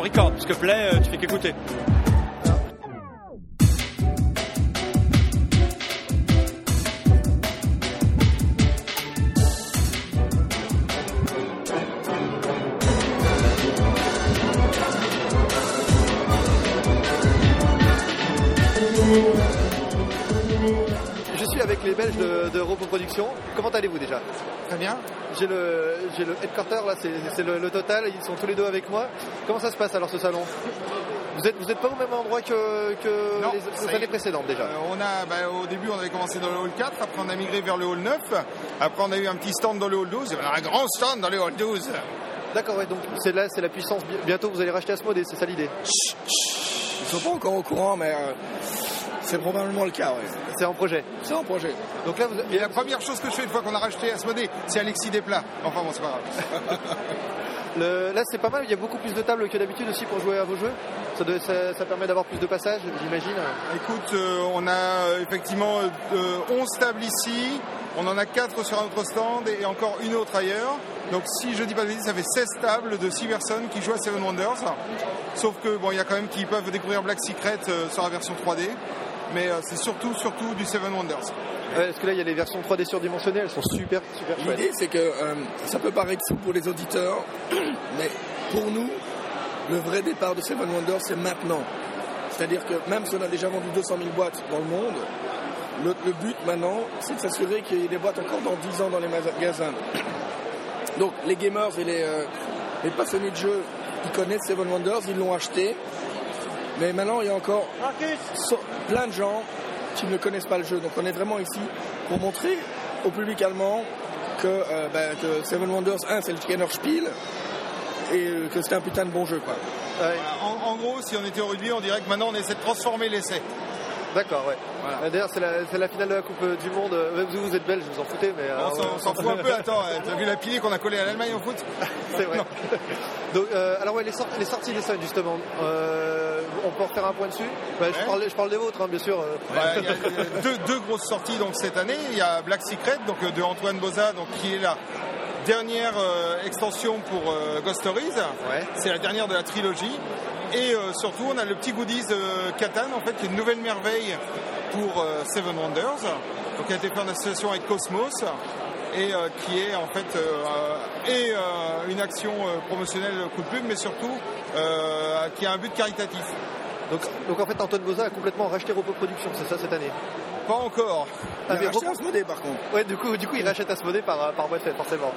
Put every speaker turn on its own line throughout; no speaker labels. record, parce que play, euh, tu fais qu'écouter.
Je suis avec les Belges de, de Robo Production. Comment allez-vous déjà
Très bien.
J'ai le, j'ai le headquarter là, c'est, c'est le, le total, ils sont tous les deux avec moi. Comment ça se passe alors ce salon Vous n'êtes vous êtes pas au même endroit que, que
Non,
les,
ça
les
y
années
est.
précédentes déjà
Euh, on a, bah, au début, on avait commencé dans le hall 4, après on a migré vers le hall 9, après on a eu un petit stand dans le hall 12, et voilà un grand stand dans le hall 12.
D'accord, ouais, donc c'est là, c'est la puissance. Bi- Bientôt vous allez racheter Asmodée, c'est ça l'idée
Ils sont pas encore au courant, mais euh, c'est probablement le cas, ouais.
C'est en projet.
C'est un projet.
Donc là, vous,
Et la première chose que je fais une fois qu'on a racheté Asmodée, c'est Alexis Desplat. Enfin bon, c'est pas grave.
le- là c'est pas mal, il y a beaucoup plus de tables que d'habitude aussi pour jouer à vos jeux. Ça, doit- ça- ça permet d'avoir plus de passages, j'imagine.
Écoute, euh, on a euh, effectivement euh, euh, 11 tables ici, on en a 4 sur un autre stand et encore une autre ailleurs. Donc si je dis pas de bêtises, ça fait 16 tables de 6 personnes qui jouent à Seven Wonders. Sauf que bon, il y a quand même qui peuvent découvrir Black Secret euh, sur la version 3D. Mais euh, c'est surtout, surtout du Seven Wonders.
Ouais, parce que là il y a les versions 3D surdimensionnées, elles sont super, super chouettes.
L'idée, c'est que euh, ça peut paraître fou pour les auditeurs, mais pour nous, le vrai départ de Seven Wonders, c'est maintenant. C'est-à-dire que même si on a déjà vendu 200 000 boîtes dans le monde, le, le but maintenant, c'est de s'assurer qu'il y ait des boîtes encore dans 10 ans dans les magasins. Donc les gamers et les, euh, les passionnés de jeux, ils connaissent Seven Wonders, ils l'ont acheté. Mais maintenant, il y a encore so- plein de gens qui ne connaissent pas le jeu. Donc on est vraiment ici pour montrer au public allemand que, euh, bah, que Seven Wonders 1, c'est le Chicaner Spiel et euh, que c'est un putain de bon jeu. Quoi.
Ouais.
En, en gros, si on était au rugby, on dirait que maintenant on essaie de transformer l'essai.
D'accord, ouais.
Voilà.
Euh, D'ailleurs, c'est la, c'est la finale de la Coupe euh, du Monde. Euh, Même si vous êtes belge, vous en foutez, mais. euh,
On s'en- on s'en fout un peu, attends, euh, t'as vu la pilée qu'on a collée à l'Allemagne au foot
c'est vrai.
Non.
Donc, euh, alors, ouais, les, sort- les sorties des Suns, justement. Euh, on peut refaire un point dessus Bah, je,
Ouais.
parle, je parle des vôtres, hein, bien sûr. euh.
Voilà, Il y a euh, deux, deux grosses sorties donc cette année. Il y a Black Secret donc euh, de Antoine Boza donc qui est la dernière euh, extension pour euh, Ghost Stories.
Ouais.
C'est la dernière de la trilogie. Et euh, surtout on a le petit goodies euh, Catan en fait qui est une nouvelle merveille pour euh, Seven Wonders. Donc qui a été fait en association avec Cosmos et euh, qui est en fait euh, et euh, une action euh, promotionnelle coup de pub mais surtout euh, qui a un but caritatif.
Donc, donc, en fait, Antoine Boza a complètement racheté Repos Production, c'est ça, cette année
Pas encore.
Ah,
Il
mais
a racheté
Repos-
Asmodée, par contre.
Ouais, du coup, du coup, il rachète Asmodée par, euh, par boîte faite, forcément.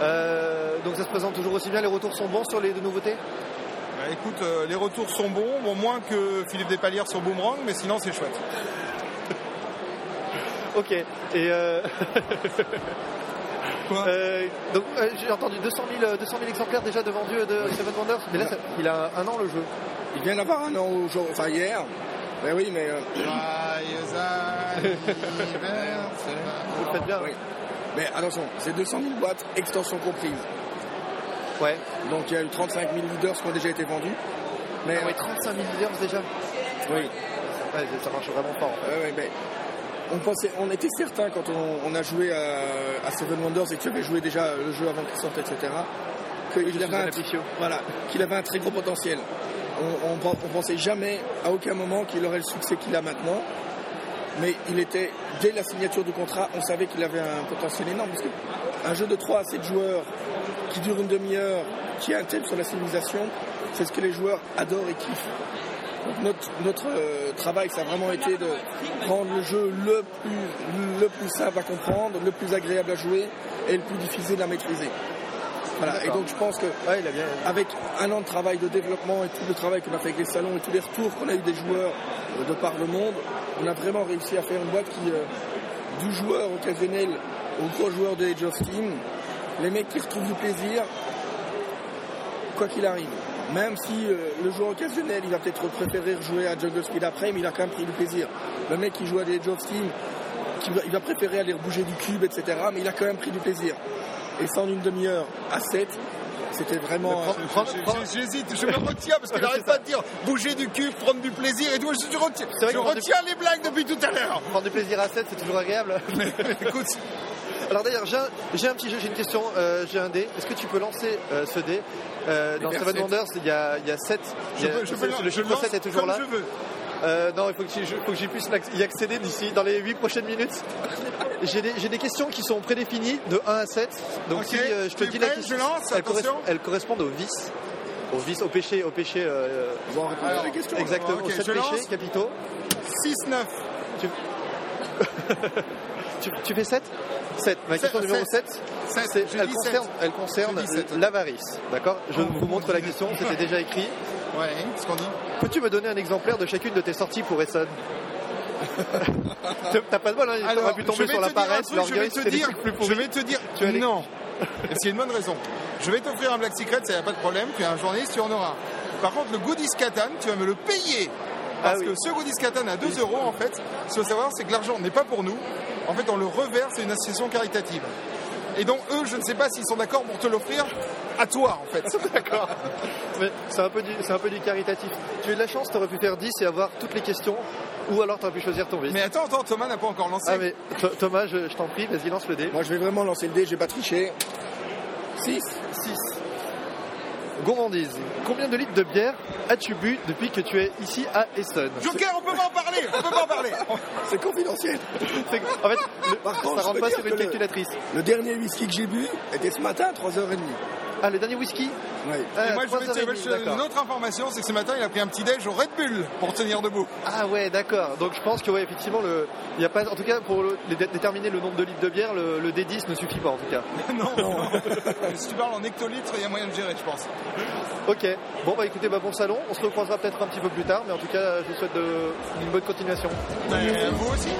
Euh, donc, ça se présente toujours aussi bien. Les retours sont bons sur les deux nouveautés
Bah, écoute, euh, les retours sont bons, bon, moins que Philippe Despalières sur Boomerang, mais sinon c'est chouette.
Ok. Et. euh,
Quoi
Euh, donc euh, j'ai entendu 200 000, euh, 200 000 exemplaires déjà de vendus euh, de Seven Wonders, mais là ça- il a un an le jeu.
Il vient d'avoir un an aujourd'hui, enfin hier. Ben oui, mais. euh,
Vous le faites bien.
oui. Mais attention, c'est 200 000 boîtes, extension comprise.
Ouais.
Donc il y a eu 35 000 leaders qui ont déjà été vendus. Mais
Ah ouais, 35 000 leaders déjà.
oui,
Ouais, ça marche vraiment fort.
Ouais, ouais, mais on, pensait, on était certain quand on, on a joué à, à Seven Wonders et que tu avais joué déjà le jeu avant qu'il sorte, etc., qu'il avait, un- voilà, qu'il avait un très gros potentiel. On, on pen- on pensait jamais, à aucun moment, qu'il aurait le succès qu'il a maintenant. Mais il était, dès la signature du contrat, on savait qu'il avait un potentiel énorme. Parce que un jeu de 3 à 7 joueurs qui dure une demi-heure, qui a un thème sur la civilisation, c'est ce que les joueurs adorent et kiffent. Donc notre notre, euh, travail, ça a vraiment été de rendre le jeu le plus, le plus simple à comprendre, le plus agréable à jouer et le plus difficile à maîtriser. Voilà. Et
D'accord.
donc je pense que
Ouais, il a bien.
avec un an de travail de développement et tout le travail qu'on a fait avec les salons et tous les retours qu'on a eu des joueurs euh, de par le monde, on a vraiment réussi à faire une boîte qui, euh, du joueur occasionnel au gros joueur de Age of Steam, les mecs qui retrouvent du plaisir, quoi qu'il arrive. Même si euh, le joueur occasionnel, il va peut-être préférer jouer à Jungle Speed après, mais il a quand même pris du plaisir. Le mec qui joue à des Age of Steam, qui va- il va préférer aller bouger du cube, etc., mais il a quand même pris du plaisir. Et ça en une demi-heure à 7, c'était vraiment... euh,
Je- je- je- J'hésite, je me retiens parce qu'il n'arrête pas de dire bouger du cul, prendre du plaisir et tout. Je, je retiens,
C'est vrai
je
qu'on
retiens les blagues depuis tout à l'heure.
Prendre du plaisir à 7, c'est toujours agréable.
Écoute,
Alors d'ailleurs, j'ai un- j'ai un petit jeu, j'ai une question, euh, j'ai un dé. Est-ce que tu peux lancer euh, ce dé Euh, Dans
vers
Seven
sept.
Wonders, il y a, il y a 7.
Je peux- je peux le-
le
je
chiffre
lance
7 est toujours
comme
là.
je veux.
Euh, non, il faut que j'y- je- faut que j'y puisse l'acc- y accéder d'ici, dans les 8 prochaines minutes. J'ai des, j'ai des questions qui sont prédéfinies de 1 à 7. Donc
Ok,
si euh, je te
tu es
dis la
prêt
question,
Je lance,
elles, corres-
attention.
elles correspondent aux vices. Aux vices, au péché, au péché. euh,
Bon, on répond à la
Alors,
question.
exactement,
ok,
aux 7
je lance.
hein. péchés capitaux.
6-9.
Tu, tu fais 7 7. Ma
Sept,
question numéro
sept.
7,
Sept,
c'est,
j'ai
elle,
dit
concerne,
sept.
elle concerne
J'ai dit sept. Oh.
l'avarice. D'accord Je vous montre la question, c'était déjà écrit.
Ouais, ce qu'on dit.
Peux-tu me donner un exemplaire de chacune de tes sorties pour Esson T'as pas de bol, hein, on aurait pu
je
tomber
vais
sur la
te dire un
paresse,
truc, je vais
l'orgueil,
te
c'était les
dire,
trucs plus
je
pourris.
vais te dire,
Tu vas les-
non. Parce qu'il y a une bonne raison. Je vais t'offrir un Black Secret, ça n'y a pas de problème, tu es un journaliste, tu en auras. Par contre, le Goodies Catan, tu vas me le payer. Parce
Ah oui.
que ce Goodies Catan à 2 euros, en fait, ce qu'il faut savoir, c'est que l'argent n'est pas pour nous. En fait, on le reverse à une association caritative. Et donc, eux, je ne sais pas s'ils sont d'accord pour te l'offrir à toi, en fait.
D'accord. Mais c'est un, peu du- c'est un peu du caritatif. Tu as eu de la chance, t'aurais pu faire 10 et avoir toutes les questions, ou alors t'aurais pu choisir ton vice.
Mais attends, attends, Thomas n'a pas encore lancé.
Ah mais Tho- Thomas, je, je t'en prie, vas-y, lance le dé.
Moi, je vais vraiment lancer le dé, j'ai pas triché. 6.
6. Gourmandise, combien de litres de bière as-tu bu depuis que tu es ici à Essonne
Joker, on peut pas en parler, on peut pas en parler.
C'est confidentiel.
C'est- En fait, le-
Par contre,
ça
je
rentre
peux
pas
dire
sur
que
une
le-
calculatrice.
Le dernier whisky que j'ai bu était ce matin à 3h30.
Ah, le dernier whisky
Ouais.
Ah,
Euh, Et moi, je vais
3h30,
te- je te donne une
d'accord.
autre information, c'est que ce matin, il a pris un petit déj au Red Bull pour tenir debout.
Ah ouais, d'accord. Donc je pense que ouais, effectivement, le, il y a pas, en tout cas pour le- dé- déterminer le nombre de litres de bière, le, le D10 ne suffit pas en tout cas.
Non, non. Mais si tu parles en hectolitres, il y a moyen de gérer, je pense.
Ok. Bon bah écoutez, bah, bon salon. On se recroisera peut-être un petit peu plus tard, mais en tout cas, je vous souhaite de- une bonne continuation.
Mais Bah, vous aussi.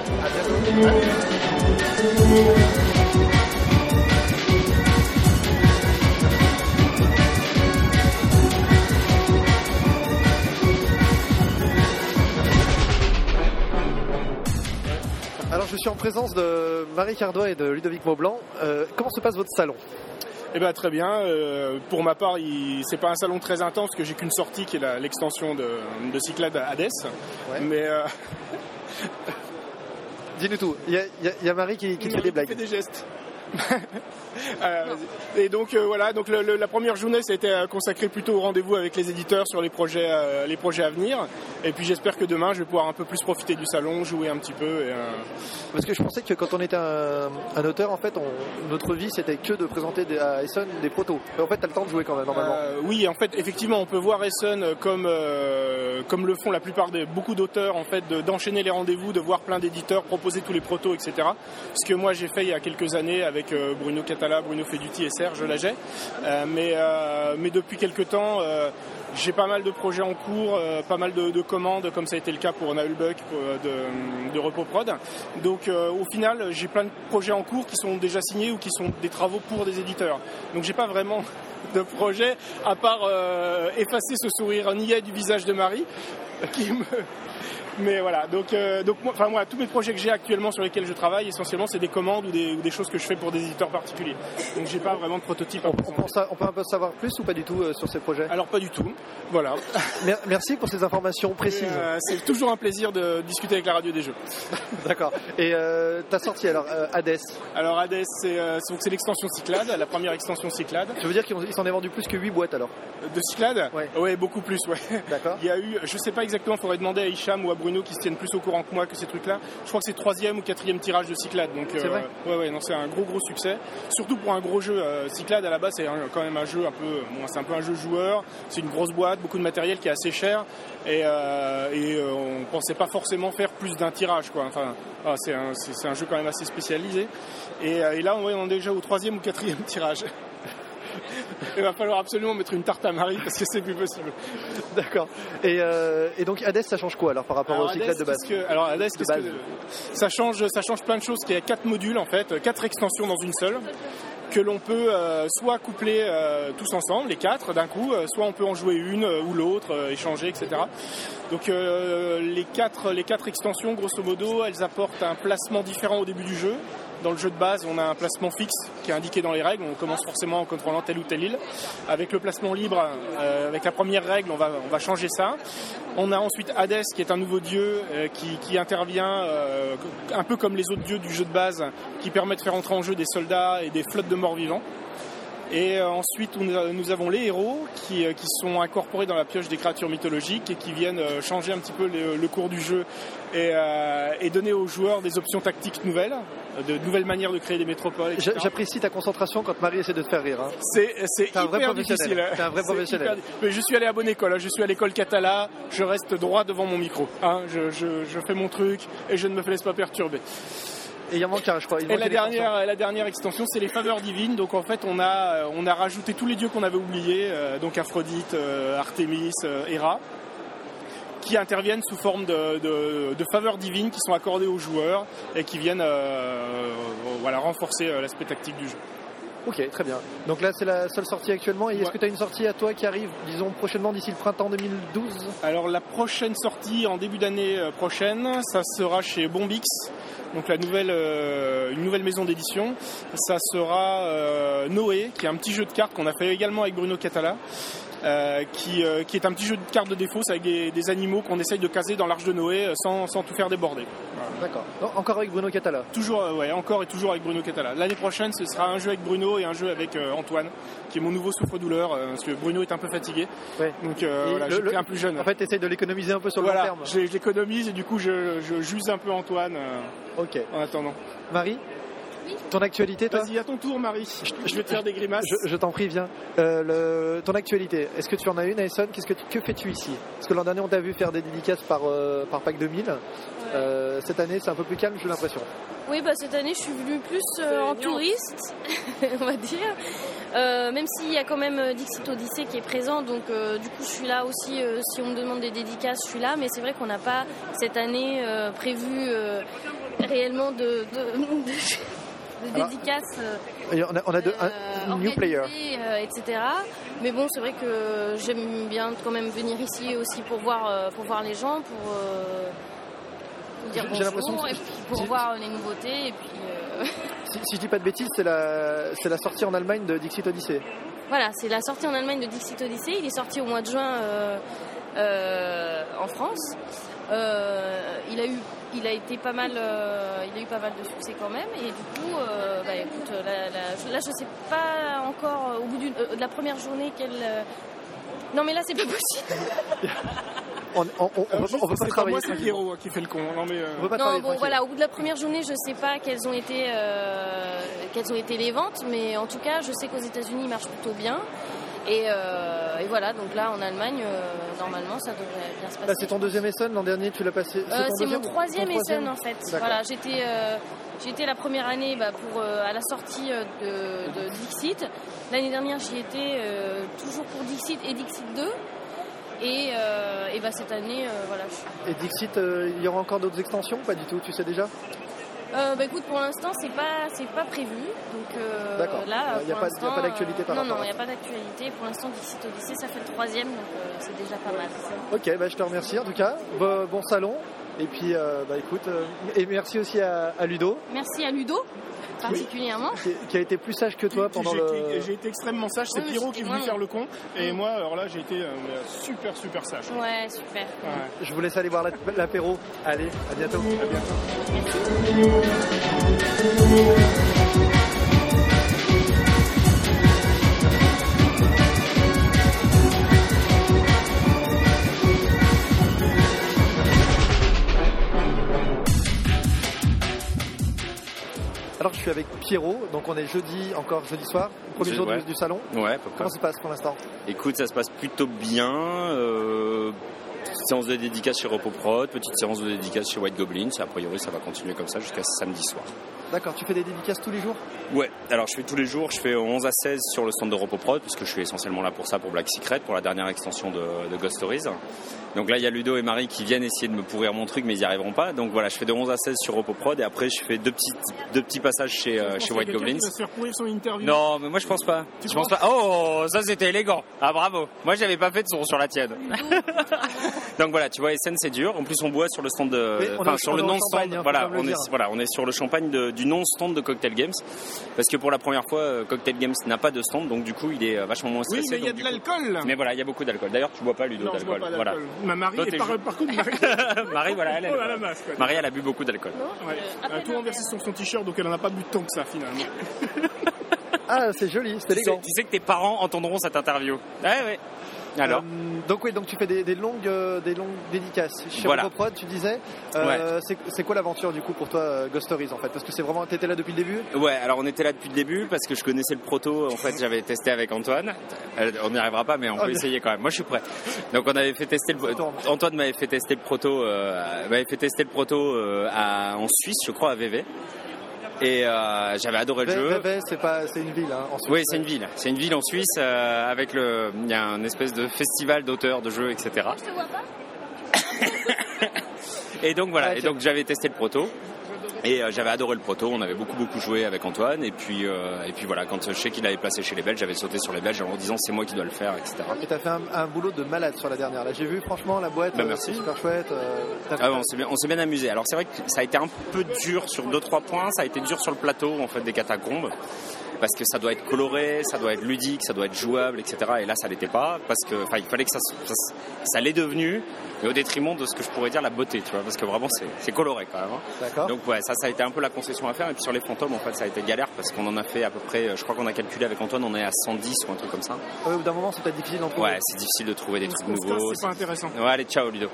Alors je suis en présence de Marie Cardois et de Ludovic Maublanc. Euh, comment se passe votre salon
Eh ben très bien. euh, pour ma part, il- c'est pas un salon très intense parce que j'ai qu'une sortie qui est la- l'extension de, de Cyclade à Hades.
Ouais.
Mais euh,
Dis-nous tout. Il y, a- il y a- il y a Marie qui, qui te fait des blagues.
des gestes. Euh, et donc euh, voilà, donc le- le- la première journée ça a été euh, consacrée plutôt au rendez-vous avec les éditeurs sur les projets, euh, les projets à venir. Et puis j'espère que demain je vais pouvoir un peu plus profiter du salon, jouer un petit peu. Et, euh,
Parce que je pensais que quand on était un, un auteur, en fait, on- notre vie c'était que de présenter des, à Essen des protos. Mais en fait, t'as le temps de jouer quand même normalement.
Euh, oui, en fait, effectivement, on peut voir Essen euh, comme euh, comme le font la plupart des beaucoup d'auteurs, en fait, de- d'enchaîner les rendez-vous, de voir plein d'éditeurs proposer tous les protos, etc. Ce que moi j'ai fait il y a quelques années avec euh, Bruno Catala, Bruno Feduti et Serge Laget. Euh, mais euh, mais depuis quelques temps. euh, j'ai pas mal de projets en cours, euh, pas mal de, de commandes, comme ça a été le cas pour Naulbuck de, de Repos Prod. Donc euh, au final, j'ai plein de projets en cours qui sont déjà signés ou qui sont des travaux pour des éditeurs. Donc j'ai pas vraiment de projet à part euh, effacer ce sourire niais du visage de Marie qui me mais voilà donc euh, donc moi, enfin moi tous mes projets que j'ai actuellement sur lesquels je travaille essentiellement c'est des commandes ou des, ou des choses que je fais pour des éditeurs particuliers donc j'ai pas vraiment de prototype à
On,
présenter.
pense à- on peut un peu savoir plus ou pas du tout euh, sur ces projets
alors pas du tout voilà
Mer- Merci pour ces informations précises.
Euh, c'est toujours un plaisir de discuter avec la radio des jeux
D'accord. Et euh, t'as sorti alors euh, Hades.
alors Hades c'est euh, donc c'est l'extension Cyclade la première extension Cyclade
Je veux dire qu'ils ont- ils s'en est vendu plus que 8 boîtes alors.
de Cyclade
Ouais.
ouais beaucoup plus ouais
D'accord.
Il y a eu, je sais pas exactement, faudrait demander à Hicham ou à Bruno qui se tiennent plus au courant que moi que ces trucs-là. Je crois que c'est troisième ou quatrième tirage de Cyclade. Donc, euh,
C'est vrai
ouais, ouais, non, c'est un gros gros succès. Surtout pour un gros jeu. euh, Cyclade à la base, c'est un- quand même un jeu un peu, bon, c'est un peu un jeu joueur. C'est une grosse boîte, beaucoup de matériel qui est assez cher. Et, euh, et euh, on pensait pas forcément faire plus d'un tirage, quoi. Enfin, ah, c'est un, c'est c'est un jeu quand même assez spécialisé. Et, euh, et là, ouais, on est déjà au troisième ou quatrième tirage. Il va falloir absolument mettre une tarte à Marie parce que c'est plus possible.
D'accord. Et, euh, et donc Hades, ça change quoi alors par rapport
Alors,
au cyclade de
Hades,
base
qu'est-ce que- alors Hades, qu'est-ce
base.
que- ça change, ça change plein de choses. Il y a quatre modules en fait, quatre extensions dans une seule que l'on peut euh, soit coupler euh, tous ensemble, les quatre d'un coup, euh, soit on peut en jouer une euh, ou l'autre, euh, échanger, etc. Donc euh, les quatre, les quatre extensions, grosso modo, elles apportent un placement différent au début du jeu. Dans le jeu de base, on a un placement fixe qui est indiqué dans les règles. On commence forcément en contrôlant telle ou telle île. Avec le placement libre, euh, avec la première règle, on va, on va changer ça. On a ensuite Hadès, qui est un nouveau dieu euh, qui, qui intervient euh, un peu comme les autres dieux du jeu de base, qui permet de faire entrer en jeu des soldats et des flottes de morts vivants. Et euh, ensuite, on a- nous avons les héros qui, euh, qui sont incorporés dans la pioche des créatures mythologiques et qui viennent euh, changer un petit peu le, le cours du jeu et, euh, et donner aux joueurs des options tactiques nouvelles, euh, de nouvelles manières de créer des métropoles. etc.
J'a- J'apprécie ta concentration quand Marie essaie de te faire rire. hein.
C'est c'est
T'es un
hyper
vrai professionnel.
difficile. hein.
T'es un vrai
C'est
professionnel.
hyper- Mais je suis allé à bonne école. hein. Je suis à l'école Catala. Je reste droit devant mon micro. hein. Je, je- je fais mon truc et je ne me laisse pas perturber.
Et il y en manque un, je crois. Il
Et
manque
la
une extension.
dernière, la dernière extension, c'est les faveurs divines. Donc en fait, on a, euh, on a rajouté tous les dieux qu'on avait oubliés, euh, donc Aphrodite, euh, Artémis, euh, Héra, qui interviennent sous forme de, de- de faveurs divines qui sont accordées aux joueurs et qui viennent euh, voilà, renforcer euh, l'aspect tactique du jeu.
Ok, très bien. Donc là, c'est la seule sortie actuellement. Et est-ce
Ouais.
que tu as une sortie à toi qui arrive, disons, prochainement d'ici le printemps 2012
Alors la prochaine sortie en début d'année euh, prochaine, ça sera chez Bombix, donc la nouvelle, euh, une nouvelle maison d'édition. Ça sera euh, Noé, qui est un petit jeu de cartes qu'on a fait également avec Bruno Catala, euh, qui, euh, qui est un petit jeu de cartes de défauts c'est avec des, des animaux qu'on essaye de caser dans l'arche de Noé euh, sans, sans tout faire déborder.
Ah, D'accord. Non, encore avec Bruno Catala.
Toujours, euh, ouais, encore et toujours avec Bruno Catala. L'année prochaine, ce sera un jeu avec Bruno et un jeu avec euh, Antoine, qui est mon nouveau souffre-douleur, euh, parce que Bruno est un peu fatigué.
Ouais.
Donc euh,
Et
voilà,
le-
j'ai
le-
pris un plus jeune.
En fait, essaye de l'économiser un peu sur le
voilà,
long terme.
je- je l'économise et du coup je, je juse un peu Antoine euh,
Ok.
en attendant.
Marie Ton actualité, toi
Vas-y, à ton tour Marie, je vais te faire des grimaces.
je, je t'en prie, viens. Euh, le- ton actualité, est-ce que tu en as une, Alison Qu'est-ce que, tu- que fais-tu ici Parce que l'an dernier, on t'a vu faire des dédicaces par, euh, par Pack 2000. Euh, cette année, c'est un peu plus calme, j'ai l'impression.
Oui, bah, cette année, je suis venue plus euh, en touriste, on va dire. Euh, même s'il y a quand même euh, Dixit Odyssey qui est présent, donc euh, du coup, je suis là aussi. euh, si on me demande des dédicaces, je suis là. Mais c'est vrai qu'on n'a pas cette année euh, prévu euh, réellement de, de, de- de
Alors,
dédicaces. euh,
Et on a, on a deux- un-
euh,
new
organisées,
player.
euh, etc. Mais bon, c'est vrai que j'aime bien quand même venir ici aussi pour voir, euh, pour voir les gens, pour, euh, pour dire
J'ai- j'ai l'impression
bonjour,
que-
et puis pour
j'ai-
voir les nouveautés. Et puis euh,
Si, si je dis pas de bêtises, c'est la, c'est la sortie en Allemagne de Dixit Odyssey.
voilà, c'est la sortie en Allemagne de Dixit Odyssey. Il est sorti au mois de juin euh, euh, en France. Euh, il a eu, il a été pas mal, euh, il a eu pas mal de succès quand même. Et du coup, euh, bah, écoute, là, là- là, je sais pas encore euh, au bout d'une- euh, de la première journée quelle. euh, Non mais là c'est pas possible.
On, on, on, on
Alors,
veut,
je-
on veut pas
Euh, c'est pas
travailler.
moi, c'est Pierrot hein, qui fait le con. Non mais euh,
On veut pas
Non,
travailler
bon,
tranquille.
voilà, au bout de la première journée, je sais pas quelles ont été, euh, quelles ont été les ventes, mais en tout cas, je sais qu'aux États-Unis, il marche plutôt bien. Et, euh, et voilà, donc là, en Allemagne, euh, normalement, ça devrait bien se passer.
Là, c'est ton deuxième Essen l'an dernier, tu l'as passé.
Ah, Euh,
ton
c'est mon
deuxième- ton
troisième Essen en fait.
D'accord.
Voilà, j'étais euh, j'étais la première année bah, pour euh, à la sortie euh, de, de Dixit. L'année dernière j'y étais euh, toujours pour Dixit et Dixit 2. Et, euh, et bah, cette année euh, voilà. je suis-
Et Dixit, euh, il y aura encore d'autres extensions Pas du tout, tu sais déjà
Euh, bah, écoute pour l'instant c'est pas c'est pas prévu donc euh,
D'accord.
là
Il y a
pour
pas- il y a
l'instant,
pas d'actualité
euh,
par
non
rapport
non
à
il n'y
ça.
a pas d'actualité pour l'instant Dixit Odyssey ça fait le troisième donc euh, c'est déjà pas mal.
Ok, bah, je te remercie en tout cas. Bon, bon salon. Et puis, euh, bah, écoute, euh, et merci aussi à, à Ludo,
Merci à Ludo particulièrement.
qui, qui a été plus sage que toi
qui-
pendant
j'ai été-
le.
j'ai été extrêmement sage. C'est
Oui,
Pierrot
c'était
qui est venu
vraiment-
faire le con et
Mm.
moi alors là j'ai été euh, super super sage.
Ouais super.
Ouais.
Je vous laisse aller voir la- l'apéro. Allez, à bientôt.
À bientôt.
Alors, je suis avec Pierrot, donc on est jeudi, encore jeudi soir, premier
Je-
jour du-
ouais.
du salon.
Ouais, à peu près.
Comment ça se passe pour l'instant
Écoute, ça se passe plutôt bien. euh, petite séance de dédicace chez Repoprod, petite séance de dédicace chez White Goblin. A priori, ça va continuer comme ça jusqu'à samedi soir.
D'accord, tu fais des dédicaces tous les jours
Ouais, alors je fais tous les jours, je fais 11 à 16 sur le stand de Repoprod, puisque je suis essentiellement là pour ça, pour Black Secret, pour la dernière extension de, de Ghost Stories. Donc là, il y a Ludo et Marie qui viennent essayer de me pourrir mon truc, mais ils n'y arriveront pas. Donc voilà, je fais de 11 à 16 sur Repoprod, et après, je fais deux, petites, deux petits passages chez, euh,
Je pense
chez
qu'il y a
White
quelqu'un
Goblins.
qui va se faire pourrir son interview.
Non, mais moi je pense pas.
Tu
je pense pas. Oh, ça c'était élégant. Ah bravo. Moi j'avais pas fait de son sur la tienne. Donc voilà, tu vois, SN c'est dur. En plus on boit sur le stand de,
Mais on est
enfin
au-
sur
on
le
est au
non
champagne, hein,
stand.
faut
Voilà,
quand même
on
le
est
dire.
voilà, on est sur le champagne de- du non-stand de Cocktail Games. Parce que pour la première fois, euh, Cocktail Games n'a pas de stand, donc du coup, il est euh, vachement moins
Oui,
stressé.
mais il y a
donc,
de
du coup-
l'alcool.
Mais voilà, il y a beaucoup d'alcool. D'ailleurs, tu bois pas, Ludo,
Non, je bois
d'alcool.
pas
Voilà.
d'alcool. Ma Marie,
Toi,
est
t'es
par,
jeune.
par contre, Marie,
Marie, voilà, elle, elle,
oh la masse, quoi.
Marie, elle a bu beaucoup d'alcool.
Euh, Non, euh, je-
Ouais.
à
Elle a
peine
tout
un
renversé
verre.
sur son t-shirt, donc elle en a pas bu tant que ça finalement.
Ah, c'est joli, c'est
Tu sais,
élégant.
tu sais que tes parents entendront cette interview. Ouais, ouais. Alors,
Euh, donc oui, donc tu fais des, des longues, euh, des longues dédicaces. Chez
Voilà.
Reproprod, tu disais, euh, c'est- c'est quoi l'aventure du coup pour toi, euh, Ghost Stories en fait Parce que c'est vraiment, t'étais là depuis le début
ouais, alors on était là depuis le début parce que je connaissais le proto. En fait, j'avais testé avec Antoine. Euh, On n'y arrivera pas, mais on
Oh,
peut
bien.
essayer quand même. Moi, je suis prêt. Donc, on avait fait tester le.
Attends.
Antoine m'avait fait tester le proto. euh, m'avait fait tester le proto euh, à- en Suisse, je crois, à VV. Et euh, j'avais adoré le jeu.
Vevey, c'est pas, c'est une ville. Hein, en Suisse.
Oui, c'est une ville. C'est une ville en Suisse euh, avec le. Il y a un espèce de festival d'auteurs, de jeux, etc.
Je te vois pas
Et donc voilà,
Ouais,
et donc j'avais testé le proto. Et euh, j'avais adoré le proto, on avait beaucoup beaucoup joué avec Antoine et puis euh, et puis voilà quand je sais qu'il avait placé chez les Belges, j'avais sauté sur les Belges en leur disant c'est moi qui dois le faire etc.
Et t'as fait un, un boulot de malade sur la dernière. Là, j'ai vu franchement la boîte,
Bah,
euh,
merci.
c'est super chouette. euh, t'as-
Ah ouais, on s'est bien on s'est bien amusé. Alors c'est vrai que ça a été un peu dur sur deux trois points, ça a été dur sur le plateau en fait des catacombes parce que ça doit être coloré, ça doit être ludique, ça doit être jouable etc. Et là ça l'était pas parce que enfin il fallait que ça se- ça, se- ça l'est devenu mais au détriment de ce que je pourrais dire la beauté tu vois parce que vraiment c'est c'est coloré quand même. hein.
D'accord.
Donc ouais, ça, ça a été un peu la concession à faire. Et puis sur les fantômes, en fait, ça a été galère parce qu'on en a fait à peu près, euh, je crois qu'on a calculé avec Antoine, on est à 110 ou un truc comme ça.
Ah Ouais, au bout d'un moment, c'est peut-être difficile d'en trouver.
Ouais, c'est difficile de trouver des
On se-
trucs
on se casse,
nouveaux.
C'est pas intéressant.
Ouais, allez, ciao Ludo.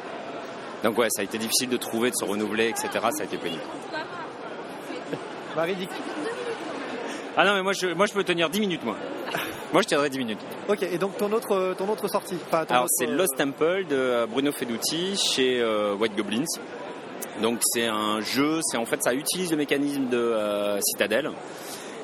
Donc ouais, ça a été difficile de trouver, de se renouveler, etc. Ça a été pénible.
Marie dit.
Ah non, mais moi je, moi je peux tenir 10 minutes, moi. Moi je tiendrai 10 minutes.
Ok, et donc ton autre, euh, ton autre sortie. Enfin, ton
Alors
autre,
c'est
euh,
Lost Temple de Bruno Feduti chez euh, White Goblins. Donc c'est un jeu, c'est en fait ça utilise le mécanisme de euh, Citadel.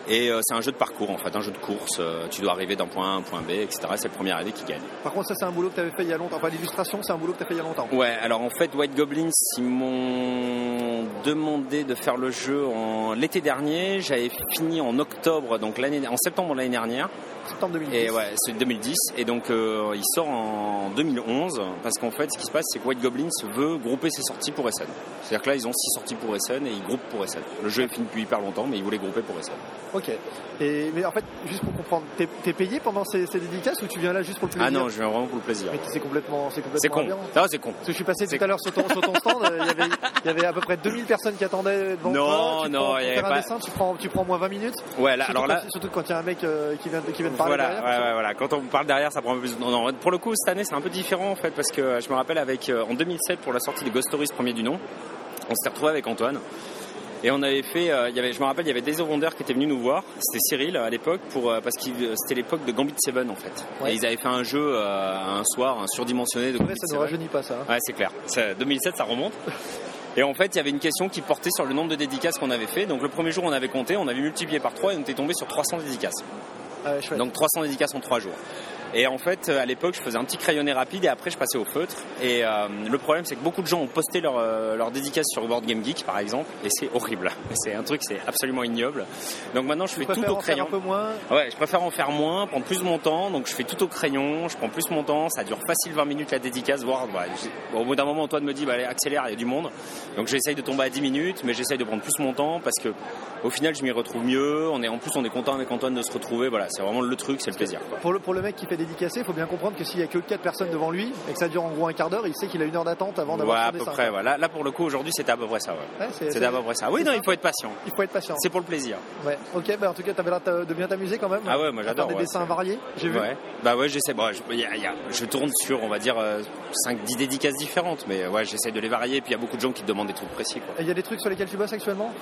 Et euh, c'est un jeu de parcours en fait, un jeu de course. Euh, tu dois arriver d'un point A à un point B, etc. C'est le premier arrivé qui gagne.
Par contre, ça, c'est un boulot que t'avais fait il y a longtemps. Enfin, l'illustration, c'est un boulot que t'as fait il y a longtemps.
Ouais, alors en fait, White Goblins, ils m'ont demandé de faire le jeu en l'été dernier. J'avais fini en octobre, donc l'année, en septembre de l'année dernière.
Septembre 2010.
Et ouais, c'est 2010. Et donc, euh, il sort en 2011. Parce qu'en fait, ce qui se passe, c'est que White Goblins veut grouper ses sorties pour Essen. C'est-à-dire que là, ils ont six sorties pour Essen et ils groupent pour Essen. Le jeu est fini depuis hyper longtemps, mais ils voulaient grouper pour Essen.
Ok. Et mais en fait, juste pour comprendre, t'es es payé pendant ces, ces dédicaces ou tu viens là juste pour le plaisir
Ah non, je viens vraiment pour le plaisir.
Mais c'est complètement, c'est complètement.
C'est con.
aberrant.
Non, c'est con.
Parce que je suis passé
C'est
tout à l'heure sur ton, sur ton stand, euh, il y avait- il y avait à peu près 2000 personnes qui attendaient devant
Non,
toi. Tu
non,
prends-
il y
pour
avait
faire un
pas-
dessin, tu prends, tu prends moins 20 minutes.
Ouais, là,
Surtout
alors là.
quand- surtout quand il y a un mec euh, qui vient, qui vient de parler
Voilà,
derrière.
ouais, ouais, voilà. Quand on me parle derrière, ça prend un peu plus. Non, non, pour le coup, cette année, c'est un peu différent en fait, parce que je me rappelle avec euh, en 2007 pour la sortie de Ghost Stories premier du nom, on s'était retrouvé avec Antoine. Et on avait fait, euh, il y avait, je me rappelle, il y avait des vendeurs qui étaient venus nous voir. C'était Cyril à l'époque pour euh, parce que c'était l'époque de Gambit Seven en fait.
Ouais.
Et ils avaient fait un jeu euh, un soir, un surdimensionné de
Après,
Gambit
ça ne
Seven.
rajeunit pas ça. hein.
Ouais, c'est clair. Ça- 2007, ça remonte. Et en fait, il y avait une question qui portait sur le nombre de dédicaces qu'on avait fait. Donc le premier jour, on avait compté, on avait multiplié par 3 et on était tombé sur 300 dédicaces.
Ah ouais, chouette.
Donc 300 dédicaces en 3 jours. Et en fait, euh, à l'époque, je faisais un petit crayonné rapide et après, je passais au feutre. Et euh, le problème, c'est que beaucoup de gens ont posté leur, euh, leur dédicace sur Board Game Geek, par exemple, et c'est horrible. C'est un truc, c'est absolument ignoble. Donc maintenant, je fais
Tu
tout
préfères
au
en faire
crayon.
un peu moins.
Ouais, je préfère en faire moins, prendre plus mon temps. Donc je fais tout au crayon, je prends plus mon temps. Ça dure facile 20 minutes la dédicace, voire bah, j'ai- bon, au bout d'un moment, Antoine me dit bah, allez, accélère, il y a du monde. Donc j'essaye de tomber à 10 minutes, mais j'essaye de prendre plus mon temps parce que au final, je m'y retrouve mieux. On est en plus, on est content avec Antoine de se retrouver. Voilà, c'est vraiment le truc, c'est le plaisir. quoi.
Pour le, pour le mec qui fait dédicacer, il faut bien comprendre que s'il y a que 4 personnes devant lui et que ça dure en gros un quart d'heure, il sait qu'il a une heure d'attente avant
Ouais,
d'avoir
à
son
peu
dessin.
près. Voilà. Là, pour le coup, aujourd'hui, c'était à peu près ça. Ouais.
Ouais, c'est-
C'était
c'est-
à peu près ça. Oui,
c'est
non,
ça.
il faut être patient.
Il faut être patient.
C'est pour le plaisir.
Ouais. Ok, bah en tout cas, t'avais l'air de bien t'amuser quand même.
Ah ouais, moi,
Faire
j'adore,
Des
ouais,
dessins
c'est-
variés, j'ai vu.
Ouais. Bah ouais, j'essaie. Bon, je, y a- y a- je tourne sur, on va dire, 5-10 dédicaces différentes, mais euh, ouais, j'essaie de les varier. Puis il y a beaucoup de gens qui te demandent des trucs précis. Quoi.
Et Il y a des trucs sur lesquels tu bosses actuellement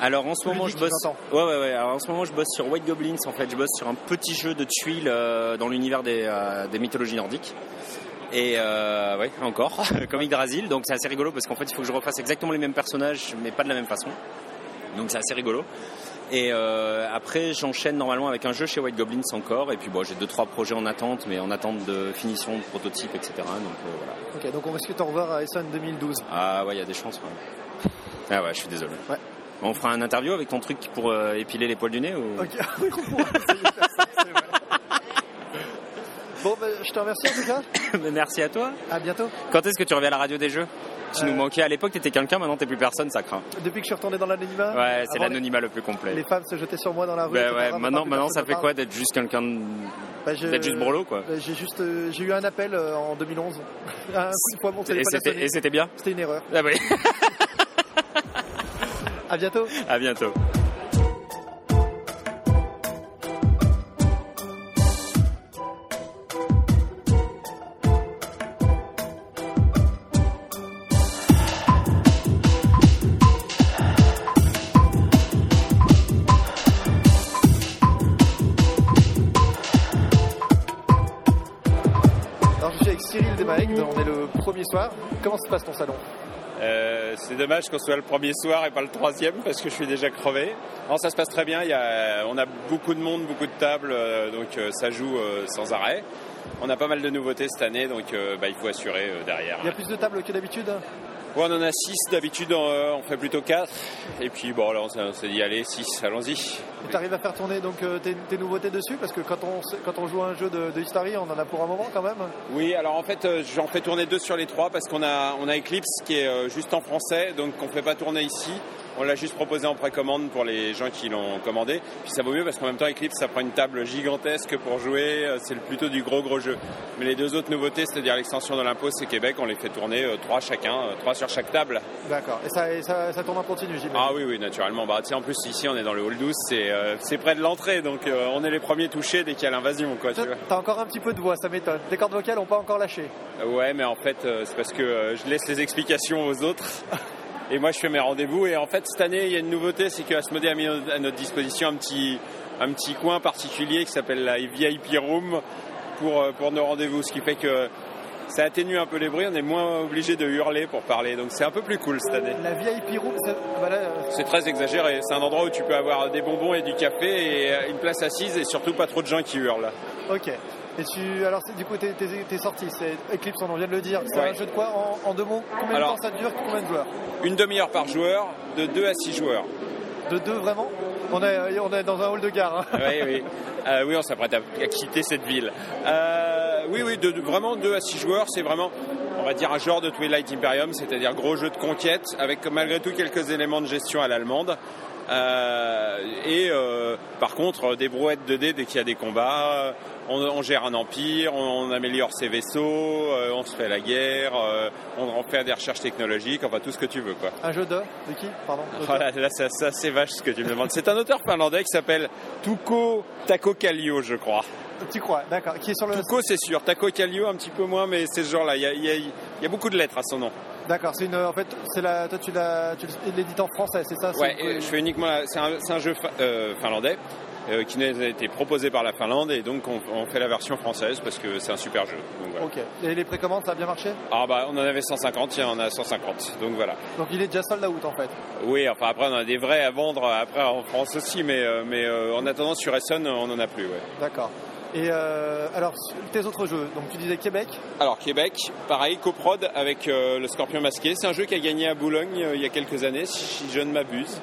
Alors en ce
Ludique,
moment, je bosse.
j'entends.
Ouais, ouais, ouais. Alors en ce moment, je bosse sur White Goblins. En fait, je bosse sur un petit jeu de tuiles euh, dans l'univers des, euh, des mythologies nordiques. Et euh, ouais, encore, comme Yggdrasil. Donc c'est assez rigolo parce qu'en fait, il faut que je refasse exactement les mêmes personnages, mais pas de la même façon. Donc c'est assez rigolo. Et euh, après, j'enchaîne normalement avec un jeu chez White Goblins encore. Et puis bon, j'ai deux trois projets en attente, mais en attente de finition, de prototype, etc. Donc euh, voilà.
Ok, donc on risque de te revoir à Essen 2012.
Ah ouais, il y a des chances. ouais. Ah ouais, je suis désolé.
Ouais.
On fera un interview avec ton truc pour euh, épiler les poils du nez ou...
Ok, oui, on pourra essayer de faire ça, c'est vrai. Bon, bah, je te remercie en tout cas.
Mais merci à toi.
À bientôt.
Quand est-ce que tu reviens à la radio des jeux Tu
Euh.
nous manquais. À l'époque, t'étais quelqu'un, maintenant t'es plus personne, ça craint.
Depuis que je suis retourné dans l'anonymat.
Ouais,
Euh,
c'est
avant,
l'anonymat le plus
les- Les
complet.
femmes se jetaient sur moi dans la rue.
Ouais,
etc.
ouais, maintenant,
plus
maintenant ça
personne
fait
me
quoi d'être juste quelqu'un de-
parle. Bah, je-
D'être juste brolo, quoi.
Bah, J'ai juste, euh, j'ai eu un appel euh, en 2011. un coup de poing, mon
Et
téléphone a
c'était-
sonné.
et c'était bien
C'était une erreur.
Ah oui,
À bientôt.
à bientôt.
Alors je suis avec Cyril Desmaeg, on est le premier soir. Comment se passe ton salon
Euh, c'est dommage qu'on soit le premier soir et pas le troisième parce que je suis déjà crevé. Non, ça se passe très bien. Il y a, on a beaucoup de monde, beaucoup de tables, euh, donc euh, ça joue euh, sans arrêt. On a pas mal de nouveautés cette année, donc euh, bah, il faut assurer euh, derrière.
Il y a plus de tables que d'habitude
Ouais, on en a 6 d'habitude, euh, on fait plutôt 4. Et puis bon, là on s'est- on s'est dit allez, 6, allons-y.
Tu arrives à faire tourner donc euh, tes, tes nouveautés dessus Parce que quand on, s- quand on joue à un jeu de, de History, on en a pour un moment quand même.
Oui, alors en fait, euh, j'en fais tourner deux sur les trois parce qu'on a, on a Eclipse qui est euh, juste en français, donc on ne fait pas tourner ici. On l'a juste proposé en précommande pour les gens qui l'ont commandé. Puis ça vaut mieux parce qu'en même temps, Eclipse, ça prend une table gigantesque pour jouer. euh, C'est plutôt du gros gros jeu. Mais les deux autres nouveautés, c'est-à-dire l'extension de l'impôt, c'est Québec, on les fait tourner euh, trois chacun, euh, trois sur chaque table.
D'accord. Et ça, et ça, ça tourne en continu, j'imagine.
Ah oui, oui, naturellement. Bah, tu sais, en plus, ici, on est dans le hall 12, c'est euh, c'est près de l'entrée, donc euh, on est les premiers touchés dès qu'il y a l'invasion, quoi, tu
Toi,
vois.
T'as encore un petit peu de voix, ça m'étonne. Les cordes vocales n'ont pas encore lâché.
Ouais, mais en fait, euh, c'est parce que euh, je laisse les explications aux autres. Et moi, je fais mes rendez-vous. Et en fait, cette année, il y a une nouveauté, c'est que Asmodée a mis à notre disposition un petit, un petit coin particulier qui s'appelle la VIP Room pour, euh, pour nos rendez-vous. Ce qui fait que ça atténue un peu les bruits. On est moins obligé de hurler pour parler. Donc, c'est un peu plus cool cette année.
La VIP room, ça- bah là, euh,
C'est très exagéré. C'est un endroit où tu peux avoir des bonbons et du café et euh, une place assise et surtout pas trop de gens qui hurlent.
ok. Et tu, alors c'est- du coup, t'es, t'es- t'es sorti, c'est Eclipse, on en vient de le dire. C'est
Ouais.
un jeu de quoi en, en deux mots Combien
Alors-
de temps ça dure Combien de joueurs
Une demi-heure par joueur, de 2 à 6 joueurs.
De deux vraiment on est, euh, on est dans un hall de gare. hein.
oui, oui. Euh, oui, on s'apprête à, à quitter cette ville. Euh, oui, oui, de, de- vraiment 2 à 6 joueurs, c'est vraiment, on va dire, un genre de Twilight Imperium, c'est-à-dire gros jeu de conquête, avec malgré tout quelques éléments de gestion à l'allemande. Euh, et euh, par contre, des brouettes de dés dès qu'il y a des combats, euh, on, on gère un empire, on, on améliore ses vaisseaux, euh, on se fait la guerre, euh, on en fait des recherches technologiques, enfin tout ce que tu veux quoi.
Un jeu de De qui Pardon
Oh là, là, ça, ça, c'est vache ce que tu me demandes. C'est un auteur finlandais qui s'appelle Tuko Tako Kallio, je crois.
Tu crois, d'accord. Qui est sur le.
Tuko, c'est sûr. Tako Kallio, un petit peu moins, mais c'est ce genre-là. Il y a, il y a- il y a beaucoup de lettres à son nom.
D'accord, c'est une. En fait, c'est la. Toi, tu l'as. Tu l'édites en français, c'est ça Ah, c'est
Ouais,
une-
et je fais uniquement. la- C'est un, c'est un jeu fa- euh, finlandais euh, qui nous a été proposé par la Finlande et donc on, on fait la version française parce que c'est un super jeu. Donc voilà.
Ok. Et les précommandes, ça a bien marché
Ah bah, on en avait 150, il y en a 150. Donc voilà.
Donc il est déjà sold out en fait.
Oui, enfin après, on a des vrais à vendre après en France aussi, mais, euh, mais euh, en attendant, sur Essen, on en a plus, ouais.
D'accord. Et euh, alors, tes autres jeux, donc tu disais Québec,
Alors Québec, pareil, coprod avec euh, le Scorpion Masqué. C'est un jeu qui a gagné à Boulogne euh, il y a quelques années, si je ne m'abuse.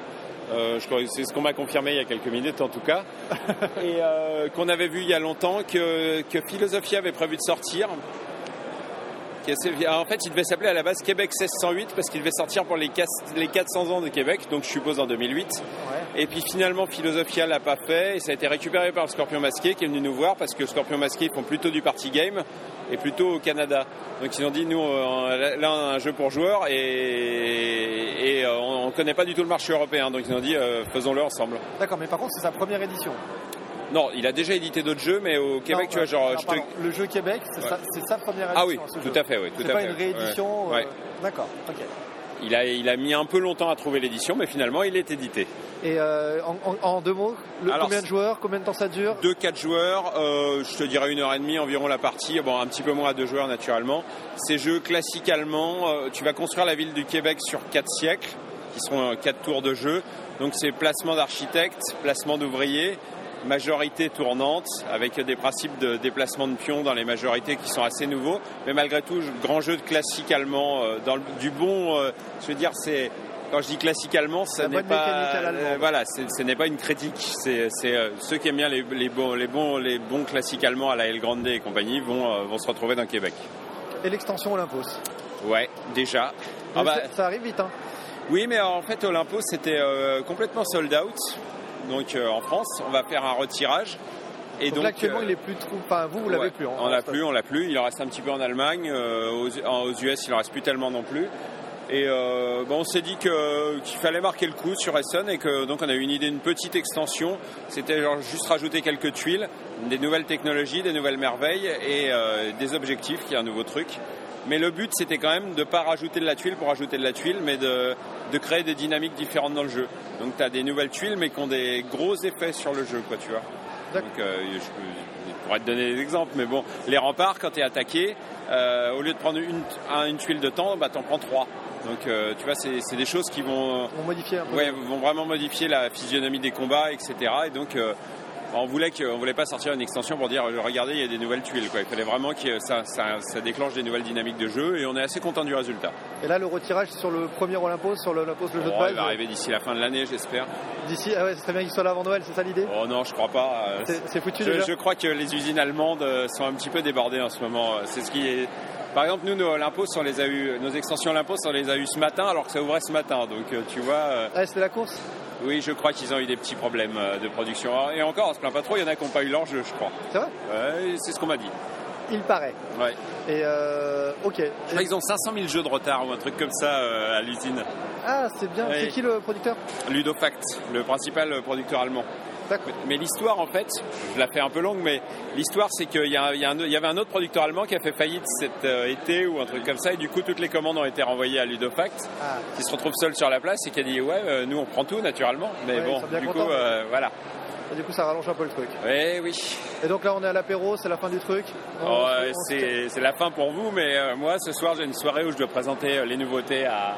Euh, je crois que c'est ce qu'on m'a confirmé il y a quelques minutes en tout cas. Et euh, qu'on avait vu il y a longtemps, que, que Philosophia avait prévu de sortir. Qui est- c'est- En fait, il devait s'appeler à la base Québec 1608 parce qu'il devait sortir pour les cas- les 400 ans de Québec, donc je suppose en 2008. Et puis finalement, Philosophia l'a pas fait et ça a été récupéré par le Scorpion Masqué qui est venu nous voir parce que Scorpion Masqué ils font plutôt du party game et plutôt au Canada. Donc ils ont dit nous euh, là on a un jeu pour joueurs et, et euh, on, on connaît pas du tout le marché européen. Donc ils ont dit euh, faisons-le ensemble.
d'accord, mais par contre c'est sa première édition.
Non, il a déjà édité d'autres jeux, mais au Québec
Non,
tu vois
euh,
genre
alors,
je te...
pardon, le jeu Québec, c'est
Ouais.
sa, c'est sa première édition.
ah oui,
ce
tout
jeu.
à fait, oui, tout
C'est
à
pas
fait.
une
Ouais.
réédition. euh,
Ouais.
D'accord. Ok.
Il a il a mis un peu longtemps à trouver l'édition, mais finalement il est édité.
Et euh, en, en- en deux mots, le,
Alors,
combien de joueurs, combien de temps ça dure
Deux, quatre joueurs, euh, je te dirais une heure et demie environ la partie, bon un petit peu moins à deux joueurs naturellement. Ces jeux classiques allemands, euh, tu vas construire la ville du Québec sur quatre siècles, qui seront euh, quatre tours de jeu. Donc c'est placement d'architectes, placement d'ouvriers, majorité tournante, avec des principes de déplacement de pions dans les majorités qui sont assez nouveaux. Mais malgré tout, grand jeu de classique allemand, euh, dans le- du bon, euh, je veux dire, c'est quand je dis classique allemand, ça
La
n'est
bonne
pas, euh,
mécanique à l'allemande.
euh,
voilà, c'est- ce n'est pas une critique. C'est c'est, euh, ceux qui aiment bien les, les bons, les bons, les bons classiques allemands à la El Grande et compagnie vont, euh, vont se retrouver dans Québec.
Et l'extension Olympos.
Ouais, déjà. Ah
Mais
bah,
ça, ça arrive vite. Hein.
oui, mais en fait, Olympo, c'était euh, complètement sold out. Donc euh, en France, on va faire un retirage. Et
donc,
donc,
là, actuellement,
euh,
il est plus trop. Enfin, vous, vous l'avez
Ouais,
plus. hein.
On l'a plus, on l'a plus. Il en reste un petit peu en Allemagne. euh, aux, en- aux US, il en reste plus tellement non plus. Et euh, bon, on s'est dit que- qu'il fallait marquer le coup sur Essen et que donc on a eu une idée, une petite extension. C'était genre juste rajouter quelques tuiles, des nouvelles technologies, des nouvelles merveilles et euh, des objectifs, qui est un nouveau truc. Mais le but, c'était quand même de pas rajouter de la tuile pour rajouter de la tuile, mais de, de créer des dynamiques différentes dans le jeu. Donc tu as des nouvelles tuiles, mais qui ont des gros effets sur le jeu, quoi, tu vois.
D'accord.
Donc, euh, je, peux- je pourrais te donner des exemples, mais bon, les remparts, quand tu es attaqué, euh, au lieu de prendre une, un- une tuile de temps, bah, t'en prends trois. Donc, euh, tu vois, c'est c'est des choses qui vont,
On modifie hein. un peu.
ouais, vont vraiment modifier la physionomie des combats, etc. Et donc, euh, on voulait que, on voulait pas sortir une extension pour dire, euh, regardez, il y a des nouvelles tuiles. Quoi. Il fallait vraiment que ça, ça, ça déclenche des nouvelles dynamiques de jeu, et on est assez content du résultat.
Et là, le retirage sur le premier Olympos, sur l'Olympos, le jeu
Bon,
de base.
il va arriver d'ici la fin de l'année, j'espère.
D'ici, ah ouais, ce serait bien qu'il soit là avant Noël, c'est ça l'idée
Oh non, je crois pas. euh,
C'est c'est foutu
Je,
déjà
je crois que les usines allemandes euh, sont un petit peu débordées en ce moment. Euh, C'est ce qui est. Par exemple, nous, nos Olympos, on les a eu, nos extensions Olympos, on les a eu ce matin, alors que ça ouvrait ce matin. Donc, euh, tu vois, euh,
Ah, c'était la course
oui, je crois qu'ils ont eu des petits problèmes euh, de production. Et encore, on se plaint pas trop. Il y en a qui n'ont pas eu leur jeu, je crois.
C'est vrai
Ouais, c'est ce qu'on m'a dit.
Il paraît.
Ouais.
Et euh, ok.
Je crois qu'ils ont 500 000 jeux de retard ou un truc comme ça euh, à l'usine.
Ah, c'est bien.
Ouais.
C'est qui le producteur
Ludofact, le principal producteur allemand.
D'accord.
Mais l'histoire, en fait, je la fais un peu longue, mais l'histoire, c'est qu'il y, a un- il y a un- il y avait un autre producteur allemand qui a fait faillite cet euh, été ou un truc comme ça, et du coup, toutes les commandes ont été renvoyées à Ludofact,
Ah,
qui se retrouve seul sur la place et qui a dit Ouais, euh, nous, on prend tout naturellement, mais
Ouais, ils
bon,
sont bien
du
contents,
coup, euh, voilà.
et du coup, ça rallonge un peu le truc.
Ouais, oui,
Et donc là, on est à l'apéro, c'est la fin du truc. On-
Oh, euh,
on-
c'est c'est la fin pour vous, mais euh, moi, ce soir, j'ai une soirée où je dois présenter euh, les nouveautés à.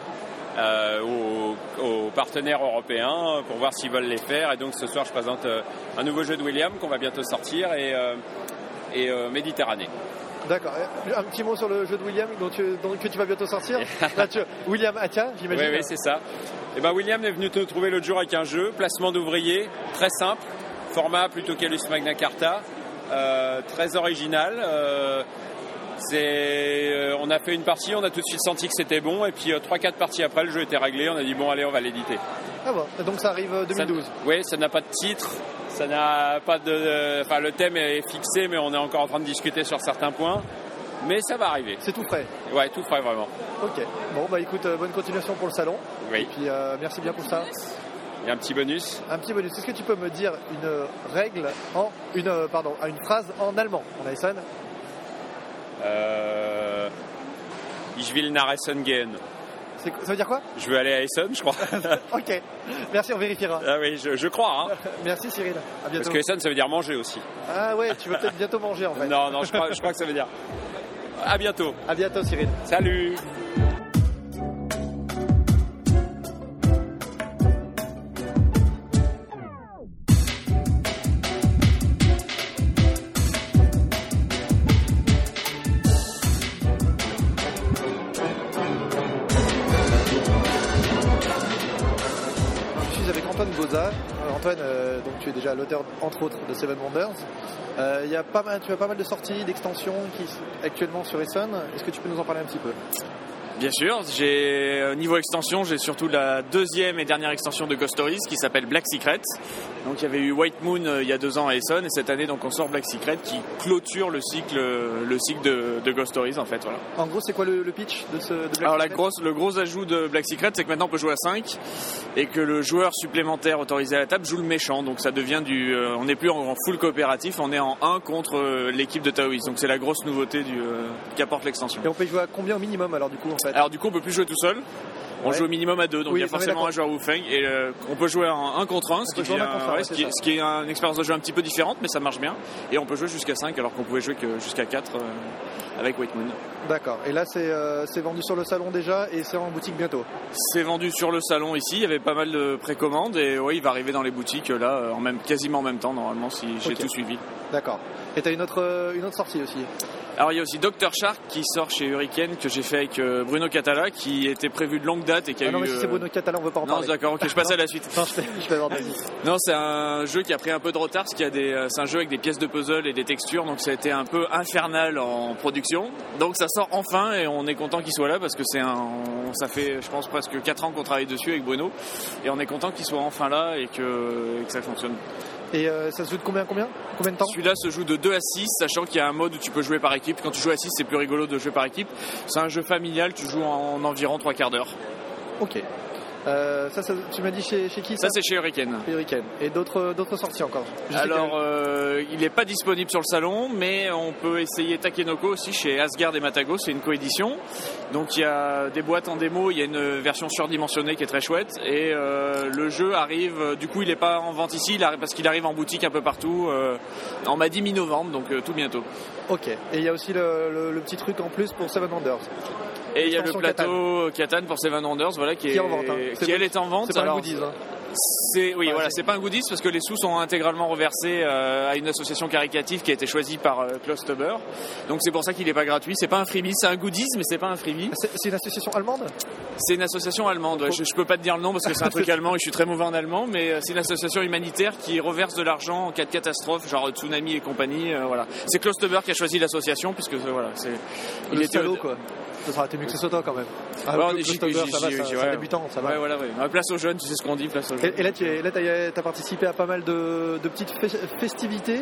euh, aux, aux partenaires européens euh, pour voir s'ils veulent les faire et donc ce soir je présente euh, un nouveau jeu de William qu'on va bientôt sortir et, euh, et euh, Méditerranée.
D'accord. Euh, Un petit mot sur le jeu de William dont tu, dont- que tu vas bientôt sortir. Là, tu- William Atia, j'imagine.
Oui, oui, c'est ça. Et ben William est venu te trouver l'autre jour avec un jeu, placement d'ouvriers, très simple, format plutôt qu'Alus Magna Carta, euh, très original. euh, c'est, euh, on a fait une partie, on a tout de suite senti que c'était bon, et puis euh, trois, quatre parties après, le jeu était réglé. On a dit bon, allez, on va l'éditer.
Ah bon. Et Donc ça arrive euh, 2012.
Ça- Oui, ça n'a pas de titre, ça n'a pas de, euh, enfin le thème est fixé, mais on est encore en train de discuter sur certains points. Mais ça va arriver.
C'est tout frais.
Ouais, tout frais vraiment.
Ok. Bon, bah écoute, euh, bonne continuation pour le salon. Et
Oui.
puis euh, merci bien pour ça.
Il y a un petit bonus.
Un petit bonus. Est-ce que tu peux me dire une euh, règle en une euh, pardon, à une phrase en allemand, en Aysan
Euh... Ich will nach Essen gehen.
C'est- Ça veut dire quoi
Je veux aller à Essen, je crois.
Ok. Merci, on vérifiera.
ah oui, je, je crois. Hein.
Merci Cyril. À
Parce
bientôt.
que Essen, ça veut dire manger aussi.
Ah ouais, tu vas peut-être bientôt manger en fait.
Non, non, je crois, je crois que ça veut dire. À bientôt.
À bientôt Cyril.
Salut.
Je suis avec Antoine Goza. Euh, Antoine, euh, donc tu es déjà l'auteur entre autres de Seven Wonders. Euh, il y a pas mal, tu as pas mal de sorties, d'extensions qui s- actuellement sur Essen. Est-ce que tu peux nous en parler un petit peu
Bien sûr, j'ai euh, niveau extension, j'ai surtout la deuxième et dernière extension de Ghost Stories qui s'appelle Black Secret. Donc il y avait eu White Moon euh, il y a deux ans à Essen et cette année donc on sort Black Secret qui clôture le cycle euh, le cycle de, de Ghost Stories en fait voilà.
En gros, c'est quoi le, le pitch de ce de Black
Alors la
Secret
grosse, le gros ajout de Black Secret, c'est que maintenant on peut jouer à 5 et que le joueur supplémentaire autorisé à la table joue le méchant. Donc ça devient du, euh, on n'est plus en, en full coopératif, on est en 1 contre euh, l'équipe de Taoïs. Donc c'est la grosse nouveauté du, euh, qu'apporte l'extension.
Et on peut y jouer à combien au minimum alors du coup en fait
Alors du coup on peut plus jouer tout seul. On
Ouais.
joue au minimum à deux, donc
Oui,
il y a
non, mais
forcément
d'accord.
un joueur Wufeng et euh, on peut jouer en 1 contre 1, ce
peut
qui,
jouer en
devient-
un contre un, ouais,
ouais, ce, qui,
c'est ça.
ce qui est une expérience de jeu un petit peu différente, mais ça marche bien. Et on peut jouer jusqu'à 5 alors qu'on pouvait jouer que jusqu'à 4 avec White Moon.
D'accord. Et là, c'est euh, c'est vendu sur le salon déjà et c'est en boutique bientôt.
C'est vendu sur le salon ici, il y avait pas mal de précommandes et ouais, il va arriver dans les boutiques euh, là, euh, en même, quasiment en même temps normalement si j'ai
Ok.
tout suivi.
D'accord. Et t'as une autre, euh, une autre sortie aussi.
Alors il y a aussi Dr Shark qui sort chez Hurricane que j'ai fait avec euh, Bruno Catala qui était prévu de longue date et qui a
Ah non,
eu.
mais si c'est
euh,
Bruno Catalan, on veut pas en
Non,
parler.
d'accord, ok, je passe à la suite.
Non, je, t'ai- je vais avoir des-
Non, c'est un jeu qui a pris un peu de retard parce qu'il y a des, euh, c'est un jeu avec des pièces de puzzle et des textures, donc ça a été un peu infernal en production. Donc ça sort enfin et on est content qu'il soit là parce que c'est un, on- ça fait, je pense presque 4 ans qu'on travaille dessus avec Bruno et on est content qu'il soit enfin là et que, et que ça fonctionne.
Et euh, ça se joue de combien à combien Combien de temps
Celui-là se joue de 2 à 6, sachant qu'il y a un mode où tu peux jouer par équipe. Quand tu joues à 6, c'est plus rigolo de jouer par équipe. C'est un jeu familial, tu joues en environ 3 quarts d'heure.
Ok. Euh, ça, ça- tu m'as dit chez, chez qui
Ça, c'est chez Hurricane.
chez Hurricane. Et d'autres d'autres sorties encore Je sais
Alors, euh, il n'est pas disponible sur le salon, mais on peut essayer Takenoko aussi chez Asgard et Matago, c'est une coédition. Donc il y a des boîtes en démo, il y a une version surdimensionnée qui est très chouette, et euh, le jeu arrive, euh, du coup il n'est pas en vente ici, il arrive- parce qu'il arrive en boutique un peu partout, euh, en m'a dit mi-novembre, donc euh, tout bientôt.
que- Ok. Et il y a aussi le, le- le petit truc en plus pour Seven Wonders.
Et il y a le
Extension
plateau Catan pour Seven Wonders, voilà, qui,
Qui est
est-
en vente, hein. C'est
qui,
pas-
elle est en vente.
C'est pas un
Alors,
goodies. hein.
C'est oui,
Enfin,
voilà,
c'est-
c'est pas un goodies parce que les sous sont intégralement reversés euh, à une association caritative qui a été choisie par euh, Klaus Teuber. Donc c'est pour ça qu'il est pas gratuit. C'est pas un freebie, c'est un goodies, mais c'est pas un freebie.
C'est c'est une association allemande
C'est une association allemande. ouais. Je, je peux pas te dire le nom parce que c'est un truc allemand et je suis très mauvais en allemand, mais euh, c'est une association humanitaire qui reverse de l'argent en cas de catastrophe, genre tsunami et compagnie. euh, voilà, c'est Klaus Teuber qui a choisi l'association puisque euh, voilà, c'est
Il est salaud
au-
quoi. Ça aurait été mieux que ce soit toi quand même.
Ouais,
Ah,
on
le
est
Ghost
JPG,
Over, ça va, ça-
ouais.
c'est un débutant, ça va.
Ouais, voilà, ouais. Ouais, Place aux jeunes, tu sais ce qu'on dit, place aux jeunes.
Et, et là, tu es- là, t'as- t'as participé à pas mal de, de petites fe- festivités.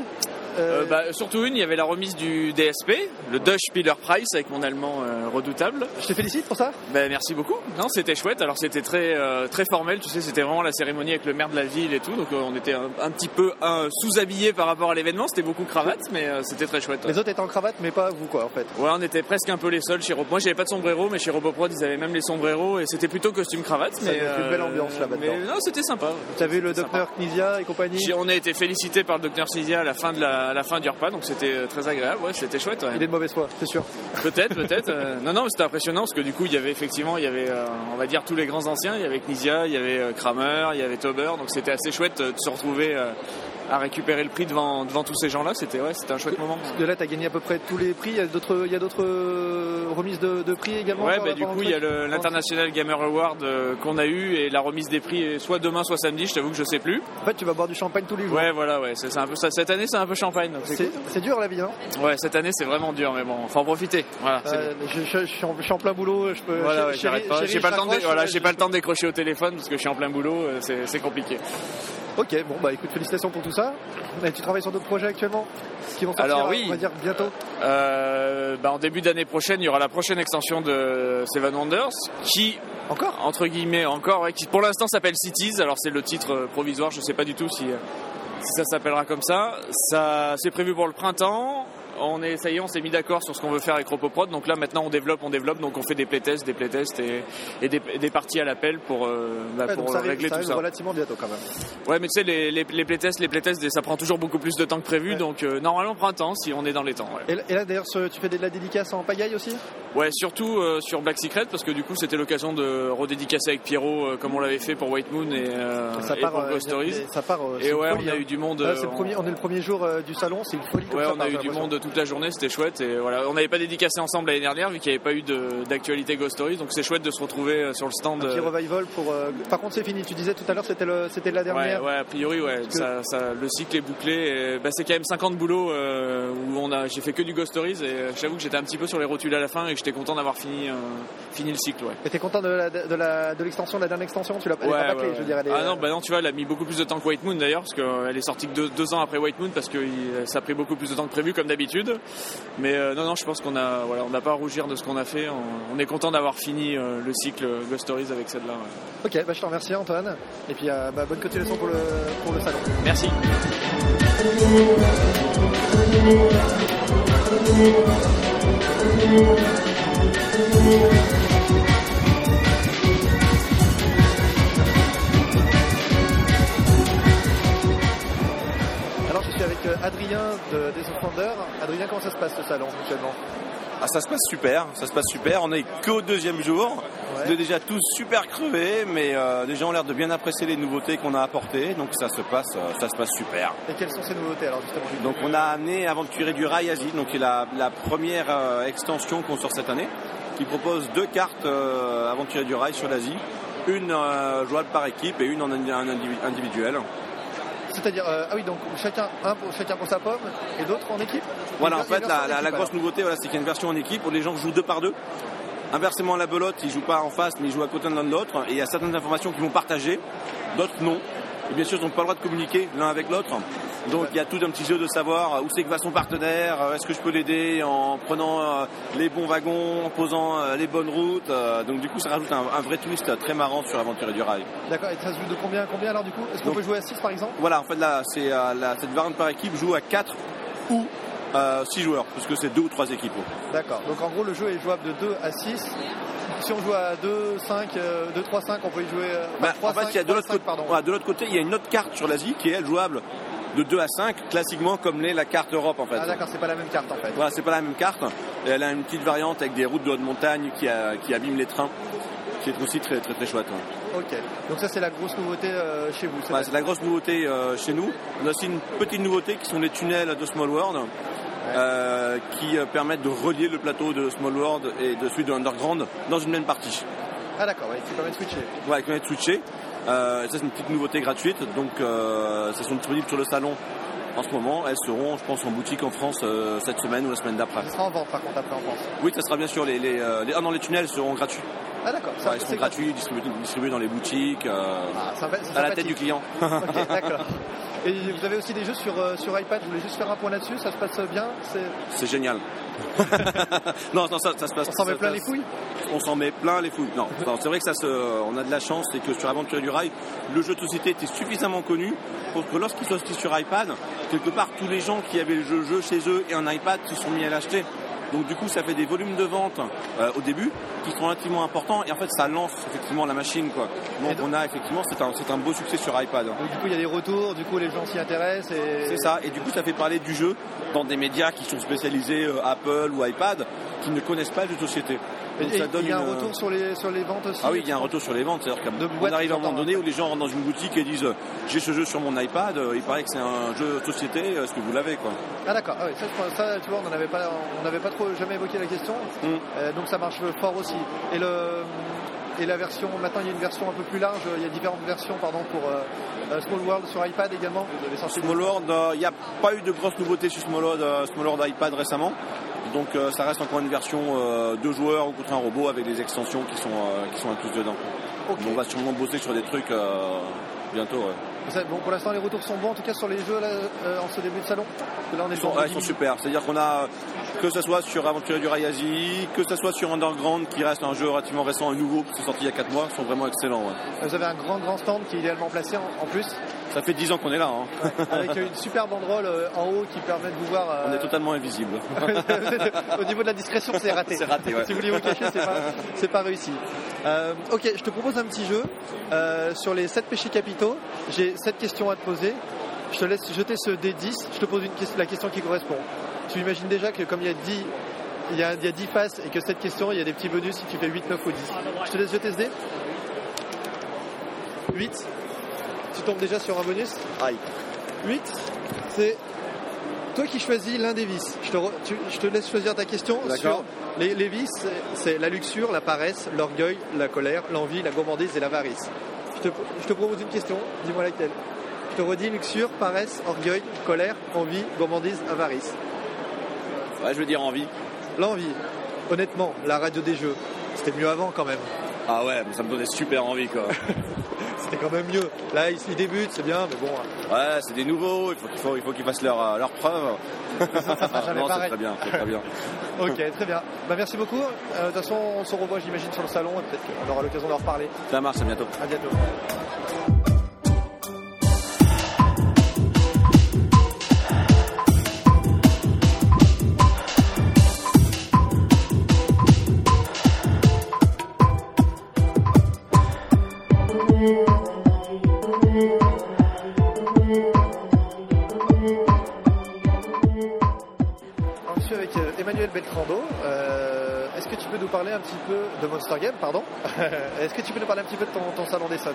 Euh,
Euh, bah, surtout une, il y avait la remise du DSP, le Dutch Spieler Prize avec mon allemand euh, redoutable.
Je te félicite pour ça.
Ben, merci beaucoup. Non, c'était chouette. Alors c'était très euh, très formel, tu sais, c'était vraiment la cérémonie avec le maire de la ville et tout. Donc euh, on était un, un petit peu un, sous-habillé par rapport à l'événement, c'était beaucoup cravate mais euh, c'était très chouette. ouais.
Les autres étaient en cravate, mais pas vous quoi en fait.
Ouais, on était presque un peu les seuls chez Rob. Moi, j'avais pas de sombrero, mais chez Roboprod, ils avaient même les sombreros et c'était plutôt costume cravate.
Ça
mais, euh,
doit être une belle ambiance, là,
Mais
maintenant.
non, c'était sympa.
T'as vu le
C'était sympa.
docteur Knizia et compagnie
J'ai- On a été félicité par le docteur Sisia à la fin de la, à la fin du repas, donc c'était euh, très agréable. Ouais, c'était chouette. ouais.
Il est de mauvaise foi, c'est sûr.
Peut-être, peut-être. euh, non, non, mais c'était impressionnant parce que du coup, il y avait effectivement, il y avait, euh, on va dire, tous les grands anciens. Il y avait Knizia, il y avait euh, Kramer, il y avait Tauber. Donc c'était assez chouette euh, de se retrouver euh, à récupérer le prix devant, devant tous ces gens-là. C'était ouais, c'était un chouette moment.
De là, t'as gagné à peu près tous les prix. Il y a d'autres, il y a d'autres euh, remises de, de prix également.
Ouais,
genre,
bah,
là,
du
pendant
coup,
le
il y a
truc
le- l'International Gamer Award euh, qu'on a eu et la remise des prix est soit demain, soit samedi. Je t'avoue que je sais plus.
En fait, tu vas boire du champagne tous les jours.
Ouais, voilà, ouais. C'est c'est un peu ça. Cette année, c'est un peu champagne. donc c'est
C'est, c'est dur la vie, hein.
cool. Ouais, cette année, c'est vraiment dur, mais bon, faut en profiter. Voilà. Ah, c'est
Euh, je, je- je suis en, je suis en plein boulot, je peux. chérie-
Voilà, ouais, j'arrête pas.
chérie,
J'ai pas, le
je
temps de,
raccroche,
voilà,
je-
j'ai pas le temps de décrocher au téléphone parce que je suis en plein boulot, euh, c'est c'est compliqué.
Ok, bon bah écoute, félicitations pour tout ça. Mais tu travailles sur d'autres projets actuellement qui vont sortir,
Alors, oui.
on va dire bientôt.
Euh, bah, en début d'année prochaine, il y aura la prochaine extension de Seven Wonders qui,
Encore
entre guillemets, encore, ouais, qui pour l'instant s'appelle Cities. Alors c'est le titre euh, provisoire, je sais pas du tout si, euh, si ça s'appellera comme ça. Ça, c'est prévu pour le printemps. On est, ça y est, on s'est mis d'accord sur ce qu'on veut faire avec Ropoprod. Donc là, maintenant, on développe, on développe. Donc on fait des playtests, des playtests et, et des, et des parties à l'appel pour, euh, bah,
Ouais,
pour
donc ça arrive,
régler
ça
tout
arrive
ça.
relativement bientôt quand même.
Ouais, mais tu sais, les, les, les playtests, les playtests, ça prend toujours beaucoup plus de temps que prévu. Donc euh, normalement printemps, si on est dans les temps. ouais.
Et, là- et là d'ailleurs, ce- tu fais de la dédicace en pagaille aussi
Ouais, surtout euh, sur Black Secret parce que du coup c'était l'occasion de redédicacer avec Pierrot euh, comme on l'avait fait pour White Moon et, euh, et pour
euh,
Ghost Stories.
ça part. euh, c'est
Et ouais,
une folie,
on a
hein.
eu du monde.
Là,
euh,
c'est le
on-
premier, on est le premier jour euh, du salon, c'est une folie comme
Ouais,
ça
on
part,
a
j'ai
eu du
l'impression.
monde toute la journée, c'était chouette. Et voilà, on n'avait pas dédicacé ensemble l'année dernière vu qu'il n'y avait pas eu de- d'actualité Ghost Stories, donc c'est chouette de se retrouver euh, sur le stand.
Un petit
euh,
revival pour. euh, Par contre, c'est fini. Tu disais tout à l'heure, c'était le, c'était la
Ouais,
dernière.
ouais, a priori, ouais.
que-
Ça, ça- le cycle est bouclé. et, bah, c'est quand même 50 boulots euh, où on a, j'ai fait que du Ghost Stories et euh, j'avoue que j'étais un petit peu sur les rotules à la fin et que j'étais content d'avoir fini, euh, fini le cycle, ouais.
Et t'es content de la, de la, de l'extension, de la dernière extension Tu l'as elle est
Ouais,
pas
ouais,
bâclée,
ouais.
je veux dire. elle est,
ah
euh,
non, bah non, tu vois, elle a mis beaucoup plus de temps que White Moon d'ailleurs, parce qu'elle est sortie que deux, deux ans après White Moon, parce que il- ça a pris beaucoup plus de temps que prévu, comme d'habitude. Mais euh, non, non, je pense qu'on a, voilà, on n'a pas à rougir de ce qu'on a fait. On, on est content d'avoir fini euh, le cycle Ghost Stories avec celle-là. ouais.
Ok, bah je te remercie Antoine. Et puis euh, bah, bonne continuation pour le, pour le salon.
Merci.
Alors je suis avec euh, Adrien de Des Offenders. Adrien, Aurélien, comment ça se passe ce salon actuellement
Ah, ça se passe super, ça se passe super. On est qu'au deuxième jour. On est déjà tous super crevés, mais euh, les gens ont l'air de bien apprécier les nouveautés qu'on a apportées, donc ça se passe, euh, ça se passe super.
Et quelles sont ces nouveautés alors justement du coup
Donc on a amené Aventurier du Rail Agile, donc qui est la, la première euh, extension qu'on sort cette année, qui propose deux cartes euh, Aventurier du Rail sur l'Asie, une euh, jouable par équipe et une en indi- en indivi- individuel.
C'est-à-dire, euh, ah oui, donc chacun, un pour, chacun pour sa pomme et d'autres en équipe
Voilà,
Une
en fait,
version
la,
en
la- la
équipe,
grosse nouveauté, voilà, c'est qu'il y a une version en équipe où les gens jouent deux par deux. Inversement, la belote, ils jouent pas en face, mais ils jouent à côté l'un de l'autre. Et il y a certaines informations qu'ils vont partager, d'autres non. Et bien sûr, ils n'ont pas le droit de communiquer l'un avec l'autre. Donc, il y a tout un petit jeu de savoir euh, où c'est que va son partenaire, euh, est-ce que je peux l'aider en prenant euh, les bons wagons, en posant euh, les bonnes routes. Euh, Donc, du coup, ça rajoute un, un vrai twist très marrant sur Aventure et du Rail.
alors. D'accord, et ça se joue de combien à combien alors du coup Est-ce qu'on
Donc-
peut jouer à 6 par exemple
Voilà, en fait, là, c'est euh, la- cette variante par équipe joue à 4 ou 6 joueurs, parce que c'est deux ou trois équipes.
D'accord, donc en gros le jeu est jouable de 2 à 6. Si on joue à 2, 5, euh, 2, 3, 5, on peut y jouer. euh,
Bah,
trois,
en fait,
cinq,
il y a de
trois,
l'autre
cinq,
côté,
pardon.
voilà, de l'autre côté, il y a une autre carte sur l'Asie qui est elle, jouable de 2 à 5, classiquement comme l'est la carte Europe en fait.
Ah d'accord, c'est pas la même carte en fait.
Voilà, c'est pas la même carte. Et elle a une petite variante avec des routes de haute montagne qui, a- qui abîment les trains, qui est aussi très très très chouette. hein.
Ok, donc ça c'est la grosse nouveauté euh, chez vous. c'est
Voilà,
ça
c'est la grosse nouveauté euh, chez nous. On a aussi une petite nouveauté qui sont les tunnels de Small World. euh, qui euh, permettent de relier le plateau de Small World et de celui de Underground dans une même partie.
Ah d'accord, ouais, qui permet de switcher.
Ouais, avec Mohamed Souché. Euh, ça, c'est une petite nouveauté gratuite. Donc, euh, elles sont disponibles sur le salon en ce moment. Elles seront, je pense, en boutique en France euh, cette semaine ou la semaine d'après.
Ça sera en vente par contre après en France.
Oui, ça sera bien sûr. Les, les, euh, les- ah non, les tunnels seront gratuits.
Ah d'accord, ça
Ouais, ils seront
c'est
gratuits, distribués, distribués dans les boutiques, euh,
Ah, sympa- c'est
à la tête
sympathique.
du client.
Ok, d'accord. Et vous avez aussi des jeux sur, euh, sur iPad, je voulais juste faire un point là-dessus, ça se passe bien, c'est-
C'est génial. non, non, ça, ça se passe.
on s'en
ça
met
se
plein les
passe-
couilles
On s'en met plein les fouilles. Non, non, c'est vrai que ça se, on a de la chance, c'est que sur Aventure du Rail, le jeu de société était suffisamment connu pour que lorsqu'il sortit sur iPad, quelque part tous les gens qui avaient le jeu, jeu chez eux et un iPad se sont mis à l'acheter. Donc du coup, ça fait des volumes de vente euh, au début qui sont relativement importants et en fait, ça lance effectivement la machine quoi.
Et
Donc
donc-
on a effectivement, c'est un, c'est un beau succès sur iPad.
Donc du coup il y a des retours, du coup les gens s'y intéressent et...
C'est ça, et du coup ça fait parler du jeu dans des médias qui sont spécialisés euh, Apple ou iPad, qui ne connaissent pas le jeu de société.
Et-
Donc
et
ça donne
il y a un
une- euh,
retour sur les, sur les ventes aussi
Ah oui, il y a un retour sur les ventes. C'est-à-dire
De
qu'on
boîtes,
arrive à un
j'entends,
moment donné où les gens rentrent dans une boutique et disent euh, J'ai ce jeu sur mon iPad, euh, il paraît que c'est un jeu de société, euh, est-ce que vous l'avez quoi
Ah d'accord, ah oui, ça, je pense- ça, tu vois, on n'avait pas, on n'avait pas trop jamais évoqué la question,
Mm.
Euh, donc ça marche fort aussi. Et le et la version, maintenant il y a une version un peu plus large, il y a différentes versions pardon pour euh, euh, Small World sur iPad également. Vous avez sorti-
Small World, euh, il n'y a pas eu de grosses nouveautés sur Small World, euh, Small World iPad récemment. Donc euh, ça reste encore une version euh, deux joueurs ou contre un robot avec des extensions qui sont, euh, qui sont incluses dedans.
Ok.
Donc, on va sûrement bosser sur des trucs euh, bientôt. ouais.
Ça- Bon pour l'instant les retours sont bons en tout cas sur les jeux là, euh, en ce début de salon. Parce que Là on est
Ils sont,
vendredi.
ouais, ils sont super. C'est-à-dire qu'on a, euh, que ce soit sur Aventurier du Rayazi, que ce soit sur Underground, qui reste un jeu relativement récent et nouveau, qui est sorti il y a 4 mois, sont vraiment excellents. ouais.
Vous avez un grand grand stand qui est idéalement placé en, en plus,
Ça fait 10 ans qu'on est là, hein.
avec une super banderole euh, en haut qui permet de vous voir. euh,
on est totalement invisible.
Au niveau de la discrétion, c'est raté.
C'est raté, ouais.
Si vous voulez vous cacher, c'est pas, c'est pas réussi. Euh, ok, je te propose un petit jeu euh, sur les 7 péchés capitaux. J'ai 7 questions à te poser. Je te laisse jeter ce D10. Je te pose une question- la question qui correspond. Tu imagines déjà que comme il y a 10, il y a, il y a 10 faces et que cette question, il y a des petits bonus si tu fais 8, 9 ou 10. Je te laisse jeter ce dé. 8. Tu tombes déjà sur un bonus.
Aïe.
8, c'est toi qui choisis l'un des vices. Je te, re- tu- je te laisse choisir ta question.
D'accord.
sur Les, les vices, c'est- c'est la luxure, la paresse, l'orgueil, la colère, l'envie, la gourmandise et l'avarice. Je te, je te propose une question, dis-moi laquelle. Je te redis luxure, paresse, orgueil, colère, envie, gourmandise, avarice.
Ouais, je veux dire envie.
L'envie, honnêtement, la radio des jeux, c'était mieux avant quand même.
Ah ouais, mais ça me donnait super envie, quoi.
C'était quand même mieux. Là, ils, ils débutent, c'est bien, mais bon, hein.
ouais, c'est des nouveaux, il faut qu'il faut, il faut qu'ils fassent leur, euh, leur preuve.
ça sera jamais
non, c'est
pareil.
très bien, c'est très bien.
Ok, très bien. Bah, merci beaucoup. Euh, de toute façon, on se revoit, j'imagine, sur le salon et peut-être qu'on aura l'occasion d'en reparler.
Ça marche, à bientôt.
À bientôt. euh, nous parler un petit peu de Monster Game, pardon Est-ce que tu peux nous parler un petit peu de ton, ton salon des Suns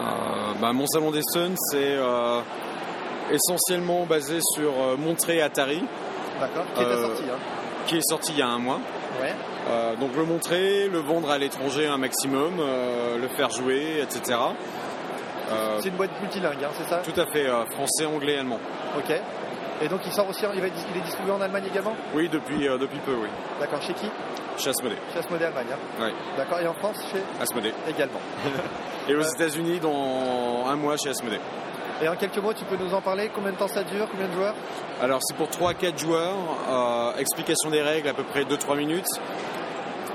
Euh, bah, mon salon des Suns, c'est euh, essentiellement basé sur euh, montrer Atari,
D'accord. Qui est ta
Euh,
sortie hein
qui est sorti il y a un mois.
Ouais.
Euh, donc le montrer, le vendre à l'étranger un maximum, euh, le faire jouer, etc. Euh,
C'est une boîte multilingue, hein, c'est ça
tout à fait euh, français, anglais, allemand.
Ok. Et donc il sort aussi, il, va, être- il est distribué en Allemagne également
Oui, depuis, euh, depuis peu, oui.
D'accord, chez qui
Chez Asmodée.
Chez Asmodée Allemagne. hein.
Oui,
D'accord, et en France, chez
Asmodée.
également.
Et aux
Euh,
États-Unis dans un mois chez Asmodée.
Et en quelques mots, tu peux nous en parler Combien de temps ça dure Combien de joueurs
Alors c'est pour 3-4 joueurs, euh, explication des règles à peu près 2-3 minutes.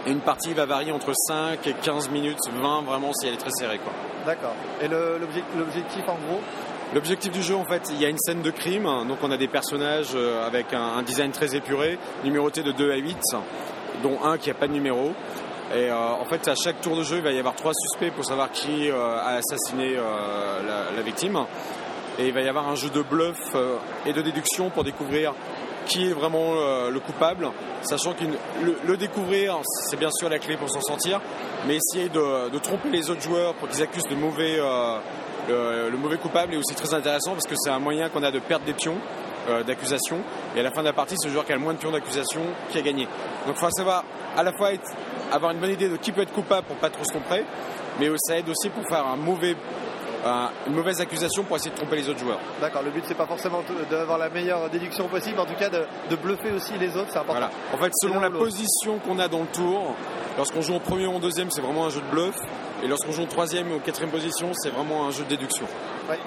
Et une partie va varier entre 5 et 15 minutes, 20 vraiment si elle est très serrée. Quoi.
D'accord. Et le- l'object- l'objectif en gros
L'objectif du jeu en fait, il y a une scène de crime, donc on a des personnages euh, avec un, un design très épuré, numéroté de 2 à 8, dont un qui n'a pas de numéro. Et euh, en fait à chaque tour de jeu il va y avoir trois suspects pour savoir qui euh, a assassiné euh, la, la victime. Et il va y avoir un jeu de bluff euh, et de déduction pour découvrir qui est vraiment euh, le coupable, sachant que le, le découvrir, c'est bien sûr la clé pour s'en sortir, mais essayer de, de tromper les autres joueurs pour qu'ils accusent de mauvais, euh, le, le mauvais coupable est aussi très intéressant parce que c'est un moyen qu'on a de perdre des pions euh, d'accusation, et à la fin de la partie, c'est le joueur qui a le moins de pions d'accusation qui a gagné. Donc il faut savoir à la fois être- avoir une bonne idée de qui peut être coupable pour pas trop se tromper, mais ça aide aussi pour faire un mauvais, un- Euh, une mauvaise accusation pour essayer de tromper les autres joueurs.
D'accord, le but c'est pas forcément de- d'avoir la meilleure déduction possible, en tout cas de, de bluffer aussi les autres, c'est important.
Voilà. En fait,
C'est
selon
l'un
la
ou l'autre.
position qu'on a dans le tour, lorsqu'on joue en premier ou en deuxième, c'est vraiment un jeu de bluff. Et lorsqu'on joue en troisième ou en quatrième position, c'est vraiment un jeu de déduction.
Ouais.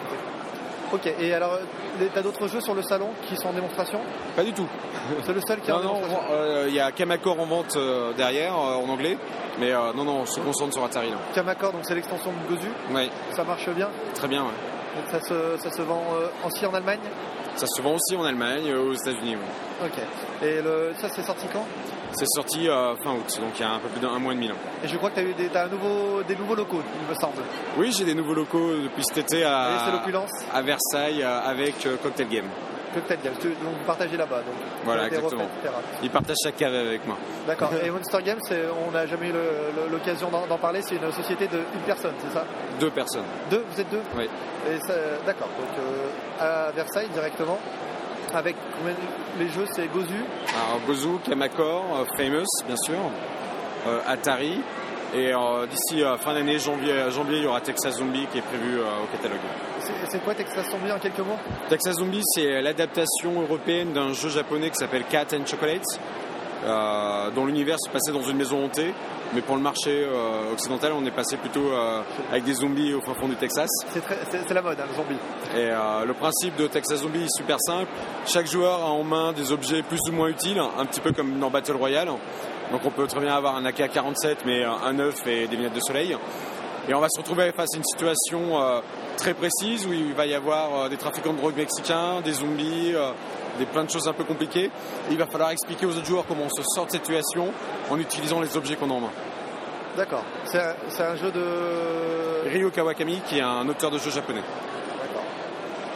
Ok, et alors, les- t'as d'autres jeux sur le salon qui sont en démonstration
Pas du tout.
C'est le seul qui est en
Non, non,
démonstration
on- euh, il y a Kamakor en vente euh, derrière, euh, en anglais. Mais euh, non, non, on se concentre sur Atari. Là.
Kamakor, donc c'est l'extension de Gozu,
Ouais,
ça marche bien,
très bien. ouais.
ça se, ça se vend euh, aussi en Allemagne
Ça se vend aussi en Allemagne, euh, aux États-Unis. ouais.
Ok. Et le, ça c'est sorti quand
C'est sorti euh, fin août, donc il y a un peu plus d'un un mois et demi. là.
Et je crois que t'as eu des, t'as un nouveau, des nouveaux locaux, il me semble.
Oui, j'ai des nouveaux locaux depuis cet été
Et c'est
à,
l'opulence
à Versailles euh, avec euh, Cocktail Game.
Cocktail Game, que- donc vous partagez là-bas. donc,
Voilà,
des
exactement.
refaites, etc.
Ils partagent sa cave avec moi.
D'accord. Et Monster Game, c'est- on n'a jamais eu le- le- l'occasion d'en d'en parler. C'est une société de une personne, c'est ça
Deux personnes.
Deux Vous êtes deux
Oui.
Et ça- D'accord. Donc euh, à Versailles directement. Avec combien- les jeux, c'est Gozu.
Alors Gozu, Kamakor, euh, Famous bien sûr, euh, Atari. Et euh, d'ici euh, fin d'année, janvier, janvier, il y aura Texas Zombie qui est prévu euh, au catalogue.
C'est c'est quoi Texas Zombie en quelques mots
Texas Zombie, c'est l'adaptation européenne d'un jeu japonais qui s'appelle Cat and Chocolate, euh, dont l'univers se passait dans une maison hantée. Mais pour le marché euh, occidental, on est passé plutôt euh, avec des zombies au fin fond du Texas.
C'est très- c'est- c'est la mode, hein, le zombie.
Et euh, le principe de Texas Zombie est super simple. Chaque joueur a en main des objets plus ou moins utiles, un petit peu comme dans Battle Royale. Donc on peut très bien avoir un AK-47, mais euh, un œuf et des lunettes de soleil. Et on va se retrouver face à une situation euh, très précise où il va y avoir euh, des trafiquants de drogue mexicains, des zombies, euh, des plein de choses un peu compliquées. Et il va falloir expliquer aux autres joueurs comment on se sort de cette situation en utilisant les objets qu'on a en main.
D'accord. C'est un, c'est un jeu de.
Ryo Kawakami, qui est un auteur de jeu japonais.
D'accord.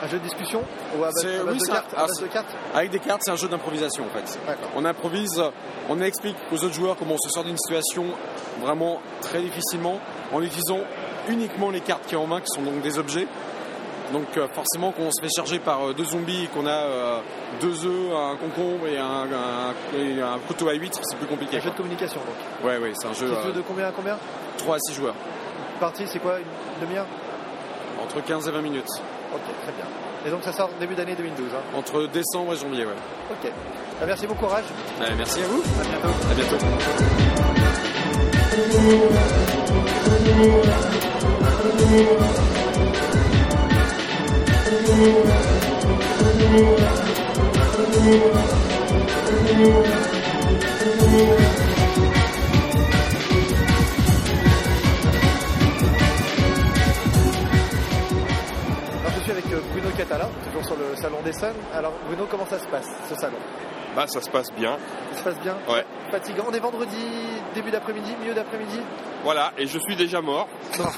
Un jeu de discussion ou à base,
C'est-
à base
oui,
de
c'est un-
cartes, à
ah,
base de
c'est-
cartes
Avec des cartes, c'est un jeu d'improvisation en fait.
D'accord.
On improvise, on explique aux autres joueurs comment on se sort d'une situation vraiment très difficilement en utilisant uniquement les cartes qui ont en main, qui sont donc des objets. Donc euh, forcément, quand on se fait charger par euh, deux zombies et qu'on a euh, deux œufs, un concombre et un, un- et un couteau à huître, c'est plus compliqué.
Un jeu de communication. Donc.
quoi. Ouais, ouais, c'est un jeu
Qui se joue
euh,
de combien à combien
3 à 6 joueurs,
Partie, c'est quoi Une demi-heure
entre 15 et 20 minutes,
Ok, très bien. Et donc ça sort début d'année 2012. hein.
entre décembre et janvier. Ouais.
Ok. Ah, merci, bon courage.
Allez, merci à vous,
À bientôt.
à bientôt.
Alors, je suis avec euh, Bruno Catala, toujours sur le salon des Suns. Alors Bruno, comment ça se passe ce salon
Bah, ça se passe bien.
Ça se passe bien.
Ouais.
Fatigant. On est vendredi, début d'après-midi, milieu d'après-midi.
Voilà, et je suis déjà mort.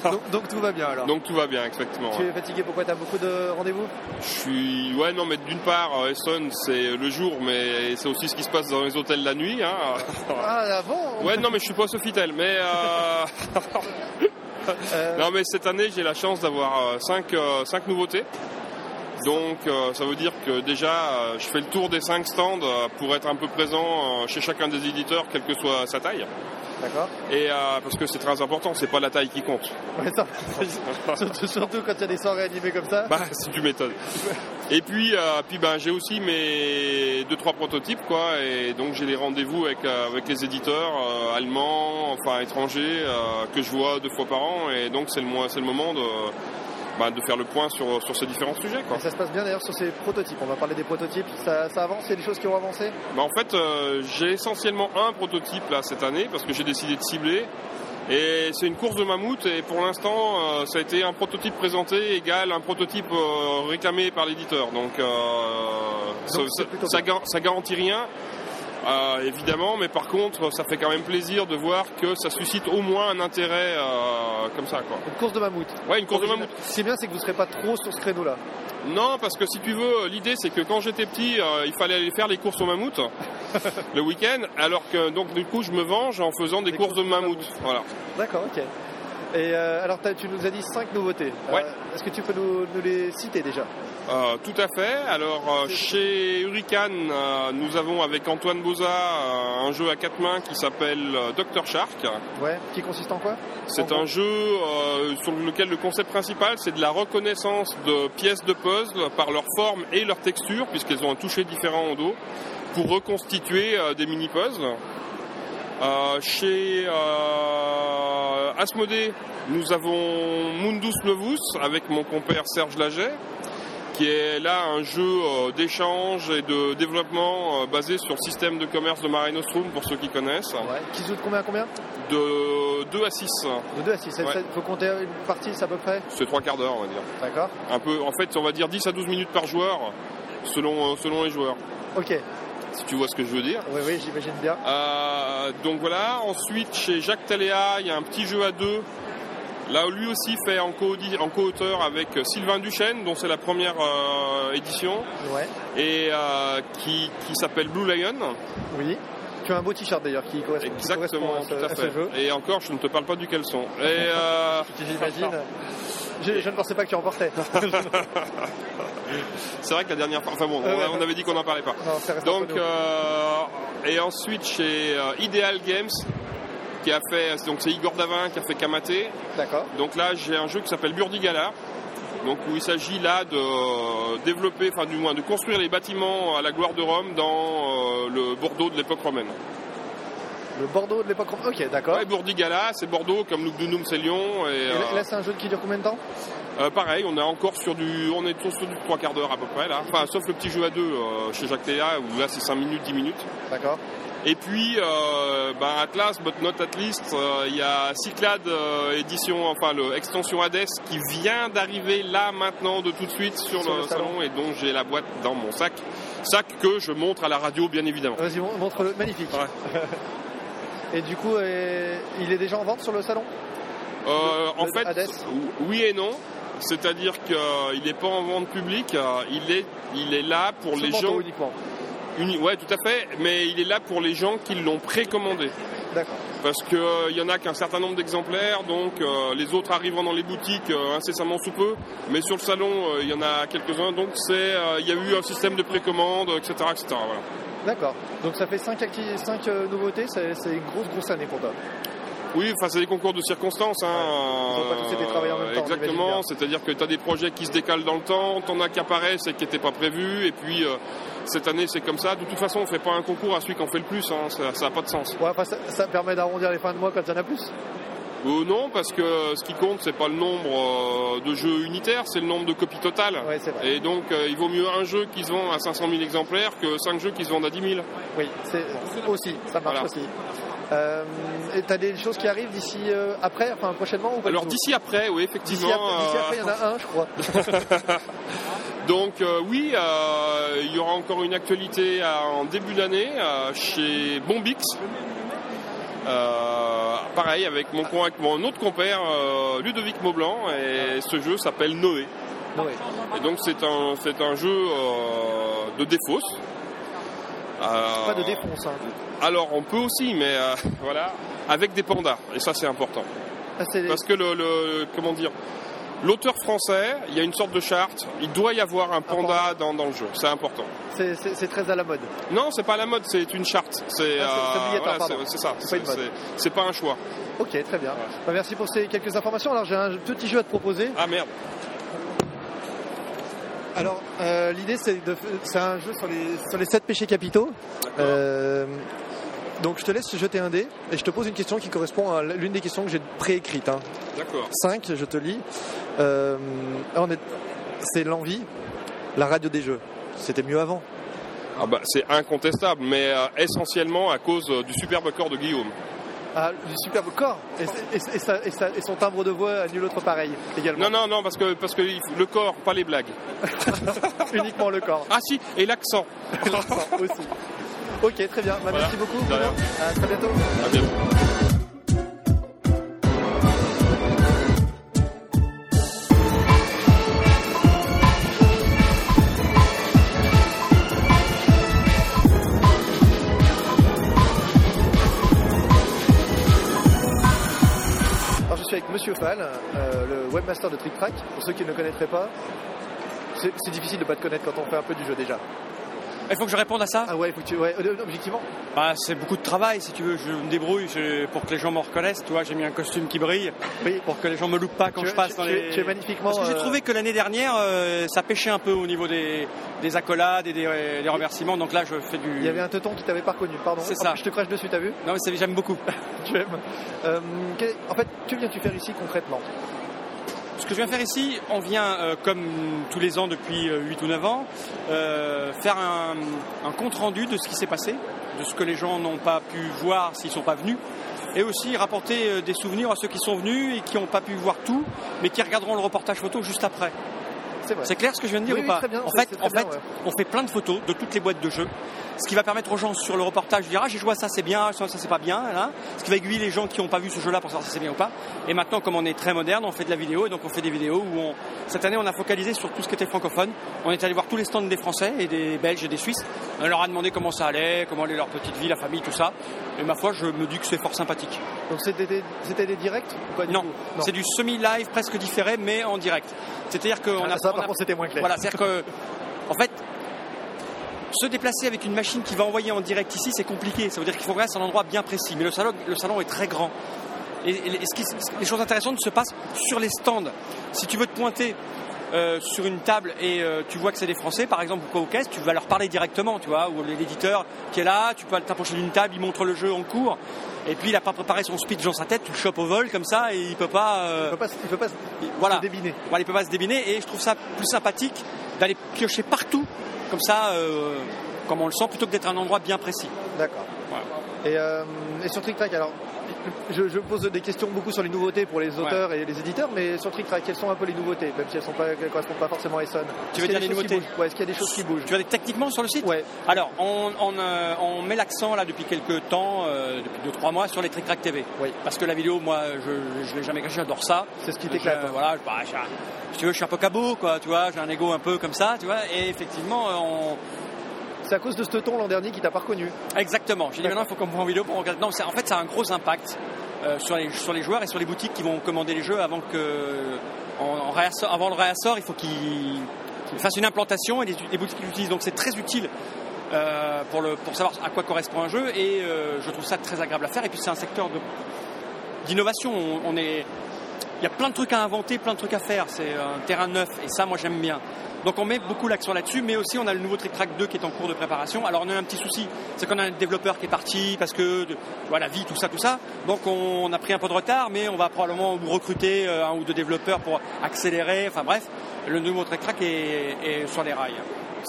donc, donc tout va bien alors.
Donc tout va bien, exactement.
tu es fatigué, pourquoi t'as beaucoup de rendez-vous
Je suis. Ouais, non, mais d'une part, euh, Essonne, c'est le jour, mais c'est aussi ce qui se passe dans les hôtels la nuit. hein.
Ah avant
Ouais, non, mais je suis pas Sofitel, mais. euh,
Euh,
Non, mais cette année, j'ai la chance d'avoir euh, 5 nouveautés. Donc, euh, ça veut dire que déjà, euh, je fais le tour des 5 stands euh, pour être un peu présent euh, chez chacun des éditeurs, quelle que soit sa taille.
D'accord.
Et euh, parce que c'est très important, c'est pas la taille qui compte.
Ouais, ça, surtout, surtout quand il y a des soirées animées comme ça.
Bah, si tu m'étonnes. Et puis, euh, puis ben, j'ai aussi mes deux trois prototypes quoi, et donc j'ai les rendez-vous avec euh, avec les éditeurs euh, allemands, enfin étrangers euh, que je vois deux fois par an, et donc c'est le mois, c'est le moment de ben, de faire le point sur sur ces différents sujets quoi.
Et ça se passe bien d'ailleurs sur ces prototypes. On va parler des prototypes. Ça, ça avance, il y a des choses qui ont avancé.
Bah, en fait, euh, j'ai essentiellement un prototype là cette année parce que j'ai décidé de cibler. Et c'est une course de mammouth et pour l'instant euh, ça a été un prototype présenté égal un prototype euh, réclamé par l'éditeur. Donc, euh, ça,
c'est
ça-
plutôt
ça
bien.
gar- ça garantit rien euh, évidemment, mais par contre ça fait quand même plaisir de voir que ça suscite au moins un intérêt euh, comme ça quoi.
Une course de mammouth.
Ouais, une course de mammouth.
Ce qui est bien, c'est que vous serez pas trop sur ce créneau-là.
Non, parce que si tu veux, l'idée c'est que quand j'étais petit, euh, il fallait aller faire les courses au mammouth le week-end, alors que donc du coup je me venge en faisant des,
Des
courses, de
courses de
mammouth.
mammouth.
Voilà.
D'accord, ok. Et euh, alors, t'as- tu nous as dit 5 nouveautés.
Ouais.
Euh, Est-ce que tu peux nous, nous les citer déjà
Euh, tout à fait. Alors euh, chez Hurricane, euh, nous avons avec Antoine Boza euh, un jeu à quatre mains qui s'appelle euh, Dr Shark.
Ouais. Qui consiste en quoi
C'est
En
un
gros.
jeu euh, sur lequel le concept principal c'est de la reconnaissance de pièces de puzzle par leur forme et leur texture, puisqu'elles ont un toucher différent au dos, pour reconstituer euh, des mini-puzzles. Euh, chez euh, Asmodée, nous avons Mundus Novus avec mon compère Serge Laget, qui est là un jeu euh, d'échange et de développement euh, basé sur le système de commerce de Mare Nostrum, pour ceux qui connaissent,
Ouais. Qui joue de combien à combien
de 2 à 6.
De 2 à 6.
Ouais.
Il faut compter une partie, c'est à peu près
C'est trois quarts d'heure, on va dire.
D'accord.
Un peu, en fait, on va dire 10 à 12 minutes par joueur, selon, euh, selon les joueurs,
Ok.
si tu vois ce que je veux dire.
Oui, oui, j'imagine bien.
Euh, donc voilà, ensuite chez Jacques Taléa, il y a un petit jeu à deux. Là, lui aussi fait en co- en co-auteur avec euh, Sylvain Duchesne, dont c'est la première euh, édition,
Ouais.
et euh, qui, qui s'appelle Blue Lion.
Oui. Tu as un beau t-shirt d'ailleurs qui correspond, qui correspond
Exactement,
à, ce,
tout à
à ce
fait.
Euh, jeu.
Et encore, je ne te parle pas du caleçon. Et euh,
J'imagine. Je, je ne pensais pas que tu en portais.
c'est vrai que la dernière fois, enfin bon, on,
Ouais, ouais,
on avait dit qu'on n'en parlait pas.
Non, ça reste
Donc,
entre nous.
euh, et ensuite chez euh, Ideal Games, qui a fait, donc c'est Igor Davin qui a fait Kamaté.
D'accord.
Donc là, j'ai un jeu qui s'appelle Burdigala. Donc où il s'agit là de euh, développer, enfin du moins de construire les bâtiments à la gloire de Rome dans euh, le Bordeaux de l'époque romaine.
Le Bordeaux de l'époque. Ok, d'accord.
Ouais, Burdigala, c'est Bordeaux, comme Lugdunum c'est Lyon. Et,
Et
euh,
là, là, c'est un jeu qui dure combien de temps
euh, pareil, on est encore sur du, on est toujours sur du trois quarts d'heure à peu près là. Enfin, sauf le petit jeu à deux euh, chez Jacques Théa où là c'est 5 minutes, 10 minutes.
D'accord.
Et puis, euh, ben, Atlas, but not at least, euh, il y a Cyclade euh, édition, enfin le extension Hades qui vient d'arriver là maintenant de tout de suite sur,
Sur
le,
le
salon. et dont j'ai la boîte dans mon sac, sac que je montre à la radio bien évidemment.
Vas-y, mon- montre-le. Magnifique. Et du coup, euh, il est déjà en vente sur le salon
Euh, en
le
fait,
Hades
oui et non. C'est-à-dire qu'il n'est pas en vente publique, euh, il est, il est là pour
Sur
les
Bordeaux
gens.
uniquement.
Uni- ouais, tout à fait, mais il est là pour les gens qui l'ont précommandé.
D'accord.
parce qu'il n'y y en a qu'un certain nombre d'exemplaires, donc euh, les autres arrivant dans les boutiques euh, incessamment sous peu, mais sur le salon il y en a quelques-uns, donc c'est euh, il y a eu un système de précommande, etc. etc. voilà.
D'accord. Donc ça fait 5, euh, nouveautés, c'est c'est une grosse grosse année pour toi.
Oui, enfin c'est des concours de circonstances. Hein,
Ouais. Ils ont pas tous été travaillés en même temps, j'imagine bien.
Exactement, c'est-à-dire que tu as des projets qui se décalent dans le temps, t'en as qui apparaissent et qui n'étaient pas prévus, et puis euh, cette année c'est comme ça. De toute façon on fait pas un concours à celui qui en fait le plus, hein, ça n'a pas de sens.
Ouais, enfin, ça, ça permet d'arrondir les fins de mois quand il y en a plus.
Euh, non, parce que ce qui compte c'est pas le nombre euh, de jeux unitaires, c'est le nombre de copies totales.
Ouais, c'est vrai.
Et donc, euh, il vaut mieux un jeu qui se vend à 500 000 exemplaires que 5 jeux qui se vendent à 10 000.
Oui, c'est aussi, ça marche
Voilà.
aussi. Euh, et t'as des choses qui arrivent d'ici euh, après, enfin prochainement ou pas du
Alors,
tout
d'ici après, oui, euh,
D'ici
effectivement.
ap- d'ici
euh,
après, il y en a un, je crois.
Donc euh, oui, euh, il y aura encore une actualité à- en début d'année euh, chez Bombix. Euh, pareil avec mon, con- avec mon autre compère euh, Ludovic Maublanc et ce jeu s'appelle Noé.
Noé.
Et donc c'est un, c'est un jeu euh, de défausse. Euh,
Pas de défonce. hein.
alors on peut aussi, mais euh, voilà, avec des pandas. Et ça c'est important.
Ah, c'est-
Parce que le, le- comment dire, l'auteur français, il y a une sorte de charte. Il doit y avoir un panda dans, dans le jeu. C'est important.
c'est- c'est c'est très à la mode.
Non, c'est pas la mode, c'est une charte.
Ah,
C'est
c'est- c'est
euh,
obligatoire,
voilà,
pardon.
c'est- c'est ça.
C'est pas une
C'est-
mode.
c'est- C'est pas un choix.
Ok, très bien. Bah, merci pour ces quelques informations. Alors j'ai un petit jeu à te proposer.
Ah merde.
Alors, euh, l'idée, c'est de, c'est un jeu sur les, sur les 7 péchés capitaux. Euh, donc, je te laisse jeter un dé et je te pose une question qui correspond à l'une des questions que j'ai préécrites. Hein.
D'accord.
5, je te lis. Euh, on est- c'est l'envie, la radio des jeux. C'était mieux avant.
Ah bah, c'est incontestable, mais euh, essentiellement à cause euh, du superbe corps de Guillaume.
Ah, du superbe corps et, et- et sa- et sa- et son timbre de voix à nul autre pareil également.
Non, non, non, parce que, parce que il faut- le corps, pas les blagues.
Uniquement le corps.
Ah si, et l'accent.
aussi. Ok, très bien. Bah,
Voilà.
Merci beaucoup.
De rien.
À très bientôt.
À bientôt.
Alors je suis avec Monsieur Fall, euh, le webmaster de Trick Track. Pour ceux qui ne le connaîtraient pas, c'est c'est difficile de pas te connaître quand on fait un peu du jeu déjà.
Il faut que je réponde à ça
Ah ouais, faut que tu- ouais, euh, objectivement.
Bah, c'est beaucoup de travail, si tu veux. Je me débrouille je- pour que les gens me reconnaissent. Tu vois, j'ai mis un costume qui brille
Oui.
pour que les gens me loupent pas quand
Tu-
je passe
tu-
dans
tu-
les.
tu es magnifiquement,
Parce que j'ai
euh,
trouvé que l'année dernière, euh, ça pêchait un peu au niveau des, des accolades et des, des remerciements. Donc là, je fais du.
Il y avait un teuton qui t'avait pas reconnu, pardon.
C'est
Hop,
ça.
Je te crache dessus, t'as vu
Non, mais ça, j'aime beaucoup.
Tu aimes. Euh, quel- En fait, que viens-tu faire ici concrètement
Ce que je viens faire ici, on vient, euh, comme tous les ans depuis 8 ou 9 ans, euh, faire un, un compte-rendu de ce qui s'est passé, de ce que les gens n'ont pas pu voir s'ils ne sont pas venus, et aussi rapporter euh, des souvenirs à ceux qui sont venus et qui n'ont pas pu voir tout, mais qui regarderont le reportage photo juste après.
C'est vrai.
C'est clair ce que je viens de dire
Oui,
ou
oui,
pas
très bien,
En
c'est-
fait,
c'est très
en fait
bien, ouais.
on fait plein de photos de toutes les boîtes de jeux, ce qui va permettre aux gens sur le reportage de dire ah j'ai joué à ça c'est bien, ça ça c'est pas bien, là. ce qui va aiguiller les gens qui n'ont pas vu ce jeu-là pour savoir si c'est bien ou pas. Et maintenant comme on est très moderne, on fait de la vidéo et donc on fait des vidéos où on... cette année on a focalisé sur tout ce qui était francophone. On est allé voir tous les stands des Français et des Belges et des Suisses. On leur a demandé comment ça allait, comment allait leur petite vie, la famille, tout ça. Et ma foi je me dis que c'est fort sympathique.
Donc c'était des, c'était des directs ou pas du
Non,
tout
c'est du semi-live presque différé mais en direct. C'est-à-dire qu'on
Ah,
a
ça,
on
par
a-
contre, c'était moins clair.
voilà, c'est-à-dire que, en fait, se déplacer avec une machine qui va envoyer en direct ici, c'est compliqué. Ça veut dire qu'il faut rester à un endroit bien précis. Mais le salon, le salon est très grand. Et, et- et ce qui- les choses intéressantes se passent sur les stands. Si tu veux te pointer euh, sur une table et euh, tu vois que c'est des Français, par exemple, ou quoi aux caisses, tu vas leur parler directement, tu vois, ou l'éditeur qui est là, tu peux t'approcher d'une table, il montre le jeu en cours, et puis il n'a pas préparé son speech dans sa tête, tu le chopes au vol comme ça, et il peut pas... euh,
Il peut pas, il peut pas se
voilà.
débiner.
Bon, il peut pas se débiner et je trouve ça plus sympathique d'aller piocher partout, comme ça, euh, comme on le sent, plutôt que d'être à un endroit bien précis.
D'accord. Et, euh, et sur Trick Track, alors, je, je pose des questions beaucoup sur les nouveautés pour les auteurs et les éditeurs, mais sur Trick Track, quelles sont un peu les nouveautés, même si elles ne correspondent pas forcément à Essonne
Tu
Est-ce
veux
qu'il y a des
dire les
choses qui
nouveautés
bougent Ouais, est-ce qu'il y a des choses qui bougent
Tu vas aller techniquement sur le site
Ouais.
Alors, on, on, euh, on met l'accent là depuis quelques temps, euh, depuis deux trois mois, sur les Trick Track TV.
Oui.
Parce que la vidéo, moi, je je l'ai jamais caché, j'adore ça.
C'est ce qui t'éclate,
Je-
hein.
Voilà, je- bah, j'ai- si tu veux, je suis un peu cabot, quoi, tu vois, j'ai un ego un peu comme ça, tu vois, et effectivement, euh, on,
C'est à cause de ce ton l'an dernier qui t'a pas reconnu.
Exactement. J'ai dit maintenant, il faut qu'on prenne en vidéo pour regarder. Non, c'est- en fait, ça a un gros impact euh, sur, les, sur les joueurs et sur les boutiques qui vont commander les jeux avant que, en, en réassort- avant le réassort, il faut qu'ils qu'ils fassent une implantation et les, les boutiques l'utilisent. Donc, c'est très utile. euh, pour, le, pour savoir à quoi correspond un jeu et euh, je trouve ça très agréable à faire et puis c'est un secteur de- d'innovation on, on est il y a plein de trucs à inventer plein de trucs à faire c'est euh, un terrain neuf et ça moi j'aime bien donc on met beaucoup l'accent là-dessus, mais aussi on a le nouveau Trick Track 2 qui est en cours de préparation. Alors on a un petit souci, c'est qu'on a un développeur qui est parti parce que de- tu vois, la vie, tout ça, tout ça. Donc on, a pris un peu de retard, mais on va probablement recruter euh, un ou deux développeurs pour accélérer. Enfin bref, le nouveau Trick Track est, est sur les rails.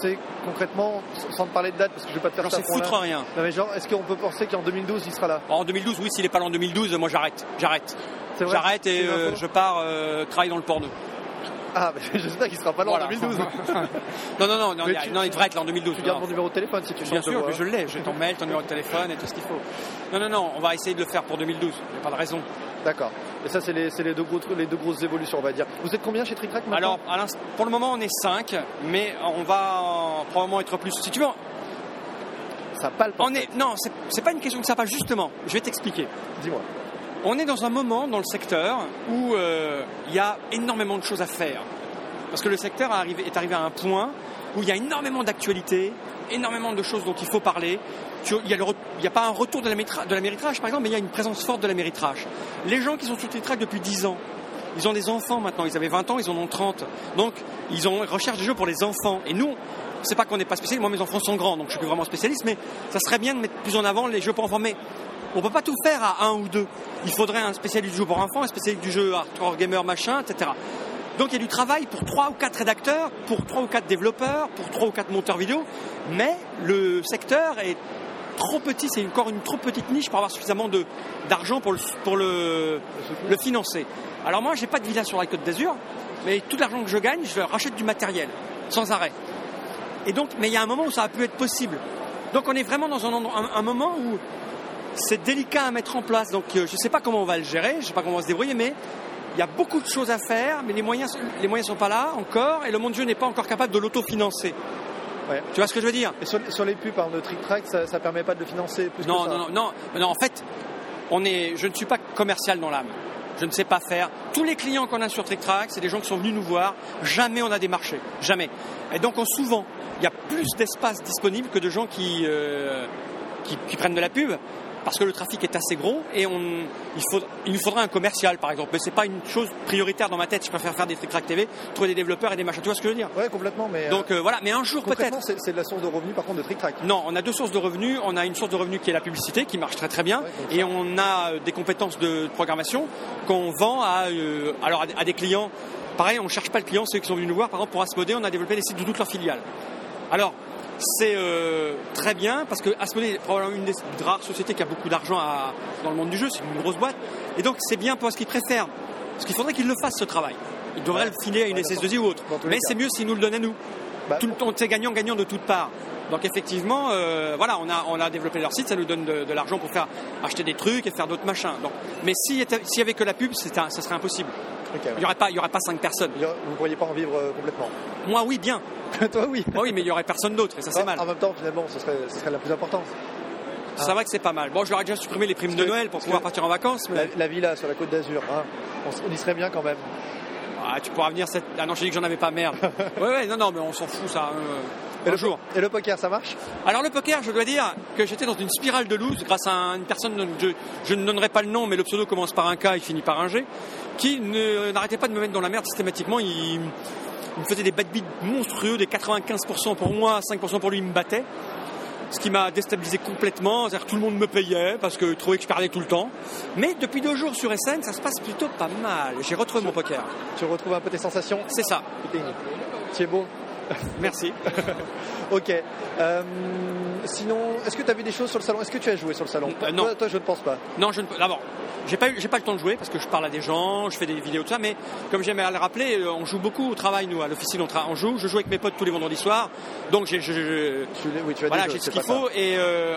C'est concrètement, sans te parler de date, parce que je vais pas te faire
J'en
ça
sais foutre rien.
Non mais genre, est-ce qu'on peut penser qu'en 2012 il sera là
En 2012, oui, s'il n'est pas là en 2012, moi j'arrête, j'arrête,
C'est vrai
j'arrête
C'est
et
une
euh,
info
je pars euh, travailler dans le porno.
Ah, mais j'espère qu'il sera pas là en 2012.
Non, non, non, non,
Mais
il y a-
tu-
non, il devrait être là en 2012.
tu gardes
Non.
mon numéro de téléphone si tu
Bien
changes de
sûr,
voix.
mais je l'ai, j'ai ton mail, ton numéro de téléphone et tout ce qu'il faut. Non, non, non, on va essayer de le faire pour 2012, il n'y a pas de raison.
D'accord. Et ça, c'est les, c'est les deux gros trucs- les deux grosses évolutions, on va dire. Vous êtes combien chez Tricrac maintenant
Alors, à l'inst- pour le moment, on est 5, mais on va euh, probablement être plus. Si tu veux,
ça palpe.
on est... Non, c'est- c'est pas une question de ça, pas justement, je vais t'expliquer.
Dis-moi.
On est dans un moment dans le secteur où euh, il y a énormément de choses à faire. Parce que le secteur arrive- est arrivé à un point où il y a énormément d'actualités, énormément de choses dont il faut parler. Tu vois, Il n'y a, le re- il y a pas un retour de la, métra- de la méritrage, par exemple, mais il y a une présence forte de la méritrage. Les gens qui sont sur Télétrac depuis 10 ans, ils ont des enfants maintenant. Ils avaient 20 ans, ils en ont 30. Donc, ils ont recherche des jeux pour les enfants. Et nous, c'est pas qu'on n'est pas spécialiste. Moi, mes enfants sont grands, donc je suis plus vraiment spécialiste. Mais ça serait bien de mettre plus en avant les jeux pour enfants. Mais on peut pas tout faire à un ou deux. Il faudrait un spécialiste du jeu pour enfants, un spécialiste du jeu hardcore gamer machin, etc. Donc il y a du travail pour trois ou quatre rédacteurs, pour trois ou quatre développeurs, pour trois ou quatre monteurs vidéo, mais le secteur est trop petit, c'est encore une trop petite niche pour avoir suffisamment de- d'argent pour, le, pour le, le financer. Alors moi, j'ai pas de villa sur la Côte d'Azur, mais tout l'argent que je gagne, je rachète du matériel, sans arrêt. Et donc, mais il y a un moment où ça a pu être possible. Donc on est vraiment dans un, endroit- un- un moment où c'est délicat à mettre en place. Donc euh, je ne sais pas comment on va le gérer, je ne sais pas comment on va se débrouiller, mais il y a beaucoup de choses à faire, mais les moyens les moyens sont pas là encore, et le monde du jeu n'est pas encore capable de l'autofinancer.
Ouais.
Tu vois ce que je veux dire
Et sur, sur les pubs hein, de Tricrac, ça, ça permet pas de le financer plus que
non,
ça.
non, non, non, non, en fait, on est, je ne suis pas commercial dans l'âme. Je ne sais pas faire. Tous les clients qu'on a sur TrickTrack, c'est des gens qui sont venus nous voir. Jamais on a démarché. Jamais. Et donc, on- souvent, il y a plus d'espace disponible que de gens qui, euh, qui, qui prennent de la pub. Parce que le trafic est assez gros et on, il, faut, il nous faudra un commercial par exemple. Mais c'est pas une chose prioritaire dans ma tête. Je préfère faire des TrickTrack TV, trouver des développeurs et des machins. Tu vois ce que je veux dire
Ouais, complètement, mais. euh,
Donc euh, voilà, mais un jour peut-être.
concrètement, c'est c'est de la source de revenus par contre de Tricrac.
Non, on a deux sources de revenus. On a une source de revenus qui est la publicité, qui marche très très bien, et on a euh, des compétences de programmation qu'on vend à, euh, alors à, des- à des clients. Pareil, on ne cherche pas le client, ceux qui sont venus nous voir. Par exemple, pour Asmodée, on a développé les sites de toutes leurs filiales. Alors, c'est euh, très bien parce que Asmodée est probablement une des rares sociétés qui a beaucoup d'argent à- dans le monde du jeu. C'est une grosse boîte, et donc c'est bien parce qu'ils préfèrent. Parce qu'il faudrait qu'ils le fassent ce travail. Ils devraient le filer à une
Ouais,
SS2I ou autre.
dans tous les
Mais
cas.
c'est mieux s'ils nous le donnent à nous
Bah,
tout le temps, c'est gagnant-gagnant de toutes parts. Donc effectivement, euh, voilà, on a, on a développé leur site, ça nous donne de, de l'argent pour faire acheter des trucs et faire d'autres machins. Donc, mais s'il y était- s'il y avait que la pub, c'était un- ça serait impossible.
ok,
Il
ouais.
n'y aurait pas, il y aurait pas cinq personnes.
Vous ne pourriez pas en vivre euh, complètement.
Moi, oui, bien.
Toi, oui.
Moi, oui, mais il y aurait personne d'autre et ça c'est
En-
mal.
En même temps, finalement, ce serait, ce serait la plus importante.
C'est vrai que c'est pas mal. Bon, je leur ai déjà supprimé les primes
Ah. Parce
de
que-
Noël pour
parce
pouvoir
que-
partir en vacances. Mais...
La, la villa sur la côte d'Azur, hein, on, s- on y serait bien quand même.
Ah, tu pourras venir cette. Ah non, j'ai dit que j'en avais pas merde. ouais, ouais, non, non, mais on s'en fout ça. hein.
Et le,
Bonjour.
et le poker, ça marche
Alors le poker, je dois dire que j'étais dans une spirale de loose grâce à une personne dont je, je ne donnerai pas le nom, mais le pseudo commence par un K et finit par un G, qui ne- n'arrêtait pas de me mettre dans la merde systématiquement. Il, il me faisait des bad beats monstrueux, des 95% pour moi, 5% pour lui, il me battait. Ce qui m'a déstabilisé complètement, c'est-à-dire que tout le monde me payait parce que je trouvais que je perdais tout le temps. Mais depuis deux jours sur SN, ça se passe plutôt pas mal. J'ai retrouvé mon poker.
Tu retrouves un peu tes sensations
C'est ça.
Tu es beau.
Merci.
Ok. Euh, sinon, est-ce que tu as vu des choses sur le salon Est-ce que tu as joué sur le salon
Euh, non.
Toi, toi, je ne pense pas.
Non, je ne peux. D'abord, j'ai pas, eu- j'ai pas le temps de jouer parce que je parle à des gens, je fais des vidéos, tout ça. Mais comme j'aime à le rappeler, euh, on joue beaucoup au travail, nous, à l'officine, on, tra- on joue. Je joue avec mes potes tous les vendredis soirs. Donc, j'ai, je- je- je-
Tu l'as- oui, tu as
voilà,
des jeux,
j'ai ce
c'est
qu'il
pas ça.
faut et euh,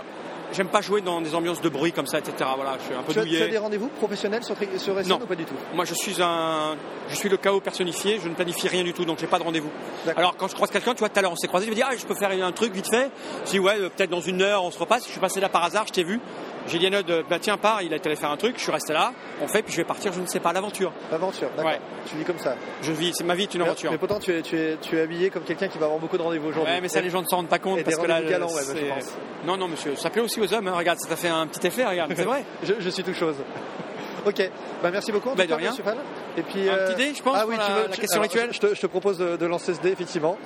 j'aime pas jouer dans des ambiances de bruit comme ça, etc. Voilà, je suis un peu
Tu as, tu as
douillet.
des rendez-vous professionnels sur, Tri- sur SN
Non.
ou pas du tout
Moi, je suis un, je suis le chaos personnifié. Je ne planifie rien du tout, donc j'ai pas de rendez-vous.
D'accord.
Alors, quand je croise quelqu'un, tu vois, tout à l'heure, on s'est croisé, je me dis, ah, je peux faire un truc vite fait. Je dis, ouais, euh, peut-être dans une heure, on se repasse. Je suis passé là par hasard, je t'ai vu. J'ai dit à Nod, euh, bah tiens, pars, il a été allé faire un truc, je suis resté là, on fait, puis je vais partir, je ne sais pas, à l'aventure.
Aventure, d'accord.
Ouais.
Tu vis comme ça.
Je vis, c'est ma vie, est une aventure.
Mais pourtant, tu es, tu es, tu es habillé comme quelqu'un qui va avoir beaucoup de rendez-vous aujourd'hui.
Ouais, mais ça, les gens ne s'en rendent pas compte
Et des
parce que là,
rendez-vous galants, ouais, bah,
c'est-
je pense.
non, non, monsieur, ça plaît aussi aux hommes, hein, regarde, ça t'a fait un petit effet, regarde, c'est vrai.
Je, je suis tout chose. Ok, bah merci beaucoup en
Bah,
tout
de
cas,
rien.
monsieur Fall. Et puis,
Un petit dé, je pense,
Ah oui,
pour
tu
la-
veux
la question
alors,
rituelle
je, te, je te propose de, de lancer ce dé, effectivement.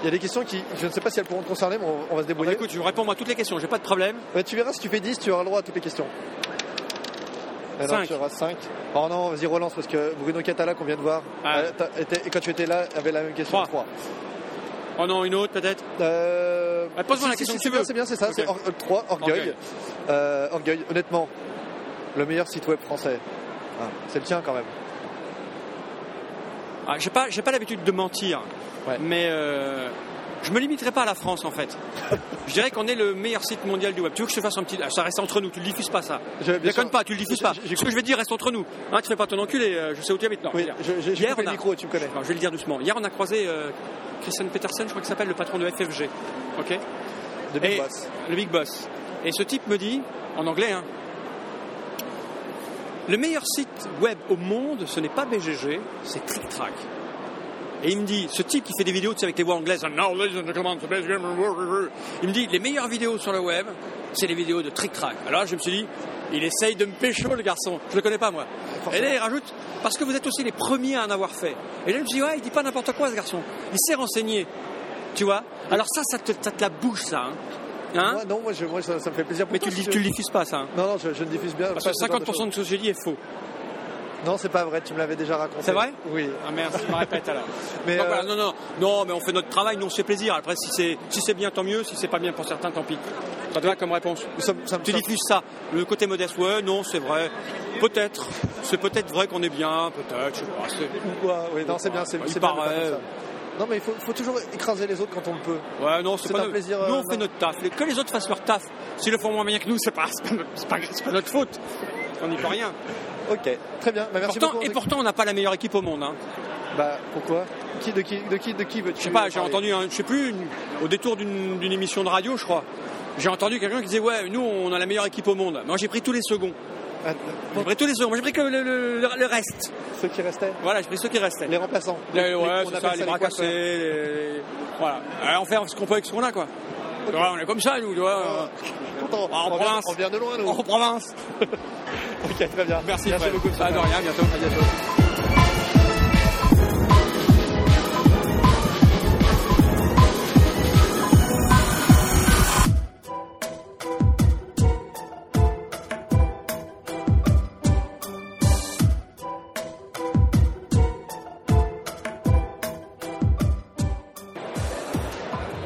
Il y a des questions qui, je ne sais pas si elles pourront te concerner, mais on, on va se
Bon,
débrouiller.
Ah bah, écoute, je réponds à toutes les questions, j'ai pas de problème.
Mais tu verras, si tu fais 10, tu auras le droit à toutes les questions. Alors,
Cinq.
tu auras 5. Oh non, vas-y, relance, parce que Bruno Catala, qu'on vient de voir,
Ah.
euh, t'as- était- et quand tu étais là, avait la même question.
Trois.
Trois.
Oh non, une autre peut-être
Euh,
Ah, pose-moi la
si, si,
question
si,
que
c'est
tu
bien,
veux.
C'est bien, c'est ça,
Ok.
c'est or- euh, 3, orgueil. Orgueil.
Orgueil.
Euh, orgueil, Ah, honnêtement, le meilleur site web français. Hein, c'est le tien quand même.
Ah, j'ai pas, j'ai pas l'habitude de mentir, mais euh, je me limiterai pas à la France en fait. je dirais qu'on est le meilleur site mondial du web. Tu veux que je te fasse un petit, ah, ça reste entre nous. Tu le diffuses pas ça.
Je- bien
Déconne
sûr.
pas, tu le diffuses
J'ai-
pas.
j'ai-
Ce que je vais dire reste entre nous. Hein, tu fais pas ton enculé. euh, je sais où tu habites. Non,
Oui,
je veux dire.
je- j'ai- j'ai
Hier,
coupé
on
le
a-
micro, tu me connais.
Enfin, je vais le dire doucement. Hier, on a croisé euh, Christian Petersen, je crois qu'il s'appelle le patron de FFG. Ok.
De Big
Et-
Boss.
Le Big Boss. Et ce type me dit, en anglais, hein, le meilleur site web au monde, ce n'est pas BGG, c'est TricTrac. Et il me dit, ce type qui fait des vidéos tu sais, avec les voix anglaises, Now, ladies and gentlemen, the best game in the world. il me dit, les meilleures vidéos sur le web, c'est les vidéos de TricTrac. Alors là, je me suis dit, il essaye de me pécho le garçon, je le connais pas moi. Et là, il rajoute, parce que vous êtes aussi les premiers à en avoir fait. Et là, je me dis, ouais, il dit pas n'importe quoi ce garçon, il s'est renseigné. Tu vois Alors ça, ça te, ça te la bouge ça. Hein, Hein
Moi, non, moi, je- moi, ça, ça me fait plaisir.
Mais tu,
Pourquoi,
le-
si
tu le diffuses pas ça. hein
Non, non, je, je ne diffuse bien.
Parce que 50% de ce que j'ai dit est faux.
Non, c'est pas vrai, tu me l'avais déjà raconté.
C'est vrai
Oui.
Ah merde, je me répète alors.
Mais,
non,
euh,
voilà, non, non, non, mais on fait notre travail, nous on se fait plaisir. Après, si c'est si c'est bien, tant mieux. Si c'est pas bien pour certains, tant pis. Ça te va comme réponse
Ça me- ça me-
Tu
ça-
diffuses ça. Le côté modeste, ouais, non, c'est vrai. Peut-être. C'est peut-être vrai qu'on est bien, peut-être. Je sais pas. c'est-
Ou quoi Ah, Oui, non, c'est bien, c'est
Il
c'est bien de
paraît.
faire comme ça. Non, mais il faut, faut toujours écraser les autres quand on le peut.
Ouais, non, c'est
C'est
pas
un
notre-
plaisir,
Nous,
euh,
on fait
non.
notre taf. Les- Que les autres fassent leur taf. S'ils le font moins bien que nous, c'est pas, c'est pas, notre- c'est pas- c'est pas notre faute. On n'y peut rien.
Ok, très bien. Bah, merci
Pourtant-
beaucoup.
et
Enrico.
pourtant, on n'a pas la meilleure équipe au monde. hein.
Bah, pourquoi qui, De qui, de qui, de qui veux-tu
Je sais pas, j'ai
parler
entendu, un- je sais plus, une- au détour d'une d'une émission de radio, je crois, j'ai entendu quelqu'un qui disait Ouais, nous, on a la meilleure équipe au monde. Moi, j'ai pris tous les seconds.
Ah,
J'ai pris tous les secondes. Moi, j'ai pris que le, le- le- le reste.
Ceux qui restaient
Voilà, j'ai pris ceux qui restaient.
Les remplaçants.
Les- ouais,
On
c'est
appelle
ça, les bras
coiffeurs.
cassés. les- Voilà. Alors, on fait ce qu'on peut avec ce qu'on a, quoi. Tu vois, on est comme ça, nous, tu vois.
Content.
en
on, vient,
province.
on vient de loin, nous.
En province.
Ok, très bien.
Merci,
Merci
Fred.
beaucoup.
Ah, de rien, à bientôt.
À bientôt.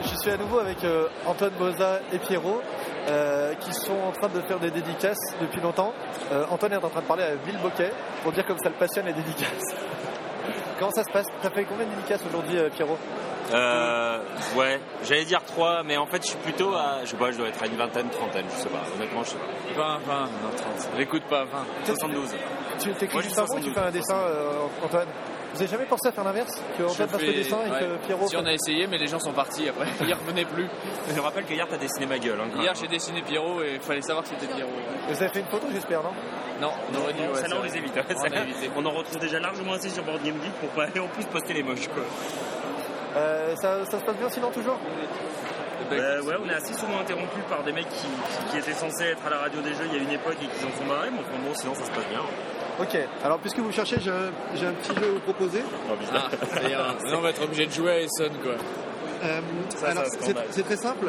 Je suis à nouveau avec euh, Antoine Boza et Pierrot euh, qui sont en train de faire des dédicaces depuis longtemps. Euh, Antoine est en train de parler à Villeboquet pour dire comme ça le passionne les dédicaces. Comment ça se passe T'as fait combien de dédicaces aujourd'hui euh, Pierrot
Euh, ouais, j'allais dire 3, mais en fait, je suis plutôt à. Je sais pas, je dois être à une vingtaine, trentaine, je sais pas. Honnêtement, je sais pas.
20, 20, non, 30. L'écoute pas, 20.
72.
Tu t'écris
Moi, j'ai
juste avant ou tu fais un
72,
dessin euh, Antoine Vous avez jamais pensé à faire l'inverse Que
Je
Antoine fasse le
fais-
dessin et
ouais.
que Pierrot...
Si on a essayé, mais les gens sont partis après. Ils revenaient plus.
Je te rappelle que hier, t'as dessiné ma gueule. Hein, quand
Hier,
même.
j'ai dessiné Pierrot et il fallait savoir que c'était Pierrot. ouais.
Vous avez fait une photo j'espère, non
Non, on aurait dû. ouais,
Celle-là,
c'est
on
vrai.
les évite. hein.
On a évité.
On en retrouve déjà largement assez sur Board Game Geek pour pas aller en plus poster les moches, quoi.
Euh, ça, ça se passe bien sinon toujours
Eh ben,
Euh, ouais, on est assez souvent interrompu par des mecs qui, qui étaient censés être à la radio des jeux il y a une époque et qui en sont barrés, mais enfin bon, sinon ça se passe bien.
Ok, alors puisque vous cherchez, j'ai un, j'ai un petit jeu à vous proposer.
Oh,
Ah, c'est un- Là, on va être obligé de jouer à Essonne, quoi.
Euh, alors, c'est- c'est très simple.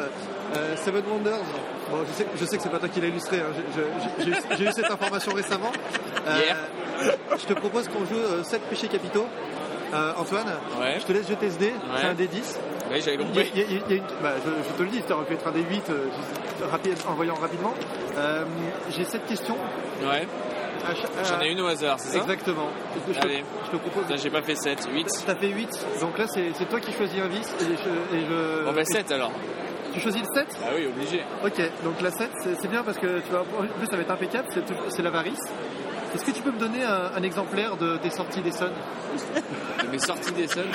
Euh, Seven Wonders. Bon, je sais, je sais que c'est pas toi qui l'as illustré. hein. Je- je- J'ai eu- j'ai eu cette information récemment. Euh,
Hier.
Je te propose qu'on joue 7 péchés capitaux. Euh, Antoine,
Ouais.
je te laisse jeter ce dé. C'est un
Ouais.
dé 10.
Oui, j'avais
Il y a-
compris.
il y a- il y a une- bah, je, je te le dis, ça aurait pu être un dé 8 euh, juste rapide, en voyant rapidement. Euh, J'ai 7 questions.
Ouais.
À cha- à-
J'en ai une au hasard, c'est ça
Exactement. Je, te-
Allez.
je te propose. Euh,
Putain, J'ai pas fait 7, 8.
T'as fait 8, donc là c'est c'est toi qui choisis un vice et je. et je-
Bon, bah 7 alors.
Tu choisis le 7
Ah oui, obligé.
Ok, donc la 7, c'est c'est bien parce que tu vas, en plus ça va être impeccable, c'est tout- c'est l'avarice. Est-ce que tu peux me donner un, un exemplaire de, des sorties des Sons
Mais sorti des Essonne.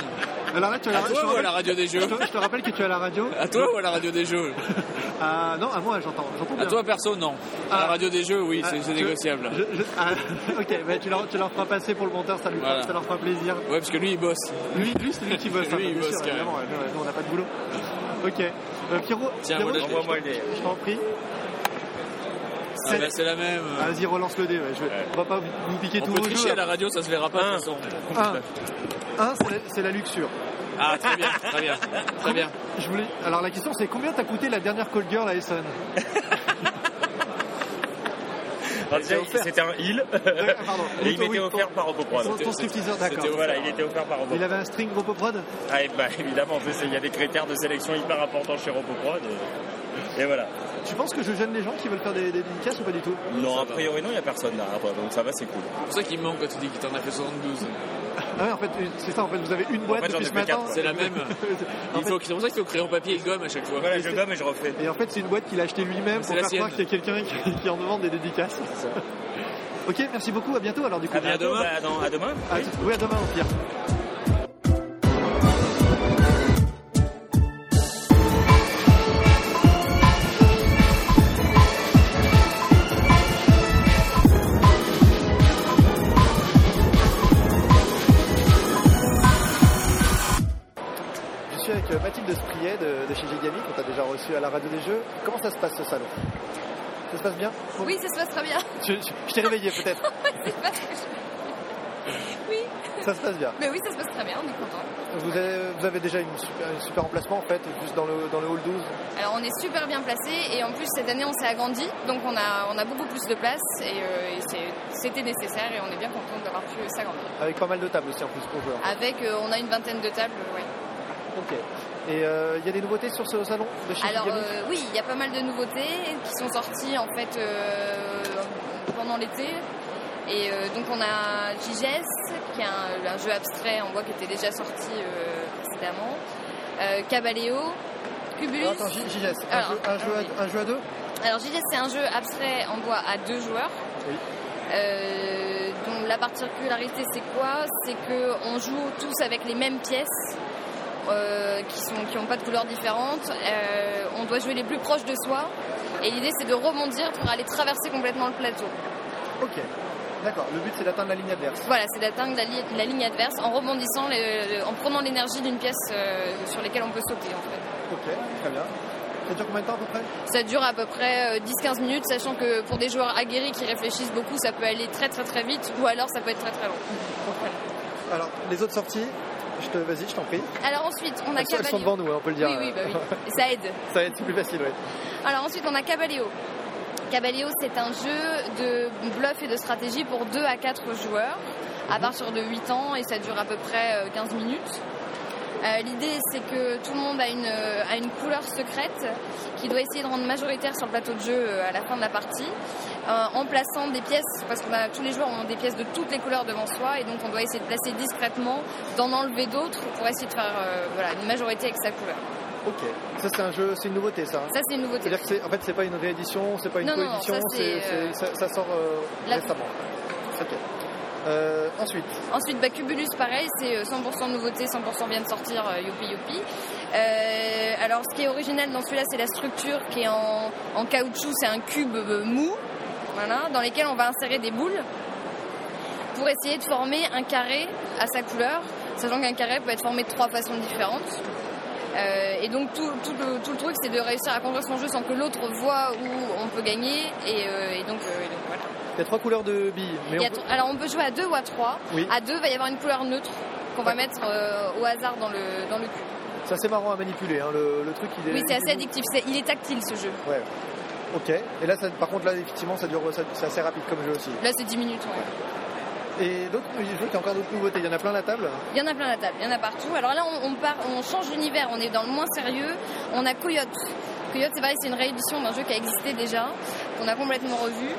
Alors là, tu as la,
À
je, te
toi ou à
rappelle,
la radio des
je
jeux
te- je te rappelle que tu as la radio.
À toi ou à la radio des jeux
Ah, non, à moi, j'entends. j'entends
À
bien.
toi perso, non. À la
Ah.
radio des jeux, oui,
Ah,
c'est c'est
je-
négociable.
je- je- ah, ok, bah, tu, leur, tu leur feras passer pour le monteur, ça, lui fera-
Voilà.
ça leur fera plaisir.
Ouais, parce que lui, il bosse.
Lui, lui c'est lui qui bosse.
Lui,
hein,
il
bien
bosse
sûr, évidemment,
carrément.
ouais, ouais, nous, on n'a pas de boulot. Ok. Euh, Pierrot,
Tiens,
Pierrot,
voilà,
je-
Envoie-moi les.
je t'en prie.
Ah, bah, c'est la même.
Ah, Vas-y, relance le dé. ouais, je vais- On va pas vous, vous piquer
On
tout
peut
vos jeux. hein.
tricher à la radio, ça se verra pas de toute façon.
1, c'est la luxure.
Ah, très bien, très bien, très bien.
Je voulais... Alors la question c'est combien t'as coûté la dernière call girl à Essen
Ah,
Alors, déjà, C'était un heal
Euh, Pardon.
et il
Ton-
m'était offert par
Ton,
Repoprod.
ton stripteaseur, d'accord.
Voilà, il était offert par Repoprod.
Il avait un string Repoprod
Ah, et bah, évidemment, tu sais, il y a des critères de sélection hyper importants chez Repoprod. et- Et voilà.
Tu penses que je gêne les gens qui veulent faire des, des dédicaces ou pas du tout
Non, a priori, non, il n'y a personne là. quoi. Donc ça va, c'est cool.
C'est pour ça qu'il me manque quand tu dis qu'il t'en a fait 72.
Ah ouais, en fait, une- c'est ça, en fait, vous avez une boîte
fait, j'en
depuis
ai
ce
fait
matin.
quatre. C'est la même.
En
Il
fait-
faut qu'il c'est pour ça qu'il faut crayon papier et gomme à chaque fois.
Voilà, je gomme et je refais.
Et en fait, c'est une boîte qu'il a achetée lui-même
C'est
pour
la
faire croire
sienne.
qu'il y a quelqu'un qui, qui en demande des dédicaces. ok, merci beaucoup, à bientôt alors du coup.
À bientôt, bah, à dans- à demain.
Ah, c'est- oui, à demain au pire. Je suis avec euh, Mathilde Spriet de, de chez Gigami, qu'on t'a déjà reçu à la radio des jeux. Comment ça se passe ce salon Ça se passe bien
Oui, ça se passe très bien.
Je, je- je t'ai réveillé peut-être.
C'est pas ce que je- oui.
Ça se passe bien.
Mais oui, ça se passe très bien, on est content.
Vous avez, vous avez déjà une super, un super emplacement en fait, juste dans le, dans le hall 12.
Alors on est super bien placé et en plus cette année on s'est agrandi, donc on a, on a beaucoup plus de place et, euh, et c'est- c'était nécessaire et on est bien content d'avoir pu euh, s'agrandir.
Avec pas mal de tables aussi en plus pour joueurs.
Avec, euh, on a une vingtaine de tables, ouais.
Ok. Et euh, il y a des nouveautés sur ce salon de chez
Alors
Gigami
euh, oui, il y a pas mal de nouveautés qui sont sorties en fait euh, pendant l'été. Et euh, donc on a JGS, qui est un, un jeu abstrait en bois qui était déjà sorti euh, précédemment. Euh, Cabaleo, Cubulus.
Alors, attends, J- JGS, un,
Alors,
jeu, un, jeu à- un jeu à deux
Alors JGS c'est un jeu abstrait en bois à deux joueurs.
Oui.
Euh, donc la particularité c'est quoi C'est que on joue tous avec les mêmes pièces euh, qui sont qui n'ont pas de couleurs différentes. Euh, on doit jouer les plus proches de soi. Et l'idée c'est de rebondir pour aller traverser complètement le plateau.
Ok. D'accord, le but c'est d'atteindre la ligne adverse.
Voilà, c'est d'atteindre la, li- la ligne adverse en rebondissant, le- le- en prenant l'énergie d'une pièce euh, sur laquelle on peut sauter en fait.
Ok, très bien. Ça dure combien de temps à peu près
Ça dure à peu près euh, 10-15 minutes, sachant que pour des joueurs aguerris qui réfléchissent beaucoup, ça peut aller très très très vite ou alors ça peut être très très long.
Alors, les autres sorties, je te, vas-y, je t'en prie.
Alors ensuite, on a
elles, sont, elles sont
Cavalier.
devant nous, hein, on peut le dire.
Oui, oui, bah oui. Ça aide.
Ça va être plus facile, ouais.
Alors ensuite, on a Cabaleo. Cabaleo, c'est un jeu de bluff et de stratégie pour 2 à 4 joueurs, à partir de 8 ans, et ça dure à peu près euh, 15 minutes. Euh, L'idée, c'est que tout le monde a une, euh, a une couleur secrète qui doit essayer de rendre majoritaire sur le plateau de jeu euh, à la fin de la partie, euh, en plaçant des pièces, parce que tous les joueurs ont des pièces de toutes les couleurs devant soi, et donc on doit essayer de placer discrètement, d'en enlever d'autres pour essayer de faire euh, voilà, une majorité avec sa couleur.
Ok. Ça, c'est un jeu, c'est une nouveauté, ça. hein.
Ça, c'est une nouveauté.
C'est-à-dire que c'est, en fait, c'est pas une réédition, c'est pas une
Non, non, non,
coédition,
ça,
c'est,
c'est, euh,
c'est- ça, ça sort euh,
la-
récemment. Ok. Euh, ensuite,
Ensuite, bah, Cubulus, pareil, c'est euh, 100% nouveauté, 100% vient de sortir, euh, youpi youpi. Euh, alors, ce qui est original dans celui-là, c'est la structure qui est en, en caoutchouc, c'est un cube euh, mou, voilà, dans lesquels on va insérer des boules pour essayer de former un carré à sa couleur, sachant qu'un carré peut être formé de trois façons différentes. Euh, et donc tout, tout le, tout le truc c'est de réussir à conduire son jeu sans que l'autre voit où on peut gagner et, euh, et donc, euh, et donc, voilà.
il y a trois couleurs de billes. Mais
Il y
on
a
peut-
tro- Alors on peut jouer à deux ou à trois.
Oui.
À deux, il va y avoir une couleur neutre qu'on va mettre euh, au hasard dans le, dans le cube.
C'est assez marrant à manipuler, hein, le, le truc il est.
Oui, c'est assez
il est-
addictif. C'est- Il est tactile ce jeu.
Ouais. Ok. Et là, ça- par contre, là, effectivement, ça dure, ça- c'est assez rapide comme jeu aussi.
Là, c'est 10 minutes. ouais.
Et d'autres, je vois qu'il y a encore d'autres nouveautés. Il y en a plein à la table.
Il y en a plein à la table, il y en a partout. Alors là, on, on part, on change d'univers, on est dans le moins sérieux. On a Coyote. Coyote, c'est pareil, c'est une réédition d'un jeu qui a existé déjà, qu'on a complètement revu,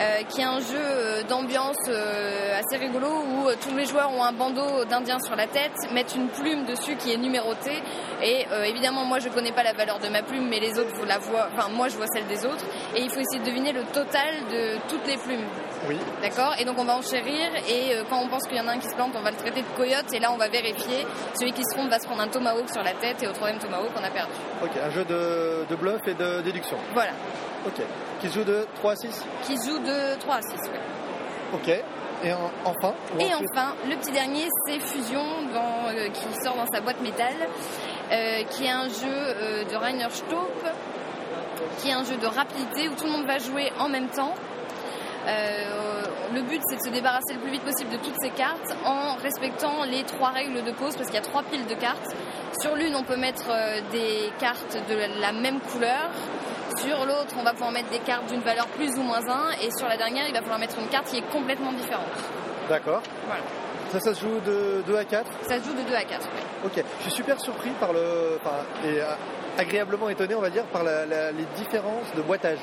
euh, qui est un jeu euh, d'ambiance euh, assez rigolo où euh, tous les joueurs ont un bandeau d'Indien sur la tête, mettent une plume dessus qui est numérotée. Et euh, évidemment, moi, je connais pas la valeur de ma plume, mais les autres vous la voient. Enfin, moi, je vois celle des autres. Et il faut essayer de deviner le total de toutes les plumes.
Oui.
D'accord Et donc on va enchérir et euh, quand on pense qu'il y en a un qui se plante, on va le traiter de coyote et là on va vérifier. Celui qui se trompe va se prendre un tomahawk sur la tête et au troisième tomahawk on a perdu.
Ok. Un jeu de, de bluff et de déduction.
Voilà.
Ok. Qui se joue de 3 à 6.
Qui se joue de 3 à 6. ouais.
Ok. Et en- enfin. ou
Et
ensuite-
enfin, le petit dernier, c'est Fusion dans- euh, qui sort dans sa boîte métal, euh, qui est un jeu euh, de Rainer Staup, qui est un jeu de rapidité où tout le monde va jouer en même temps. Euh, le but, c'est de se débarrasser le plus vite possible de toutes ces cartes en respectant les trois règles de pose, parce qu'il y a trois piles de cartes. Sur l'une, on peut mettre euh, des cartes de la même couleur. Sur l'autre, on va pouvoir mettre des cartes d'une valeur plus ou moins 1. Et sur la dernière, il va falloir mettre une carte qui est complètement différente.
D'accord.
Voilà.
Ça, ça se joue de 2 à 4
Ça se joue de 2 à 4, oui.
Ok, je suis super surpris par le. par- et euh, agréablement étonné, on va dire, par la- la- les différences de boitage.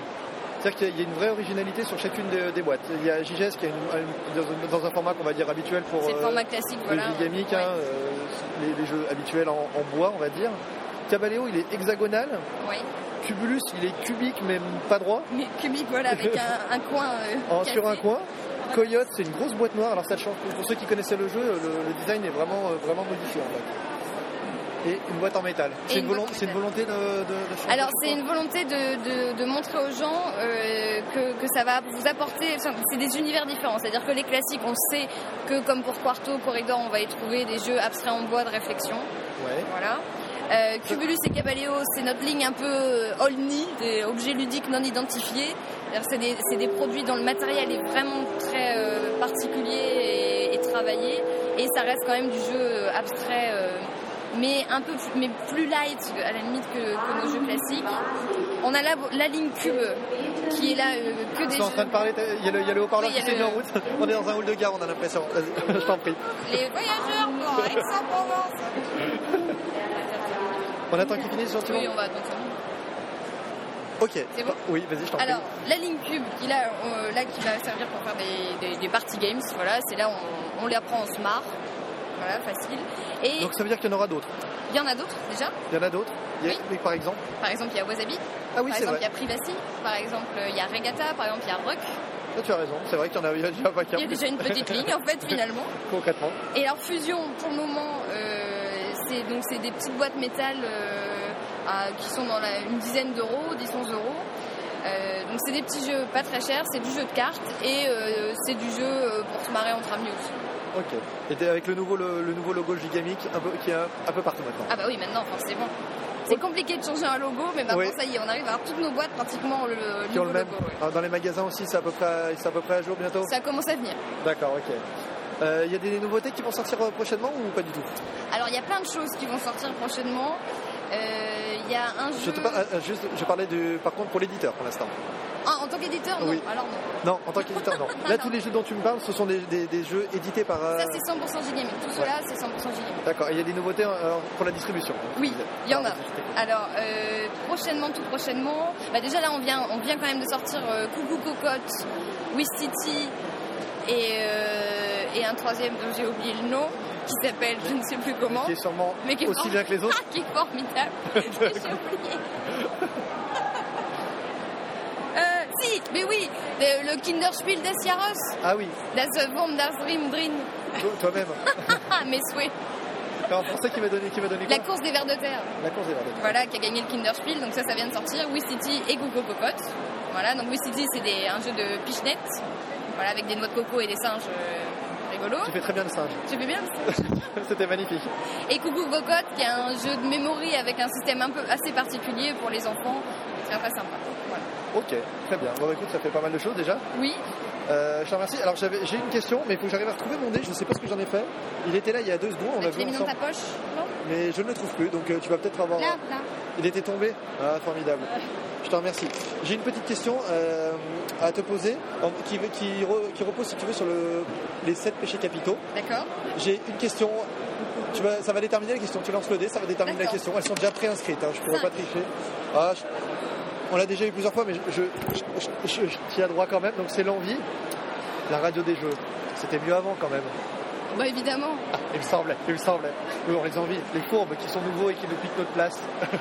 C'est-à-dire qu'il y a- il y a une vraie originalité sur chacune des, des boîtes. Il y a JGS qui est une- une- dans un format qu'on va dire habituel pour.
C'est le
euh,
format classique,
le
voilà.
gigamic, hein, euh, les, les jeux habituels en, en bois, on va dire. Cabaleo, il est hexagonal.
Oui.
Cubulus, il est cubique, mais pas droit.
Mais cubique, voilà, avec un, un coin. euh,
En-
cassé.
sur un coin. Coyote, c'est une grosse boîte noire. Alors ça change. Pour ceux qui connaissaient le jeu, le, le design est vraiment, euh, vraiment modifié en fait. Et une boîte en métal.
Et
C'est une,
une boîte
volon- c'est une volonté de, de- de changer
Alors
le
c'est
format.
une volonté de, de- de montrer aux gens euh, que, que ça va vous apporter, enfin, c'est des univers différents, c'est-à-dire que les classiques on sait que comme pour Quarto, Corridor on va y trouver des jeux abstraits en bois de réflexion,
Ouais.
voilà. Euh, Cubulus et Cabaleo c'est notre ligne un peu euh, olni, des objets ludiques non identifiés, C'est-à-dire c'est des, c'est des produits dont le matériel est vraiment très euh, particulier et, et travaillé et ça reste quand même du jeu euh, abstrait. euh, mais un peu plus, mais plus light à la limite que, que nos jeux classiques. On a la, la ligne cube qui est là euh, que
Ils
des
sont Ah, en
jeux-
train de parler. t'as- Il y a le, il y a le haut-parleur
Oui, il y
qui
a
s'est mis
le-
en route. On est dans un hall de gare, on a l'impression. Vas-y, Je t'en prie.
les voyageurs oh, pour Aix-en-Provence.
On attend qu'il finisse gentiment.
Oui, on va attendre.
Ok.
C'est bon
oui, vas-y, je t'en prie.
Alors, la ligne cube, qui là, euh, là, qui va servir pour faire des, des- des party games, voilà, c'est là on, on les apprend, on se marre, voilà, facile. Et
Donc ça veut dire qu'il y en aura d'autres.
il y en a d'autres déjà,
Il y en a d'autres. Il y a- mais par exemple.
par exemple il y a Wasabi,
Ah oui,
par
c'est vrai.
exemple il y a Privacy, par exemple il y a Regatta, par exemple il y a Ruck,
Ah, tu as raison. C'est vrai qu'il y en a, il y a déjà pas qu'un.
il y a déjà une petite ligne en fait finalement.
Concrètement.
Et alors fusion, pour le moment, euh, c'est donc c'est des petites boîtes métal euh, à- qui sont dans la- une dizaine d'euros, 10-11 euros. Euh, donc c'est des petits jeux pas très chers, c'est du jeu de cartes et euh, c'est du jeu euh, pour se marrer entre amis aussi.
Ok. Et t'es avec le nouveau, le, le nouveau logo Gigamic un peu, qui est un, un peu partout maintenant.
Ah bah oui, maintenant forcément. C'est compliqué de changer un logo, mais maintenant
Oui.
ça y est, on arrive à avoir toutes nos boîtes pratiquement le, le
Qui ont
nouveau
le même.
logo. ouais.
Alors, dans les magasins aussi, c'est à peu près, à- c'est à peu près à jour bientôt.
Ça commence à venir.
D'accord, ok. Euh, Il y a des nouveautés qui vont sortir euh, prochainement ou pas du tout
Alors il y a plein de choses qui vont sortir prochainement. Euh, Il y a un
je,
jeu
te par- euh, juste, je parlais du, par contre pour l'éditeur pour l'instant.
Ah, en tant qu'éditeur, non.
Oui.
Alors non.
Non, en tant qu'éditeur, non. Là, tous les jeux dont tu me parles, ce sont des, des- des jeux édités par. euh,
Ça c'est 100% gigamic. Tout cela c'est 100% gigamic.
D'accord, et il y a des nouveautés euh, pour la distribution.
Oui, il y en a. Alors, euh, prochainement, tout prochainement, bah déjà là, on vient, on vient quand même de sortir euh, Coucou Cocotte, Wish City et, euh, et un troisième dont j'ai oublié le nom, qui s'appelle je ne sais plus comment,
Qui est sûrement
mais qui est
aussi
for-
bien que les autres.
qui est formidable. que j'ai oublié. Euh, si, mais oui, le, le Kinderspiel des Jahres,
Ah oui,
das Wurm, das Dream Drin,
to- toi-même.
ah, mes souhaits,
C'est en français qui m'a donné, qui m'a donné quoi
la course des vers de terre.
La course des verdures.
voilà, qui a gagné le Kinderspiel. Donc ça, ça vient de sortir. Wii City et Coco Cocotte. Voilà, donc Wii City, c'est des- un jeu de pichenette, voilà, avec des noix de coco et des singes euh, rigolos.
Tu fais très bien le singe.
Tu fais bien ça
C'était magnifique.
Et Coucou Cocotte, qui est un jeu de memory avec un système un peu assez particulier pour les enfants. C'est très sympa. Voilà.
Ok, très bien. Bon, bah, écoute, ça fait pas mal de choses déjà.
Oui,
Euh, je te remercie. Alors, j'avais- j'ai une question, mais il faut que j'arrive à retrouver mon dé. Je ne sais pas ce que j'en ai fait. Il était là il y a deux secondes, on l'a
tu
vu
l'as mis dans
ensemble.
ta poche Non
Mais je ne le trouve plus, donc euh, tu vas peut-être avoir.
Là, Euh. là.
Il était tombé Ah, formidable. Je te remercie. J'ai une petite question euh, à te poser, en- qui, qui re- qui repose, si tu veux, sur le- les sept péchés capitaux.
D'accord.
J'ai une question. Tu vas, ça va déterminer la question. Tu lances le dé, ça va déterminer la
D'accord.
question. Elles sont déjà préinscrites. Hein. Je ne pourrais pas tricher. Ah, je- On l'a déjà eu plusieurs fois, mais je, je, je- je- je t'y ai droit quand même. Donc c'est l'envie. La radio des jeux. C'était mieux avant quand même.
Bah évidemment.
Ah, il me semblait, il me semblait. Oui, on les envie. Les courbes qui sont nouveaux et qui nous piquent notre place.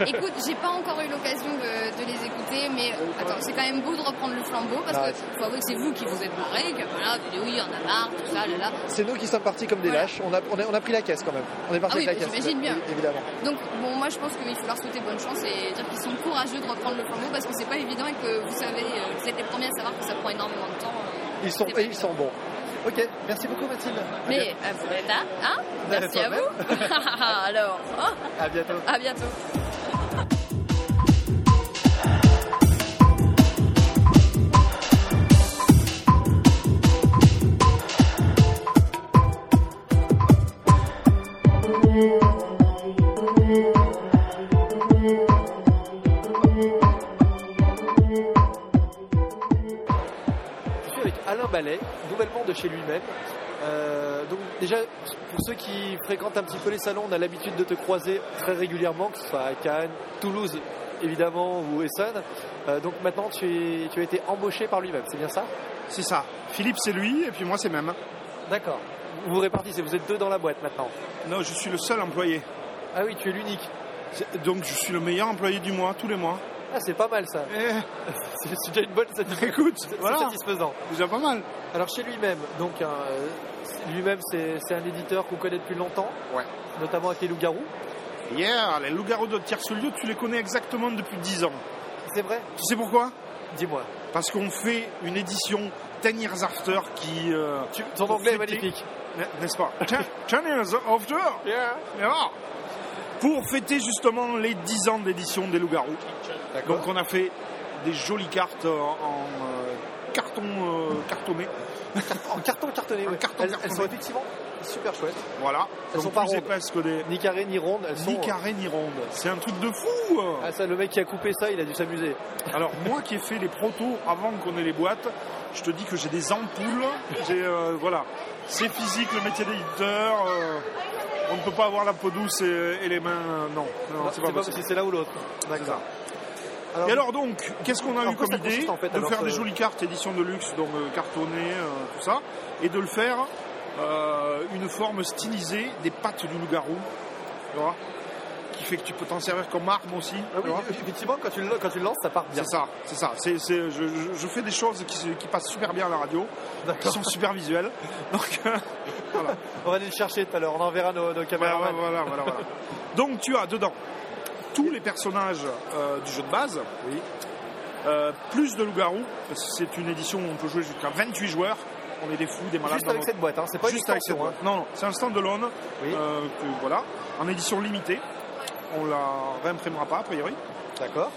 Écoute, j'ai pas encore eu l'occasion de, de les écouter, mais attends, c'est quand même beau de reprendre le flambeau parce
Ah,
que faut avouer que c'est vous qui vous êtes bourré, que voilà, vous dites oui, on en a marre, tout ça, là, là.
C'est nous qui sommes partis comme des
Voilà.
lâches. On a, on, a, on a pris la caisse quand même. On est parti
Ah oui,
avec la
bah,
caisse.
j'imagine bien.
é- Évidemment.
Donc bon, moi je pense qu'il faut leur souhaiter bonne chance et dire qu'ils sont courageux de reprendre le flambeau parce que c'est pas évident et que vous savez, euh, vous êtes les premiers à savoir que ça prend énormément de temps. euh,
Ils sont,
c'est
et
pas
ils sont bons. Ok, merci beaucoup Mathilde. À
Mais
bientôt.
euh, vous êtes là, hein Merci à vous. Alors, oh,
à bientôt.
à bientôt.
Je suis avec Alain Ballet, nouvellement de chez lui-même. Euh, donc déjà, pour ceux qui fréquentent un petit peu les salons, on a l'habitude de te croiser très régulièrement, que ce soit à Cannes, Toulouse évidemment ou Essonne. Euh, donc maintenant, tu, es- tu as été embauché par lui-même, c'est bien ça
C'est ça. Philippe, c'est lui, et puis moi, c'est même.
D'accord. Vous vous répartissez, vous êtes deux dans la boîte maintenant.
Non, je suis le seul employé.
Ah oui, tu es l'unique.
Donc je suis le meilleur employé du mois, tous les mois. Eh.
Ah, c'est pas mal ça. C'est c'est déjà une bonne satisfaction. Écoute,
voilà.
satisfaisant.
Déjà pas mal.
Alors chez lui-même, donc hein, euh, lui-même, c'est c'est un éditeur qu'on connaît depuis longtemps,
Ouais.
notamment avec les loups-garous.
Yeah, les loups-garous de Tierce-lieu, tu les connais exactement depuis 10 ans.
C'est vrai
Tu sais pourquoi
Dis-moi.
Parce qu'on fait une édition 10 years after qui. euh,
ton anglais est
reflétait-
magnifique.
N- N'est-ce pas 10 years after Yeah. Yeah. Pour fêter justement les 10 ans d'édition des loups-garous.
D'accord.
Donc on a fait des jolies cartes en, en, euh, carton euh, cartonné.
En carton cartonné, ouais.
carton
elles, elles
cartonné.
sont effectivement super chouettes.
Voilà.
Elles
Donc
sont pas
plus
rondes.
épaisses que des.
Ni carrées ni rondes, elles sont. euh,
Ni carré ni ronde. C'est un truc de fou. euh.
Ah ça, le mec qui a coupé ça, il a dû s'amuser.
Alors moi qui ai fait les protos avant qu'on ait les boîtes, je te dis que j'ai des ampoules. J'ai euh, voilà, c'est physique le métier d'éditeur. euh, on ne peut pas avoir la peau douce et, et les mains. euh, Non, non,
Non,
c'est pas possible.
si Bah, c'est là ou l'autre. D'accord.
Et alors donc, qu'est-ce qu'on a
En
eu
quoi
comme
ça
idée
consiste, en fait,
De
alors, euh,
faire des
ce-
jolies cartes édition de luxe, donc euh, cartonnées, euh, tout ça, et de le faire euh, une forme stylisée des pattes du loup-garou, tu vois, qui fait que tu peux t'en servir comme arme aussi.
Ah
tu
oui,
vois.
effectivement, quand tu, le- quand tu le lances, ça part bien.
C'est ça, c'est ça. C'est, c'est- je, je- je fais des choses qui, se- qui passent super bien à la radio, qui sont super visuelles. Donc, euh, voilà.
On va aller le chercher tout à l'heure, on enverra nos, nos
Voilà,
caméramans.
voilà, voilà, voilà. Donc tu as dedans tous les personnages euh, du jeu de base, oui. Euh, plus de loups-garous. parce que C'est une édition où on peut jouer jusqu'à 28 joueurs. On est des fous, des malades.
Juste
dans
avec
notre-
cette boîte, hein, c'est pas une
Juste avec cette
extension,
boîte. Non, non, c'est un stand-alone. euh, que, voilà, en édition limitée. On la réimprimera pas a priori.
D'accord.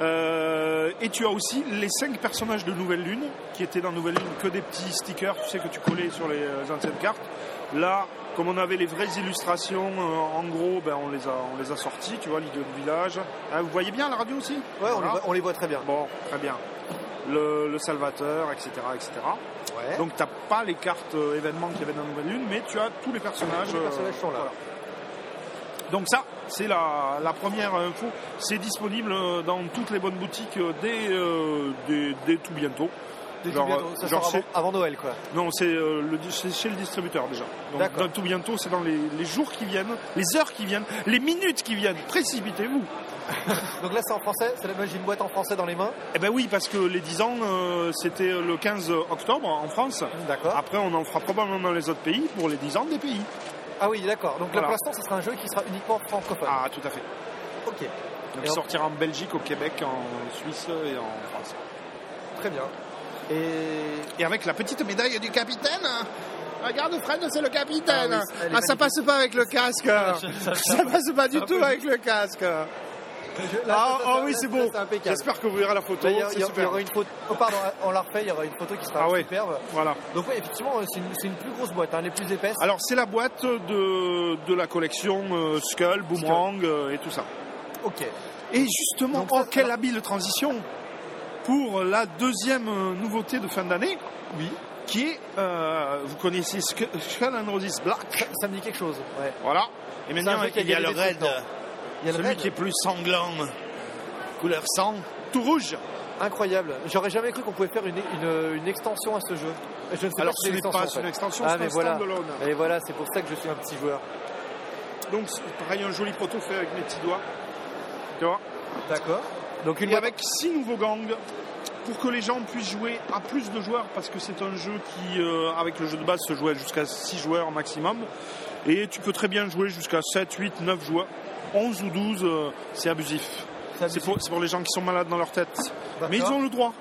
Euh, et tu as aussi les cinq personnages de Nouvelle Lune, qui étaient dans Nouvelle Lune que des petits stickers, tu sais, que tu collais sur les euh, anciennes cartes. Là, comme on avait les vraies illustrations, euh, en gros, ben, on, les a, on les a sortis, tu vois, l'idée du village. Ah, vous voyez bien la radio aussi
Ouais, on les voit- on les voit très bien.
Bon, très bien. Le, le Salvateur, etc. etc.
Ouais.
Donc, tu n'as pas les cartes euh, événements qu'il y avait dans Nouvelle Lune, mais tu as tous les personnages.
Tous les
euh,
personnages sont là.
voilà. Donc ça, c'est la, la première info. C'est disponible euh, dans toutes les bonnes boutiques euh, dès, euh, dès- dès tout bientôt.
Dès tout
Genre, euh,
bientôt, ça
genre
sort
chez-
avant, avant Noël, quoi.
Non, c'est euh, le- c'est chez le distributeur déjà. Donc
D'accord.
dans tout bientôt, c'est dans les, les jours qui viennent, les heures qui viennent, les minutes qui viennent. Précipitez-vous.
Donc là, c'est en français, c'est la j'ai une boîte en français dans les mains.
Eh ben oui, parce que les 10 ans, euh, c'était le 15 octobre en France.
D'accord.
Après, on en fera probablement dans les autres pays pour les 10 ans des pays.
Ah oui, d'accord. Donc là,
Voilà.
pour l'instant, ce sera un jeu qui sera uniquement francophone.
Ah, tout à fait.
Ok.
Donc
Et alors-
sortira en Belgique, au Québec, en Suisse et en France.
Très bien. Et
Et avec la petite médaille du capitaine. hein. Regarde Fred, c'est le capitaine.
Ah
Ah,
oui, elle est
ça
magnifique.
passe pas avec le casque. ça passe pas du tout avec le casque. ah ah oui, c'est bon.
C'est impeccable.
J'espère que vous verrez la photo.
Là, il y a- il
C'est
y a- il y
super.
aura une photo. Oh, pardon, on la refait, il y aura une photo qui sera
Ah ouais.
superbe.
Voilà.
Donc, oui, effectivement, c'est une, c'est une plus grosse boîte, hein, les plus épaisses.
Alors c'est la boîte de, de la collection euh, Skull, Boomerang euh, et tout ça.
Ok.
Et justement,
Donc
oh,
ça,
quelle
alors-
habile transition pour la deuxième euh, nouveauté de fin d'année. Oui. Qui est, euh, vous connaissez Sk- Skull and Roses Black.
Ça me dit quelque chose. Ouais.
Voilà. Et
C'est
maintenant,
un jeu qui a
il y a le
gagné des
raid.
trucs dedans. Il y a le
Celui
raid.
qui est plus sanglant. Couleur sang. Tout rouge.
Incroyable. J'aurais jamais cru qu'on pouvait faire une, une- une extension à ce jeu. Je ne sais
Alors,
pas si c'est
ce n'est pas
en fait.
une extension,
ah,
c'est
mais
un
voilà.
standalone.
Et voilà, c'est pour ça que je suis un petit joueur.
Donc, c'est pareil, un joli proto fait avec mes petits doigts. Tu vois
D'accord. Donc une
Et avec six nouveaux gangs pour que les gens puissent jouer à plus de joueurs parce que c'est un jeu qui, euh, avec le jeu de base, se jouait jusqu'à 6 joueurs maximum. Et tu peux très bien jouer jusqu'à 7, 8, 9 joueurs. 11 ou 12, euh, c'est abusif.
C'est abusif.
C'est pour, c'est pour les gens qui sont malades dans leur tête. Mais ils ont le droit.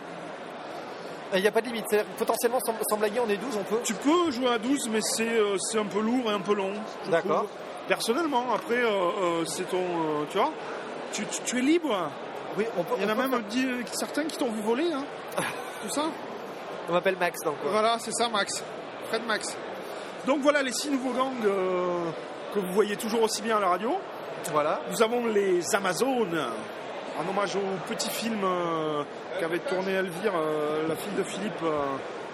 Il n'y a pas de limite. C'est-à-dire que potentiellement, sans, sans blaguer, on est 12, on peut.
Tu peux jouer à 12, mais c'est euh, c'est un peu lourd et un peu long. je
D'accord.
trouve. Personnellement, après, euh, euh, c'est ton. euh, tu vois tu, tu- tu es libre.
Oui, on peut.
Il y en a
on peut
même
faire-
dix- euh, certains qui t'ont vu voler. hein. Tout ça.
On m'appelle Max, donc. ouais.
Voilà, c'est ça, Max. Fred Max. Donc voilà les six nouveaux gangs euh, que vous voyez toujours aussi bien à la radio.
Voilà.
Nous avons les Amazones, en hommage au petit film euh, qu'avait tourné Elvire, euh, la fille de Philippe, euh,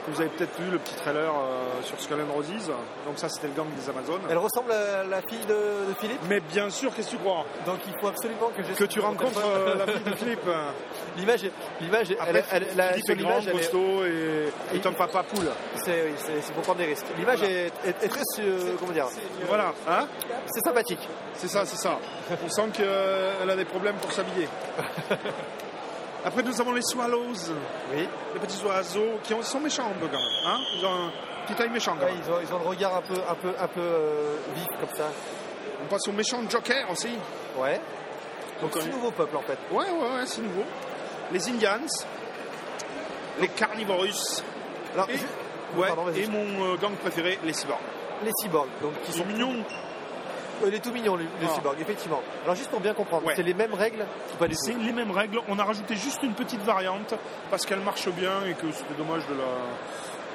Vous avez peut-être vu le petit trailer euh, sur Skull and Roses. Donc ça, c'était le gang des Amazones.
Elle ressemble à la fille de, de Philippe
Mais bien sûr, qu'est-ce que tu crois
Donc il faut absolument que je...
Que tu rencontres euh, la fille de Philippe.
L'image, est- l'image, est-
Après,
elle, elle, la-
Philippe
sur
est grand,
l'image, elle est-
costaud et, et un papa poule.
c'est, oui, c'est, c'est pour prendre des risques. L'image
Voilà.
est, est- est très, euh, comment dire,
Voilà, hein
c'est sympathique.
C'est ça, c'est ça. On sent qu'elle a des problèmes pour s'habiller. Après, nous avons les swallows,
Oui.
les petits oiseaux qui ont- sont méchants un peu quand même. Hein ils ont un petit taille méchant quand
Ouais,
même.
ils, ont, ils ont le regard un peu, un peu, un peu euh, vif comme ça.
On passe au méchant Joker aussi.
Ouais. Donc
Donc, on
c'est
est-
un nouveau peuple en fait.
Ouais, ouais, ouais, c'est nouveau. Les Indians, les Carnivorus
Alors,
et,
ju-
ouais,
pardon, vas-y.
et mon euh, gang préféré, les Cyborgs.
les cyborgs, donc qui
Ils
sont
sont mignons.
Euh, il est tout mignon, le, le
Ah.
cyborg, effectivement. Alors, juste pour bien comprendre,
Ouais.
c'est les mêmes règles pas du
C'est les mêmes règles. On a rajouté juste une petite variante parce qu'elle marche bien et que c'était dommage de la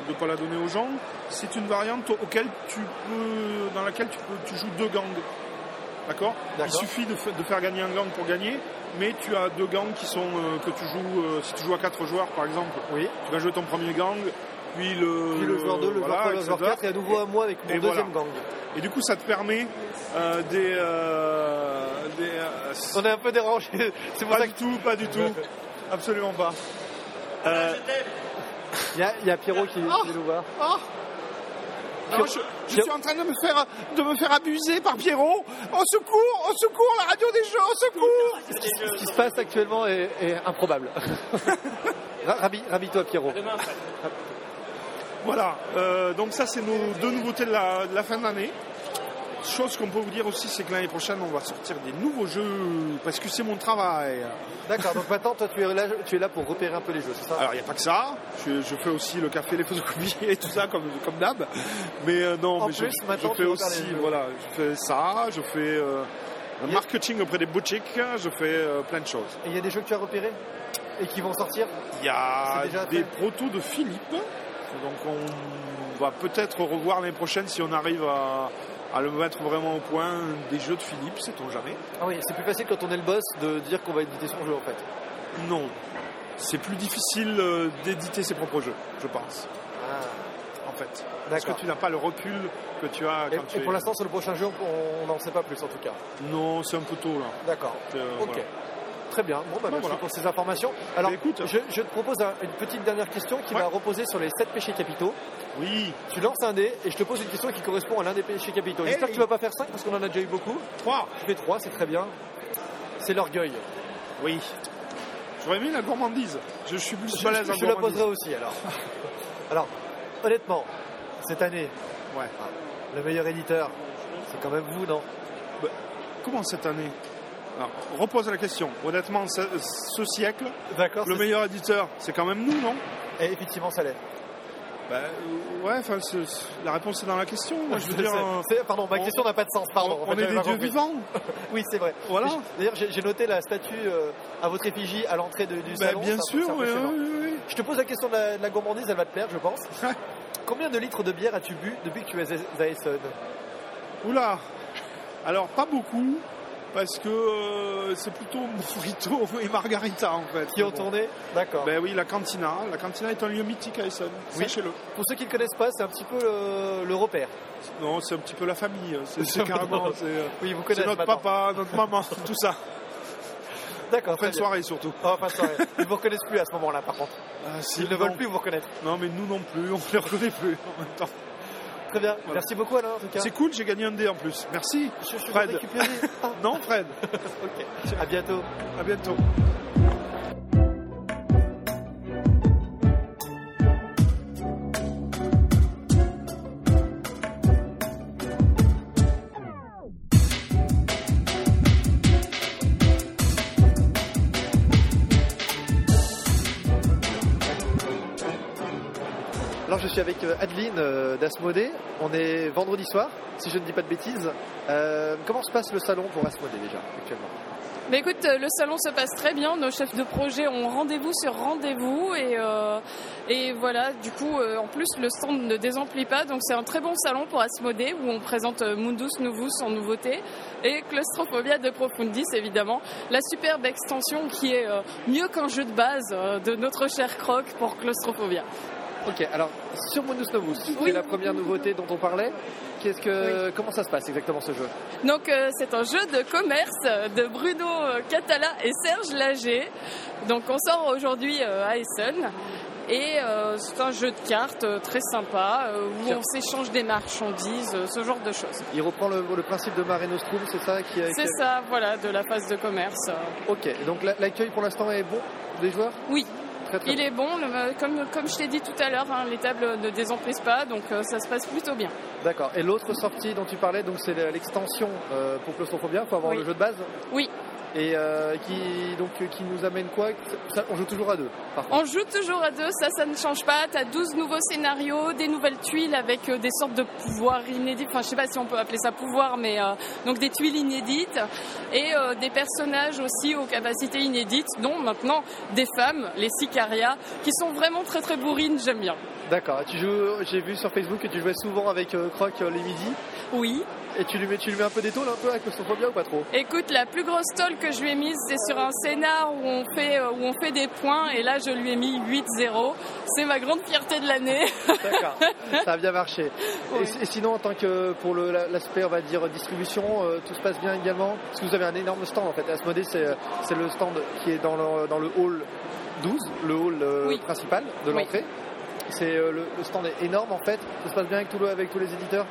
de pas la donner aux gens. C'est une variante auquel tu peux, dans laquelle tu, peux, tu joues deux gangs. D'accord Il
D'accord.
suffit de, fa- de faire gagner un gang pour gagner, mais tu as deux gangs qui sont euh, que tu joues. euh, si tu joues à quatre joueurs, par exemple,
Oui.
tu vas jouer ton premier gang, puis le,
Puis le joueur 2, le
voilà,
joueur 3, le joueur
etc.
4, et à nouveau à moi avec mon
et
deuxième
voilà.
gang.
Et du coup, ça te permet euh, des, euh, des euh,
On est un peu dérangé. C'est pour
pas
ça
du tout, pas du tout. Absolument pas. Euh,
qu'il y a, il y a Pierrot
Oh,
qui qui vient nous voir.
non, je, je suis en train de me faire, de me faire abuser par Pierrot. Au secours, au secours, la radio des jeux, au
Ce
secours
qui se passe actuellement est, est improbable. Ra- Rabi, rabis-toi, Pierrot.
Voilà, euh, donc ça c'est nos deux nouveautés de la, de la fin de l'année. Chose qu'on peut vous dire aussi, c'est que l'année prochaine, on va sortir des nouveaux jeux, parce que c'est mon travail.
D'accord, donc maintenant, toi, tu es, là, tu es là pour repérer un peu les jeux, c'est ça
Alors, il n'y a pas que ça. Je, je fais aussi le café, les photocopies et tout ça, comme, comme d'hab. Mais euh, non,
En
mais
plus,
je,
maintenant,
je
tu
fais
repères les
aussi,
jeux.
voilà, je fais ça, je fais euh, le marketing auprès des boutiques, je fais euh, plein de choses.
Et il y a des jeux que tu as repérés et qui vont sortir
Il y a
C'est déjà
Ah, des
fait.
protos de Philippe, donc on va peut-être revoir l'année prochaine si on arrive à, à le mettre vraiment au point des jeux de Philippe, sait-on jamais.
Ah oui, c'est plus facile quand on est le boss de dire qu'on va éditer son jeu en fait.
Non, c'est plus difficile euh, d'éditer ses propres jeux, je pense,
Ah,
en fait. Parce que
d'accord.
tu n'as pas le recul que tu as quand
Et,
tu
et
es...
pour l'instant, sur le prochain jeu, on- on n'en sait pas plus en tout cas.
Non, c'est un peu tôt là.
D'accord.
Euh,
Ok.
voilà.
Très bien. Bon, bah, merci
voilà.
pour ces informations. Alors,
Mais écoute-
je, je te propose un- une petite dernière question qui
Ouais.
va reposer sur les 7 péchés capitaux.
Oui, Eh
Tu lances un dé et je te pose une question qui correspond à l'un des péchés capitaux. J'espère
Hey.
que tu vas pas faire 5 parce qu'on en a déjà eu beaucoup.
3.
Tu fais 3, c'est très bien. C'est l'orgueil.
Oui. J'aurais aimé la gourmandise. Je suis plus
Je,
balèze
je-
en
je la
gourmandise.
poserai aussi alors. alors, honnêtement, cette année,
Ouais.
le meilleur éditeur, c'est quand même vous, non
Bah, Comment cette année Alors, repose la question. Honnêtement, ce, ce siècle,
D'accord.
le
c'est-
meilleur éditeur, c'est quand même nous, non
Et effectivement, ça l'est.
Bah, euh, ouais, enfin, c'est- c'est- la réponse est dans la question. Moi, je veux dire,
C'est-
euh,
c'est- pardon, ma
on-
question n'a pas de sens. Pardon. En
on
fait,
est
j'avais
des
pas
dieux
compris.
vivants.
Oui, c'est vrai.
Voilà.
Mais je- D'ailleurs, j'ai j'ai noté la statue euh, à votre effigie à l'entrée de- du
Bah,
salon.
bien
C'est
sûr,
impressionnant.
oui, oui, oui.
Je te pose la question de la, de la gourmandise, elle va te plaire, je pense. Combien de litres de bière as-tu bu depuis que tu es à Essen
Oula Alors, pas beaucoup, parce que euh, c'est plutôt Morito et Margarita, en fait.
Qui ont
Bon.
tourné D'accord.
Ben oui, la cantina. La cantina est un lieu mythique à Essen.
Oui.
Sachez-le.
Pour ceux qui ne connaissent pas, c'est un petit peu euh, le, le repère.
Non, c'est un petit peu la famille. hein. C'est c'est carrément. c'est, euh,
Oui, vous connaissez
C'est notre
maintenant.
papa, notre maman, tout ça.
D'accord,
Fin
très
de
bien.
soirée surtout. Ah,
Oh, fin de soirée. Ils ne vous reconnaissent plus à ce moment-là, par contre. Ils ne
non,
veulent plus vous reconnaître.
Non, mais nous non plus, on ne les reconnaît plus en même temps.
Très bien. Merci beaucoup, Alain, en tout cas.
C'est cool, j'ai gagné un dé en plus. Merci.
Je, je vais
Fred.
récupérer. Ah,
Non, Fred.
ok. À bientôt.
À bientôt.
Alors je suis avec euh, Adeline euh, d'Asmodée. On est vendredi soir, si je ne dis pas de bêtises. Euh, comment se passe le salon pour Asmodée déjà actuellement
Mais écoute, euh, le salon se passe très bien. Nos chefs de projet ont rendez-vous sur rendez-vous. Et, euh, et voilà, du coup, euh, en plus, le stand ne désemplit pas. Donc, c'est un très bon salon pour Asmodée où on présente euh, Mundus Novus en nouveauté et Claustrophobia de Profundis, évidemment. La superbe extension qui est euh, mieux qu'un jeu de base euh, de notre cher Croc pour Claustrophobia.
Ok, alors sur Monus Novus, c'est la première nouveauté dont on parlait. Qu'est-ce que, comment ça se passe exactement ce jeu
Donc euh, c'est un jeu de commerce euh, de Bruno euh, Catala et Serge Lager. Donc on sort aujourd'hui euh, à Essen. Et euh, c'est un jeu de cartes euh, très sympa euh, où on s'échange des marchandises, euh, ce genre de choses.
Il reprend le, le principe de Mare Nostrum, c'est ça qui a- qui
C'est
a-
ça, voilà, de la phase de commerce.
Ok, donc la- l'accueil pour l'instant est bon des joueurs
Oui.
Très, très
Il
bon.
est bon, le- comme, comme je t'ai dit tout à l'heure, hein, les tables ne désemplissent pas, donc euh, ça se passe plutôt bien.
D'accord. Et l'autre sortie dont tu parlais, donc c'est l'extension euh, pour claustrophobia, il faut avoir
Oui.
le jeu de base.
Oui.
Et euh, qui donc qui nous amène quoi Ça, On joue toujours à deux. Par contre.
On joue toujours à deux, ça, ça ne change pas. T'as 12 nouveaux scénarios, des nouvelles tuiles avec euh, des sortes de pouvoirs inédits. Enfin, je sais pas si on peut appeler ça pouvoir, mais euh, donc des tuiles inédites et euh, des personnages aussi aux capacités inédites, dont maintenant des femmes, les Sicaria, qui sont vraiment très très bourrines. J'aime bien.
D'accord. Et Tu joues J'ai vu sur Facebook que tu jouais souvent avec euh, Croc euh, les midis.
Oui.
Et tu lui mets, tu lui mets un peu d'étole un peu à claustrophobia ou pas trop
Écoute, la plus grosse tolle que je lui ai mise, c'est sur un scénar où on fait, euh, où on fait des points, et là, je lui ai mis 8-0. C'est ma grande fierté de l'année.
D'accord. Ça a bien marché. Et- Et, sinon, en tant que pour le- la- l'aspect, on va dire, distribution, euh, tout se passe bien également Parce que vous avez un énorme stand en fait. Asmodée, c'est euh, c'est le stand qui est dans le, dans le hall 12, le hall euh, principal de
Oui.
l'entrée. C'est euh, le, le stand est énorme en fait. Ça se passe bien avec, tout le- avec tous les éditeurs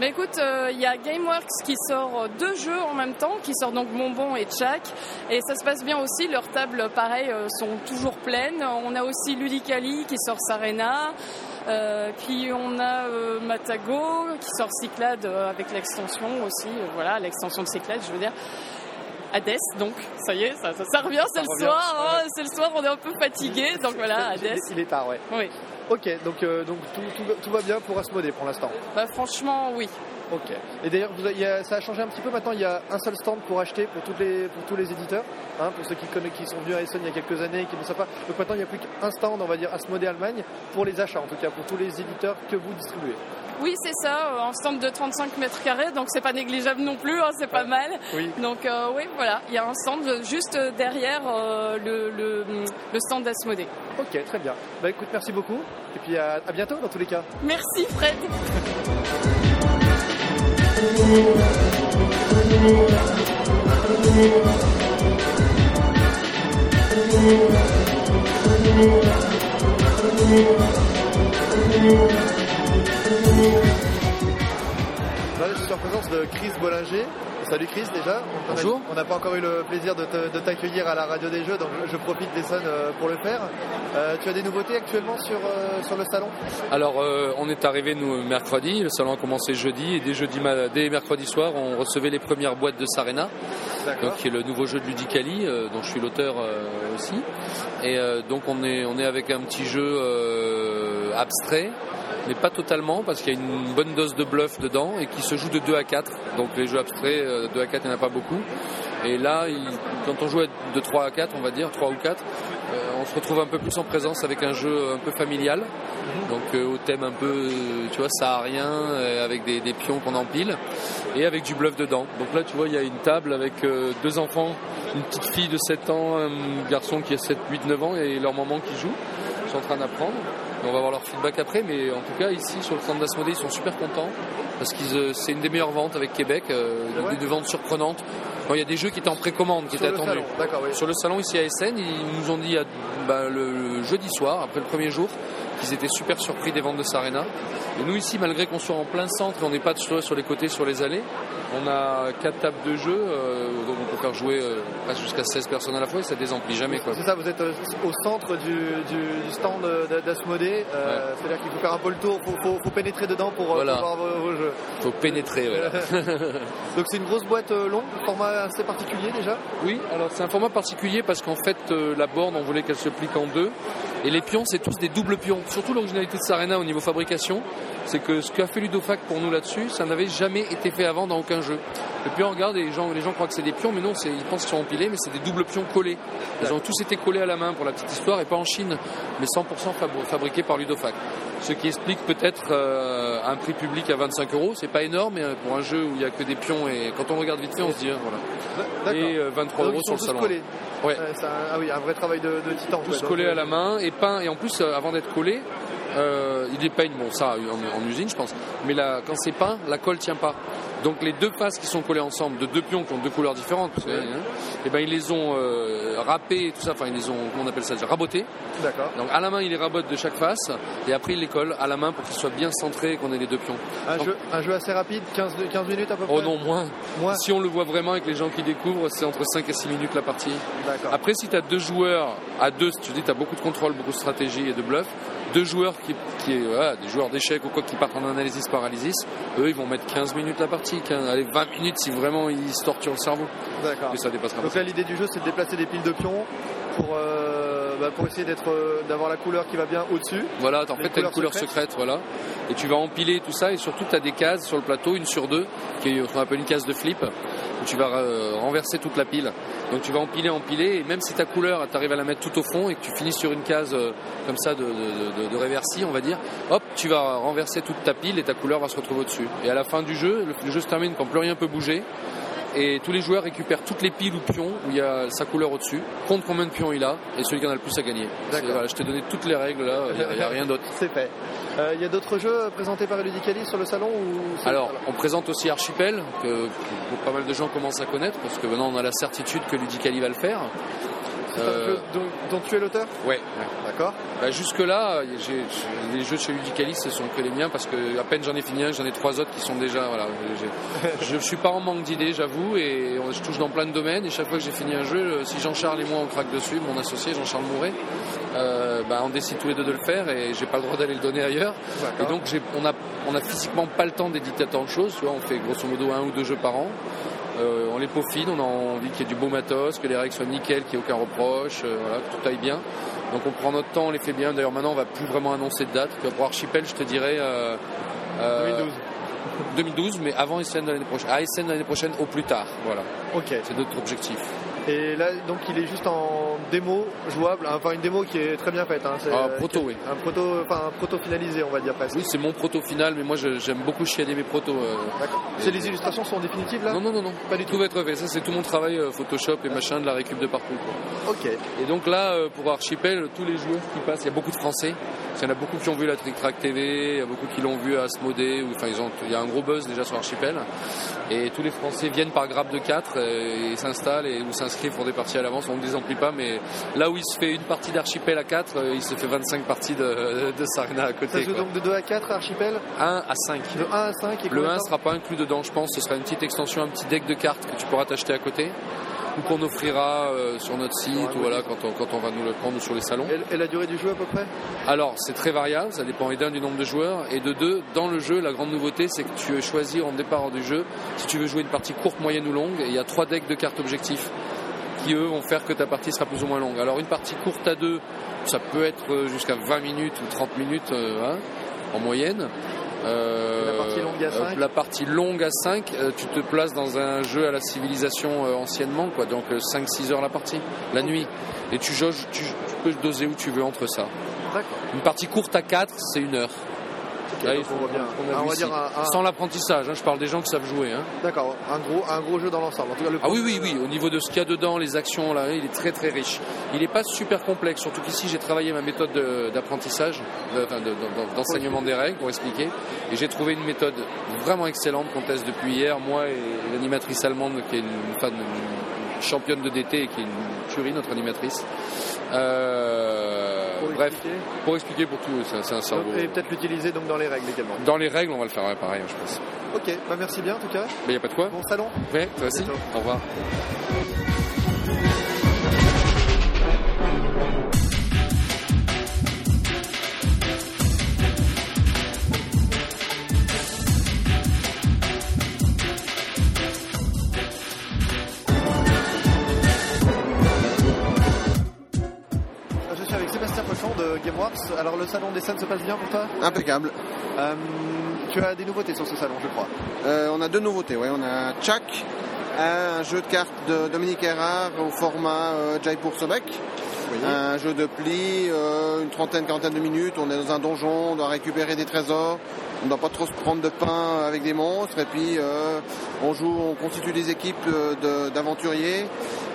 Mais écoute, euh, il y a Gameworks qui sort euh, deux jeux en même temps, qui sort donc Bonbon et Tchak. Et ça se passe bien aussi, leurs tables, pareil, euh, sont toujours pleines. On a aussi Ludicali qui sort Sarena. Euh, puis on a euh, Matago qui sort Cyclade euh, avec l'extension aussi, euh, voilà, l'extension de Cyclade, je veux dire. Hades, donc, ça y est, ça, ça- ça revient, c'est
Ça
le
revient,
soir,
ouais.
hein, c'est le soir, on est un peu fatigué, donc voilà,
Il est-
Hades.
Il est tard, ouais.
Oui.
Ok, donc, euh, donc tout, tout va- tout va bien pour Asmodée pour l'instant.
Bah, franchement, oui.
Ok. Et d'ailleurs, vous avez- il y a- ça a changé un petit peu. Maintenant, il y a un seul stand pour acheter pour, toutes les, pour tous les éditeurs. hein, pour ceux qui, connaissent, qui sont venus à Essen il y a quelques années et qui ne savent pas. Donc maintenant, il n'y a plus qu'un stand, on va dire, Asmodée Allemagne, pour les achats, en tout cas, pour tous les éditeurs que vous distribuez.
Oui, c'est ça, euh, un stand de 35 mètres carrés, donc c'est pas négligeable non plus, hein, c'est pas mal.
Oui.
Donc euh, oui, voilà, il y a un stand juste derrière euh, le, le, le stand d'Asmodée.
Ok, très bien. Bah écoute, merci beaucoup. Et puis à- à bientôt dans tous les cas.
Merci Fred
Là, je suis en présence de Chris Bollinger. Salut Chris déjà. On a-
Bonjour.
On n'a pas encore eu le plaisir de te- de t'accueillir à la radio des jeux, donc je, je profite des scènes euh, pour le faire. Euh, tu as des nouveautés actuellement sur, euh, sur le salon
Alors, euh, on est arrivé nous mercredi, le salon a commencé jeudi, et dès, jeudi, ma- dès mercredi soir, on recevait les premières boîtes de Sarena,
D'accord.
donc, qui est le nouveau jeu de Ludicali, euh, dont je suis l'auteur euh, aussi. Et euh, donc, on est, on est avec un petit jeu euh, abstrait, mais pas totalement, parce qu'il y a une bonne dose de bluff dedans, et qui se joue de 2 à 4. Donc, les jeux abstraits, euh, 2 à 4, il n'y en a pas beaucoup. Et là, il- quand on joue de 3 à 4, on va dire, 3 ou 4, on se retrouve un peu plus en présence avec un jeu un peu familial, donc euh, au thème un peu, euh, tu vois, saharien, euh, avec des, des pions qu'on empile, et avec du bluff dedans. Donc là, tu vois, il y a une table avec euh, deux enfants, une petite fille de 7 ans, un garçon qui a 7, 8, 9 ans, et leur maman qui joue. Ils sont en train d'apprendre. Et On va voir leur feedback après, mais en tout cas, ici, sur le stand d'Asmodée, ils sont super contents, parce que c'est une des meilleures ventes avec Québec, euh,
C'est vrai
des ventes surprenantes. Bon, il y a des jeux qui étaient en précommande, qui
Sur
étaient
le
attendus.
salon, d'accord, oui.
Sur le salon ici à Essen, ils nous ont dit à- bah, le, le jeudi soir, après le premier jour, qu'ils étaient super surpris des ventes de Sarena. Et nous ici, malgré qu'on soit en plein centre, et on n'est pas sur, sur les côtés, sur les allées, on a quatre tables de jeu, euh, donc on peut faire jouer euh, presque jusqu'à 16 personnes à la fois et ça désemplit jamais. Quoi.
C'est ça, vous êtes euh, au centre du, du- du stand euh, d'A- d'Asmodée, euh, c'est-à-dire qu'il faut faire un peu le tour, faut, faut, faut pénétrer dedans pour, euh,
Voilà.
pour voir vos, vos jeux.
Faut pénétrer. voilà.
Donc c'est une grosse boîte euh, longue, format assez particulier déjà.
Oui, alors c'est un format particulier parce qu'en fait euh, la borne on voulait qu'elle se plique en deux et les pions c'est tous des doubles pions. Surtout l'originalité de Sarena au niveau fabrication, c'est que ce qu'a fait Ludofac pour nous là-dessus, ça n'avait jamais été fait avant dans aucun jeu. Le pion regarde et les gens, les gens croient que c'est des pions mais non, c'est- ils pensent qu'ils sont empilés mais c'est des doubles pions collés. Ils ont tous été collés à la main pour la petite histoire et pas en Chine mais 100% fabri- fabriqués par Ludofac. Ce qui explique peut-être euh, un prix public à 25 euros, c'est pas énorme mais euh, pour un jeu où il n'y a que des pions et quand on regarde vite fait on se dit hein, voilà. Et euh, 23
Donc,
euros sur
ils sont
le
tous
salon.
collés.
Ouais.
Euh, c'est un- ah oui, un vrai travail de, de titan.
Tous
quoi.
collés
Donc,
à la main et peints. Et en plus, euh, avant d'être collés, euh, il est peigne, bon ça en, en usine je pense, mais la, quand c'est peint, la colle tient pas. Donc les deux faces qui sont collées ensemble, de deux pions qui ont deux couleurs différentes, vous savez, hein, eh ben ils les ont euh, râpés, et tout ça, enfin ils les ont, comment on appelle ça, déjà, rabotés.
euh, D'accord.
Donc à la main, il les rabote de chaque face, et après il les colle à la main pour qu'ils soient bien centrés et qu'on ait les deux pions.
Un
Donc,
jeu, un jeu assez rapide, 15, de- 15 minutes à peu près
Oh non, moins.
Moins.
Si on le voit vraiment avec les gens qui découvrent, c'est entre 5 et 6 minutes la partie.
D'accord.
Après, si tu as deux joueurs à deux, si tu dis tu as beaucoup de contrôle, beaucoup de stratégie et de bluff, deux joueurs qui, qui voilà, des joueurs d'échecs ou quoi qui partent en analysis paralysis, eux ils vont mettre 15 minutes la partie, 15, allez 20 minutes si vraiment ils se torturent le cerveau.
D'accord.
Mais ça dépassera
Donc
pas.
là, l'idée du jeu, c'est de déplacer des piles de pions pour, euh, bah, pour essayer d'être, euh, d'avoir la couleur qui va bien au-dessus.
Voilà, en
Les
fait, tu as une
couleurs
couleur
secrètes.
secrète, voilà. Et tu vas empiler tout ça, et surtout, tu as des cases sur le plateau, une sur deux, qui est ce qu'on appelle une case de flip, où tu vas euh, renverser toute la pile. Donc tu vas empiler, empiler, et même si ta couleur, tu arrives à la mettre tout au fond, et que tu finis sur une case euh, comme ça de, de, de- de réversi, on va dire, hop, tu vas renverser toute ta pile, et ta couleur va se retrouver au-dessus. Et à la fin du jeu, le, le jeu se termine quand plus rien peut bouger. Et tous les joueurs récupèrent toutes les piles ou pions où il y a sa couleur au-dessus, compte combien de pions il a, et celui qui en a le plus à gagner. C'est-
D'accord.
voilà, je t'ai donné toutes les règles là, il n'y a, rien d'autre.
C'est fait. Euh, Il y a d'autres jeux présentés par Ludicali sur le salon ou c'est-
Alors, on présente aussi Archipel, que, que pas mal de gens commencent à connaître, parce que maintenant on a la certitude que Ludicali va le faire.
c'est un
Euh,
jeu dont, dont tu es l'auteur
Ouais.
D'accord.
Bah, Jusque-là, j'ai- j'ai- les jeux de chez Ludicali, ce sont que les miens, parce que à peine j'en ai fini un, j'en ai trois autres qui sont déjà. Voilà, j'ai- je ne suis pas en manque d'idées, j'avoue, et on- je touche dans plein de domaines, et chaque fois que j'ai fini un jeu, euh, si Jean-Charles et moi on craque dessus, mon associé Jean-Charles Mouret, euh, bah, on décide tous les deux de le faire, et j'ai pas le droit d'aller le donner ailleurs. Et donc, j'ai- on a, on a physiquement pas le temps d'éditer tant de choses, tu vois, on fait grosso modo un ou deux jeux par an. Euh, on les peaufine, on a envie qu'il y ait du beau matos, que les règles soient nickel, qu'il n'y ait aucun reproche, euh, voilà, que tout aille bien. Donc on prend notre temps, on les fait bien. D'ailleurs maintenant on va plus vraiment annoncer de date. Pour Archipel, je te dirais euh, euh,
2012.
2012, mais avant Essen de l'année prochaine. Ah, À Essen de l'année prochaine au plus tard, voilà.
Ok.
C'est notre objectif.
Et là, donc, il est juste en démo jouable, hein, enfin une démo qui est très bien faite. hein, c'est-
Ah, proto,
qui-
oui.
Un proto, enfin un proto finalisé, on va dire presque.
Oui, c'est mon proto final, mais moi je- j'aime beaucoup chialer mes protos. euh,
C'est les illustrations sont définitives là
Non, non, non, non, pas du tout va être fait. Ça, c'est tout mon travail euh, Photoshop et machin de la récup de partout. quoi.
Ok.
Et donc là, euh, pour Archipel, tous les joueurs qui passent, il y a beaucoup de Français. Il y en a beaucoup qui ont vu la Trick Track TV, il y a beaucoup qui l'ont vu à Asmodée. ou- Enfin, ils ont, il y a un gros buzz déjà sur Archipel. Et tous les Français viennent par grappe de 4 et s'installent et ou s'inscrivent pour des parties à l'avance. On ne les emplit pas, mais là où il se fait une partie d'Archipel à 4, euh, il se fait 25 parties de, de Sarna à
Ça
côté.
se joue
quoi.
donc de 2 à 4 archipel
1 à 5.
De 1 à 5 et
Le
combien
1
de temps
sera pas inclus dedans, je pense. Ce sera une petite extension, un petit deck de cartes que tu pourras t'acheter à côté ou qu'on offrira euh, sur notre site ou voilà quand on, quand on va nous le prendre sur les salons.
Et la durée du jeu à peu près
Alors c'est très variable, ça dépend et d'un du nombre de joueurs et de deux dans le jeu la grande nouveauté c'est que tu choisis en départ du jeu si tu veux jouer une partie courte, moyenne ou longue et il y a trois decks de cartes objectifs qui eux vont faire que ta partie sera plus ou moins longue. Alors une partie courte à deux, ça peut être euh, jusqu'à 20 minutes ou 30 minutes euh, hein, en moyenne. Euh,
Et la partie longue à
euh,
cinq
la partie longue à 5, tu te places dans un jeu à la civilisation euh, anciennement, quoi, donc 5-6 heures la partie, la nuit. Et tu, jauges, tu, tu peux doser où tu veux entre ça.
D'accord.
Une partie courte à 4, c'est une heure. Là, il
donc
faut-
on voit bien.
on a
Ah, on
vu
va
ici.
dire un- un-
Sans l'apprentissage, hein, je parle des gens qui savent jouer. hein.
D'accord, un gros, un gros jeu dans l'ensemble. En tout cas, le
Ah oui, oui, oui, au niveau de ce qu'il y a dedans, les actions, là, il est très très riche. Il n'est pas super complexe, surtout qu'ici j'ai travaillé ma méthode de- d'apprentissage, de- enfin, de- de- d'enseignement des règles pour expliquer. Et j'ai trouvé une méthode vraiment excellente qu'on teste depuis hier, moi et l'animatrice allemande qui est une fan, une championne de DT et qui est une tuerie, notre animatrice. Euh, bref, pour expliquer pour tout, c'est un- c'est un cerveau.
Et peut-être l'utiliser donc dans les règles également.
Dans les règles, on va le faire ouais, pareil, hein, je pense.
Ok, bah merci bien en tout cas.
Mais il n'y a pas de quoi
Bon salon
Ouais, toi aussi. Au revoir.
Je suis avec Sébastien Cochon de GameWaps. Alors le salon des scènes se passe bien pour toi
Impeccable.
Euh, Tu as des nouveautés sur ce salon, je crois.
Euh, on a deux nouveautés, ouais. On a Chak, un jeu de cartes de Dominique Erard au format euh, Jaipur Sobek. un jeu de pli, euh, une trentaine, quarantaine de minutes. On est dans un donjon, on doit récupérer des trésors, on ne doit pas trop se prendre de pain avec des monstres. Et puis euh, on joue, on constitue des équipes euh, de- d'aventuriers,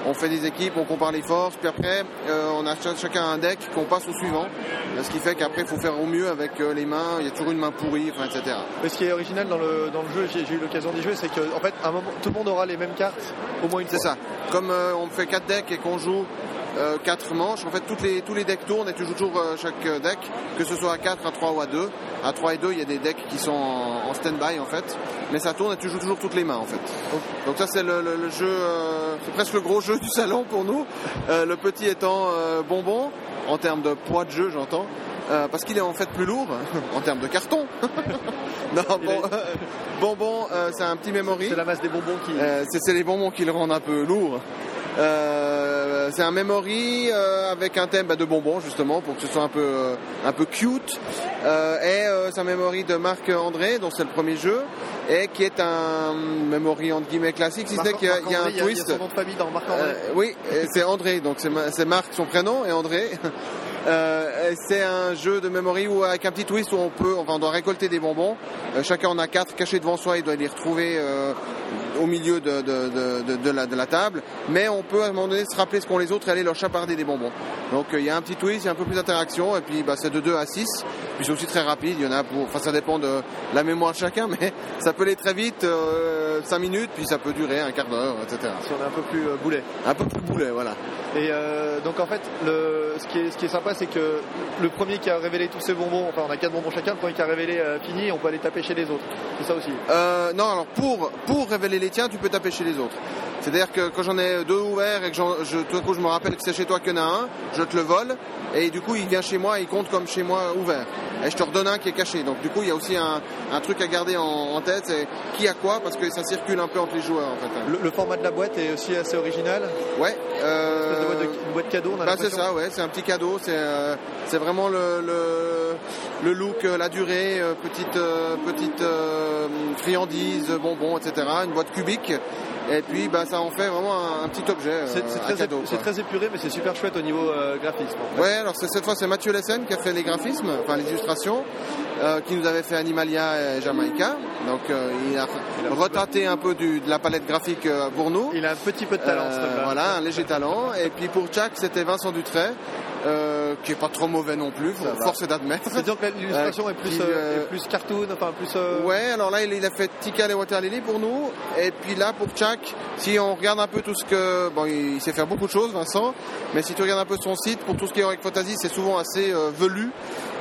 on fait des équipes, on compare les forces. Puis après, euh, on a ch- chacun un deck qu'on passe au suivant. Ce qui fait qu'après, il faut faire au mieux avec euh, les mains. Il y a toujours une main pourrie, enfin, etc.
Mais ce qui est original dans le, dans le jeu, j'ai j'ai eu l'occasion d'y jouer, c'est que en fait, à un moment, tout le monde aura les mêmes cartes, au moins une
C'est ça. Comme euh, on fait 4 decks et qu'on joue 4 manches, en fait toutes les, tous les decks tournent et tu joues toujours euh, chaque euh, deck, que ce soit à 4, à 3 ou à 2. À 3 et 2, il y a des decks qui sont en, en stand-by en fait, mais ça tourne et tu joues toujours toutes les mains en fait. Donc ça c'est le, le- le jeu, euh, c'est presque le gros jeu du salon pour nous, Euh, le petit étant euh, bonbon, en termes de poids de jeu j'entends. euh, parce qu'il est en fait plus lourd en termes de carton. non, bon, euh, bonbon, euh, c'est un petit memory. C'est la
masse des bonbons qui.
Euh, c'est c'est les bonbons qui le rendent un peu lourd. Euh, c'est un memory euh, avec un thème bah, de bonbons justement pour que ce soit un peu euh, un peu cute. Euh, et euh, c'est un memory de Marc André, dont c'est le premier jeu, et qui est un memory entre guillemets classique, si ce n'est
Marc-
qu'il y a-
Marc-André,
il y a un
il y a- il y a
twist.
son nom de famille dans Marc-André.
Euh, oui, et c'est André, donc c'est ma- c'est Marc son prénom et André. Euh, et c'est un jeu de memory où avec un petit twist où on peut, enfin on doit récolter des bonbons. Euh, chacun en a quatre cachés devant soi, il doit les retrouver euh, au milieu de, de- de- de- de la, de la table. Mais on peut à un moment donné se rappeler ce qu'ont les autres et aller leur chaparder des bonbons. Donc euh, il y a un petit twist, il y a un peu plus d'interaction et puis bah, c'est de 2 à 6. Puis c'est aussi très rapide, il y en a pour, enfin ça dépend de la mémoire de chacun, mais ça peut aller très vite, 5 minutes, puis ça peut durer un quart d'heure, etc.
Si on est un peu plus euh, boulet.
Un peu plus boulet, voilà.
Et euh, donc en fait, le, ce, qui est, ce qui est sympa, c'est que le premier qui a révélé tous ses bonbons, enfin on a quatre bonbons chacun, le premier qui a révélé euh, fini, on peut aller taper chez les autres. C'est ça aussi.
Euh, non, alors pour, pour révéler les tiens, tu peux taper chez les autres. C'est-à-dire que quand j'en ai deux ouverts et que j'en- je, tout à coup je me rappelle que c'est chez toi qu'il y en a un, je te le vole et du coup il vient chez moi et il compte comme chez moi ouvert. Et je te redonne un qui est caché. Donc du coup il y a aussi un, un truc à garder en, en tête, c'est qui a quoi parce que ça circule un peu entre les joueurs en fait.
Le, le format de la boîte est aussi assez original.
Ouais. euh,
Une boîte, de- une boîte cadeau, on a
bah, c'est
l'impression.
ça, ouais, c'est un petit cadeau. C'est euh, c'est vraiment le, le, le look, euh, la durée, euh, petite euh, petite euh, friandise, bonbons, etc. Une boîte cubique. Et puis bah ça en fait vraiment un, un petit objet, euh,
C'est c'est
un
très,
cadeau.
épu- c'est
quoi.
très épuré, mais c'est super chouette au niveau euh, graphisme. en fait.
Ouais, alors c'est- cette fois c'est Mathieu Lessen qui a fait les graphismes, enfin les illustrations, euh, qui nous avait fait Animalia et Jamaica. Donc euh, il a retâté un peu du- de la palette graphique euh, pour nous. Euh,
Il a un petit peu de talent, cet homme-là.
Voilà, un léger talent. Et puis pour Jack, c'était Vincent Dutray, euh, qui est pas trop mauvais non plus,
Ça va.
force est d'admettre.
C'est-à-dire que l'illustration est plus,
qui,
euh,
euh,
est plus cartoon, enfin plus. euh,
Ouais, alors là, il il a fait Tikal et Waterlily pour nous. Et puis là, pour Chuck, si on regarde un peu tout ce que. Bon, il il sait faire beaucoup de choses, Vincent. Mais si tu regardes un peu son site, pour tout ce qui est Heroic Fantasy, c'est souvent assez euh, velu.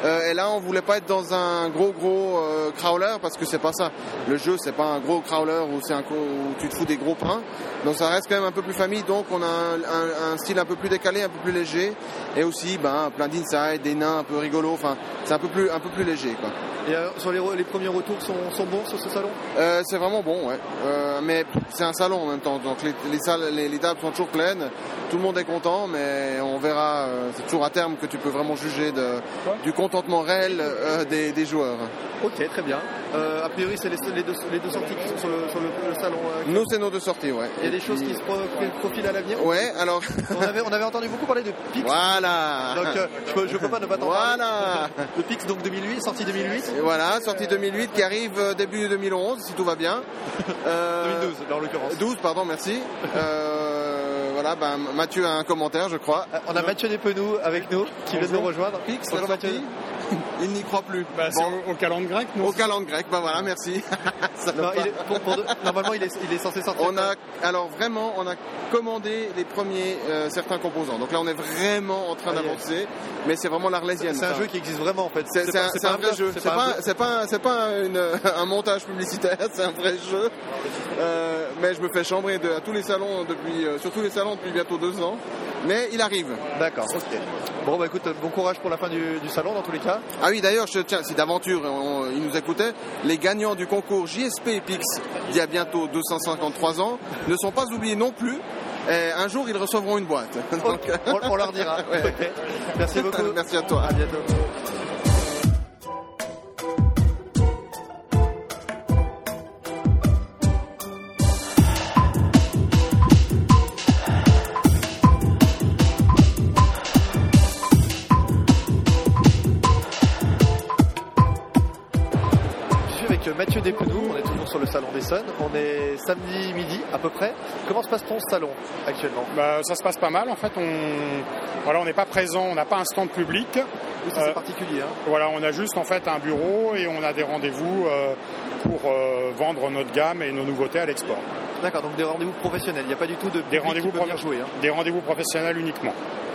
Euh, et là, on voulait pas être dans un gros, gros euh, crawler parce que c'est pas ça. Le jeu, c'est pas un gros crawler où, c'est un co- où tu te fous des gros pains. Donc ça reste quand même un peu plus famille. Donc on a un, un- un style un peu plus décalé, un peu plus léger. Et aussi, ben, plein d'inside, des nains un peu rigolos. Enfin, c'est un peu plus, un peu plus léger, quoi.
Et euh, sur les, re- les premiers retours sont, sont bons sur ce salon
Euh, c'est vraiment bon, ouais. Euh, mais c'est un salon en même temps, donc les, les salles, les, les tables sont toujours pleines. Tout le monde est content, mais on verra. euh, c'est toujours à terme que tu peux vraiment juger de- du contentement réel euh, des, des joueurs.
Ok, très bien. Euh, a priori, c'est les, les deux, les deux sorties qui sont sur le, sur le- le salon. euh,
Nous, c'est nos deux sorties, ouais.
Il y a des choses qui se pro- qui profilent à l'avenir
Ouais, alors.
on, avait, on avait entendu beaucoup parler de Pix.
Voilà.
Donc euh, je, peux, je peux pas ne pas t'en
Voilà.
parler. Le Pix, donc 2008, sorti 2008.
Et voilà, sortie 2008 qui arrive euh, début 2011 si tout va bien. 2012
en l'occurrence.
12 pardon, merci. Euh, voilà, ben, Mathieu a un commentaire je crois.
Euh, On a Mathieu Despenoux avec nous qui vient de nous rejoindre.
Pix,
Bonjour,
la
Mathieu.
sortie Il n'y croit plus.
Bah,
c'est
au calendrier grec, non Au calendrier grec, bah voilà, merci. Ça
Non,
va
il
pas.
est- pour- pour de- normalement, il est, il est censé sortir.
On a, alors vraiment, on a commandé les premiers euh, certains composants. Donc là, on est vraiment en train d'avancer, mais c'est vraiment l'arlésienne.
C'est un
ça.
jeu qui existe vraiment en fait.
C'est c'est un, c'est un vrai
bluff,
jeu. C'est pas,
bluff.
c'est pas, un- c'est pas une- un montage publicitaire. C'est un vrai jeu. Euh, mais je me fais chambrer de, à tous les salons depuis, euh, sur tous les salons depuis bientôt deux ans. Mais il arrive.
D'accord. ok. Bon bah écoute, bon courage pour la fin du, du salon dans tous les cas.
Ah oui, d'ailleurs, je tiens, si d'aventure on- ils nous écoutaient, les gagnants du concours JSP Epix d'il y a bientôt 253 ans ne sont pas oubliés non plus. Et un jour, ils recevront une boîte. Donc,
On, on leur dira. Ok. Merci beaucoup.
Merci à toi.
À bientôt. Mathieu Despenoux, on est toujours sur le salon d'Essonne, on est samedi midi à peu près. Comment se passe ton salon actuellement
Bah, ça se passe pas mal. En fait, on voilà, on n'est pas présent, on n'a pas un stand public.
ça, c'est hein.
particulier. Voilà, on a juste en fait un bureau et on a des rendez-vous euh, pour euh, vendre notre gamme et nos nouveautés à l'export.
D'accord, donc des rendez-vous professionnels, il n'y a pas du tout de
Des
public qui
rendez-vous
peut venir
profe-
jouer. hein.
des rendez-vous professionnels uniquement.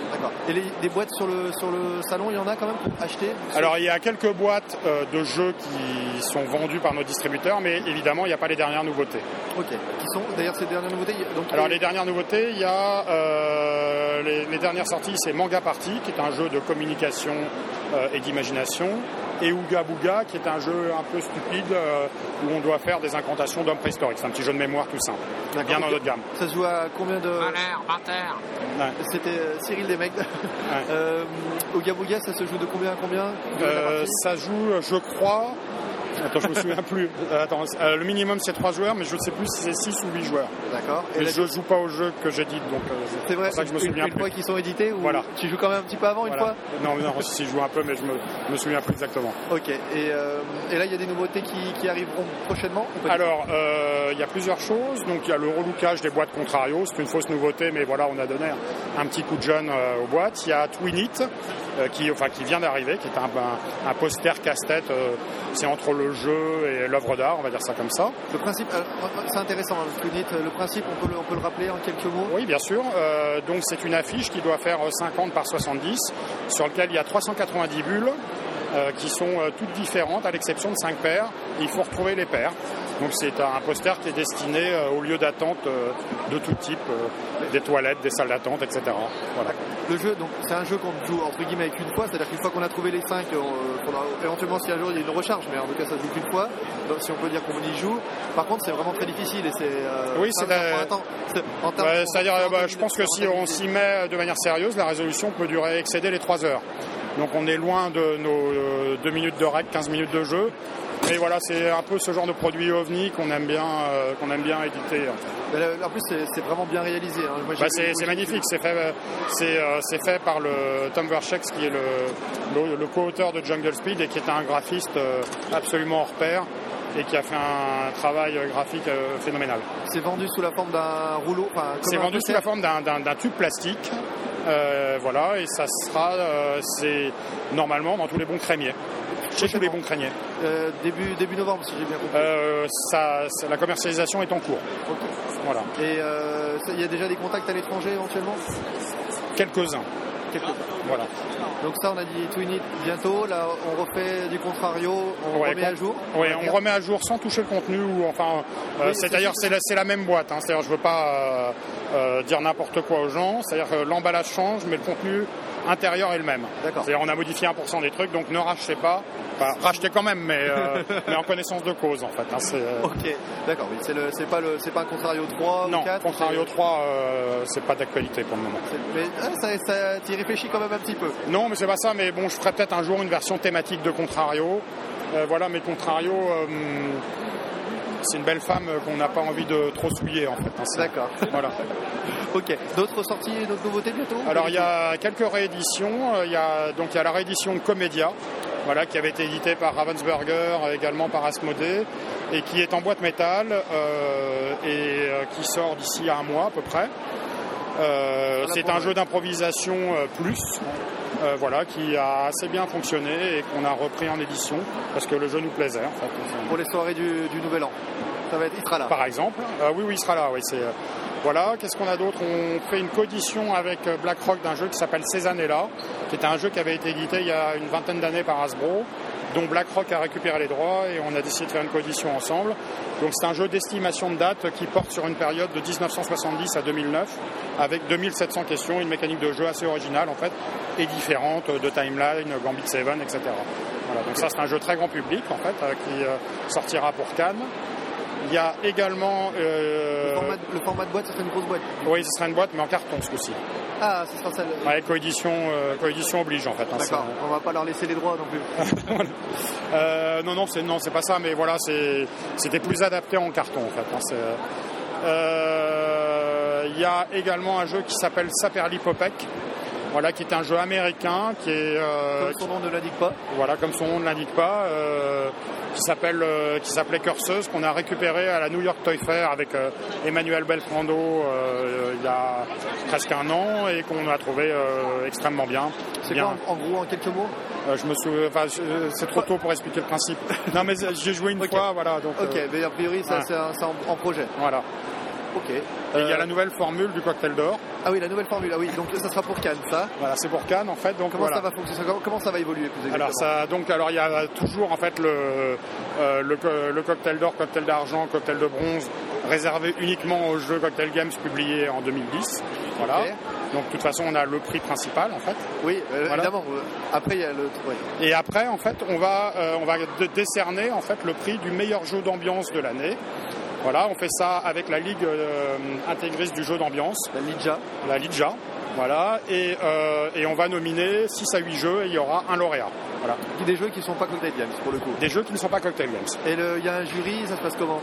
D'accord. Et les- des boîtes sur le, sur le salon, il y en a quand même pour acheter
Alors il y a quelques boîtes euh, de jeux qui sont vendues par nos distributeurs, mais évidemment il n'y a pas les dernières nouveautés.
Ok, qui sont d'ailleurs ces dernières nouveautés il y a- donc, euh,
Alors les dernières nouveautés, il y a euh, les, les dernières sorties, c'est Manga Party, qui est un jeu de communication euh, et d'imagination, et Ouga Booga, qui est un jeu un peu stupide euh, où on doit faire des incantations d'hommes préhistoriques. C'est un petit jeu de mémoire tout simple,
D'accord.
bien dans notre gamme.
Ça se joue à combien de. C'était euh, Cyril Desmecs. Euh, au Gabuga, ça se joue de combien à combien
Euh, ça joue, euh, je crois. Attends, je me souviens plus. Euh, attends, euh, le minimum c'est 3 joueurs, mais je ne sais plus si c'est 6 ou 8 joueurs.
D'accord. Et
Et
la-
je joue pas au jeu que j'ai dit, donc euh,
C'est vrai,
pour ça que je me
une-
souviens
une
plus.
fois qu'ils sont édités ou
Voilà.
tu joues quand même un petit peu avant une fois
Voilà. Non, non, si je joue un peu, mais je me, me souviens plus exactement.
Ok, et, euh, et là il y a des nouveautés qui, qui arriveront prochainement ou pas du
Alors, euh, il y a plusieurs choses. Donc, il y a le relookage des boîtes Contrario. C'est une fausse nouveauté, mais voilà, on a donné un, un petit coup de jeune euh, aux boîtes. Il y a Twinit, euh, qui, enfin, qui vient d'arriver, qui est un, un- un poster casse-tête. euh, c'est entre le jeu et l'œuvre d'art, on va dire ça comme ça.
Le principe, alors, c'est intéressant, hein, ce que vous dites, le principe, on peut le, on peut le rappeler en quelques mots
Oui, bien sûr. Euh, donc c'est une affiche qui doit faire euh, 50 par 70, sur laquelle il y a 390 bulles euh, qui sont euh, toutes différentes, à l'exception de 5 paires. Et il faut retrouver les paires. Donc c'est un poster qui est destiné euh, aux lieux d'attente euh, de tout type, euh, des toilettes, des salles d'attente, etc. Voilà.
Le jeu, donc, c'est un jeu qu'on joue entre guillemets avec une fois, c'est-à-dire qu'une fois qu'on a trouvé les 5, éventuellement si un jour il y a une recharge, mais en tout cas ça se joue qu'une fois, donc, si on peut dire qu'on y joue. Par contre, c'est vraiment très difficile et c'est. euh,
Oui, c'est
ça- ça
la-
prend un temps. C'est- en termes-
Ouais, C'est-à-dire, euh, bah, je pense que si on s'y met de manière sérieuse, la résolution peut durer, excéder les 3 heures. Donc on est loin de nos 2 minutes de règle, 15 minutes de jeu. Mais voilà, c'est un peu ce genre de produit ovni qu'on aime bien, euh, qu'on aime bien éditer. en fait.
Mais là, En plus, c'est c'est vraiment bien réalisé. hein. Moi, j'ai-
Bah, c'est
moi,
c'est
j'ai-
magnifique, c'est fait, euh, c'est euh, c'est fait par le Tom Verchex qui est le, le- le co-auteur de Jungle Speed et qui est un graphiste euh, absolument hors pair et qui a fait un travail graphique euh, phénoménal.
C'est vendu sous la forme d'un rouleau. enfin, comme
C'est
un
vendu
poster.
sous la forme d'un- d'un d'un tube plastique. Euh, voilà, et ça sera, euh, c'est normalement dans tous les bons crémiers. Chez tous les bons crémiers.
Euh, début, début novembre, si j'ai bien compris.
Euh, ça, ça- la commercialisation est en cours. Voilà.
Et euh, ça- il y a déjà des contacts à l'étranger éventuellement
Quelques-uns. Voilà.
Donc ça, on a dit Twinit bientôt. Là, on refait du contrario, on
Ouais,
remet
con-
à jour.
ouais, on remet à jour sans toucher le contenu ou enfin. euh,
Oui,
c'est
c'est
d'ailleurs
sûr.
c'est la, c'est la même boîte. hein. C'est-à-dire je veux pas euh, euh, dire n'importe quoi aux gens. C'est-à-dire que l'emballage change, mais le contenu intérieur est le même. C'est-à-dire on a modifié 1% des trucs, donc ne rachetez pas. Enfin, rachetez quand même, mais, euh, mais en connaissance de cause en fait. hein. C'est, euh,
Ok, d'accord. Oui, c'est le, c'est pas le, c'est pas un contrario 3
Non,
ou 4.
Contrario 3, euh, c'est pas d'actualité pour le moment.
Mais ah, ça, ça t'y réfléchis quand même un petit peu.
Non, mais c'est pas ça, mais bon, je ferai peut-être un jour une version thématique de Contrario. Euh, voilà, mais Contrario, euh, c'est une belle femme euh, qu'on n'a pas envie de trop souiller en fait. hein, c'est-
D'accord.
Voilà.
Ok. D'autres sorties, d'autres nouveautés bientôt
Alors il y a quelques rééditions. Euh, Il y a donc il y a la réédition Comédia, voilà, qui avait été éditée par Ravensburger, euh, également par Asmodée, et qui est en boîte métal euh, et euh, qui sort d'ici à un mois à peu près. Euh,
Voilà
c'est
pour
un
le-
jeu d'improvisation euh, plus, euh, voilà, qui a assez bien fonctionné et qu'on a repris en édition parce que le jeu nous plaisait. en fait.
Pour les soirées du, du Nouvel An. Ça va être, il sera là.
Par exemple. Euh, oui, oui, il sera là. Oui, c'est, euh, voilà, qu'est-ce qu'on a d'autre On fait une codition avec euh, BlackRock d'un jeu qui s'appelle Ces années-là, qui était un jeu qui avait été édité il y a une vingtaine d'années par Hasbro, dont BlackRock a récupéré les droits et on a décidé de faire une codition ensemble. Donc c'est un jeu d'estimation de date qui porte sur une période de 1970 à 2009, avec 2700 questions, une mécanique de jeu assez originale en fait, et différente de Timeline, Gambit 7, etc. Voilà, donc ça c'est un jeu très grand public en fait, euh, qui euh, sortira pour Cannes. Il y a également... euh,
Le, format, le format de boîte, ça sera une grosse boîte.
oui, ce sera une boîte, mais en carton ce coup-ci.
Ah, ce sera celle.
Ouais, coédition, euh, coédition oblige en fait. hein,
D'accord.
c'est-
On va pas leur laisser les droits non plus.
Euh, non, non, c'est non, c'est pas ça, mais voilà, c'est- c'était plus adapté en carton en fait. hein, c'est- euh, Il y a également un jeu qui s'appelle Saperlipopec, Voilà, qui est un jeu américain, qui est. euh,
Comme son nom ne l'indique pas.
Voilà, comme son nom ne l'indique pas, euh, qui s'appelle, euh, qui s'appelait Curseuse, qu'on a récupéré à la New York Toy Fair avec euh, Emmanuel Beltrando euh, il y a presque un an et qu'on a trouvé euh, extrêmement bien.
C'est
bien.
quoi en, en gros en quelques mots
Euh, je me souviens, enfin, je- c'est trop tôt pour expliquer le principe. Non, mais j'ai joué une fois, voilà. Donc, euh,
Ok, mais a priori, ça, c'est un- c'est en, en projet.
Voilà.
Ok. Euh,
Et il y a la nouvelle formule du cocktail d'or.
Ah oui, la nouvelle formule, ah oui, donc ça sera pour Cannes, ça
Voilà, c'est pour Cannes en fait. Donc
comment
voilà.
ça va fonctionner comment, comment ça va évoluer plus exactement
Alors ça, donc alors il y a toujours en fait le euh, le, co- le cocktail d'or, cocktail d'argent, cocktail de bronze réservé uniquement aux jeux Cocktail Games publiés en 2010. Voilà.
Ok.
Donc de toute façon on a le prix principal en fait.
Oui, euh,
Voilà.
évidemment. euh, Après, il y a le. ouais.
Et après, en fait, on va, euh, on va dé- décerner en fait le prix du meilleur jeu d'ambiance de l'année. Voilà, on fait ça avec la Ligue euh, intégriste du jeu d'ambiance.
La Lidja.
La Lidja, voilà. Et, euh, et on va nominer 6 à 8 jeux et il y aura un lauréat. Voilà.
Des jeux qui ne sont pas Cocktail Games, pour le coup.
Des jeux qui ne sont pas Cocktail Games.
Et le- il y a un jury, ça se passe comment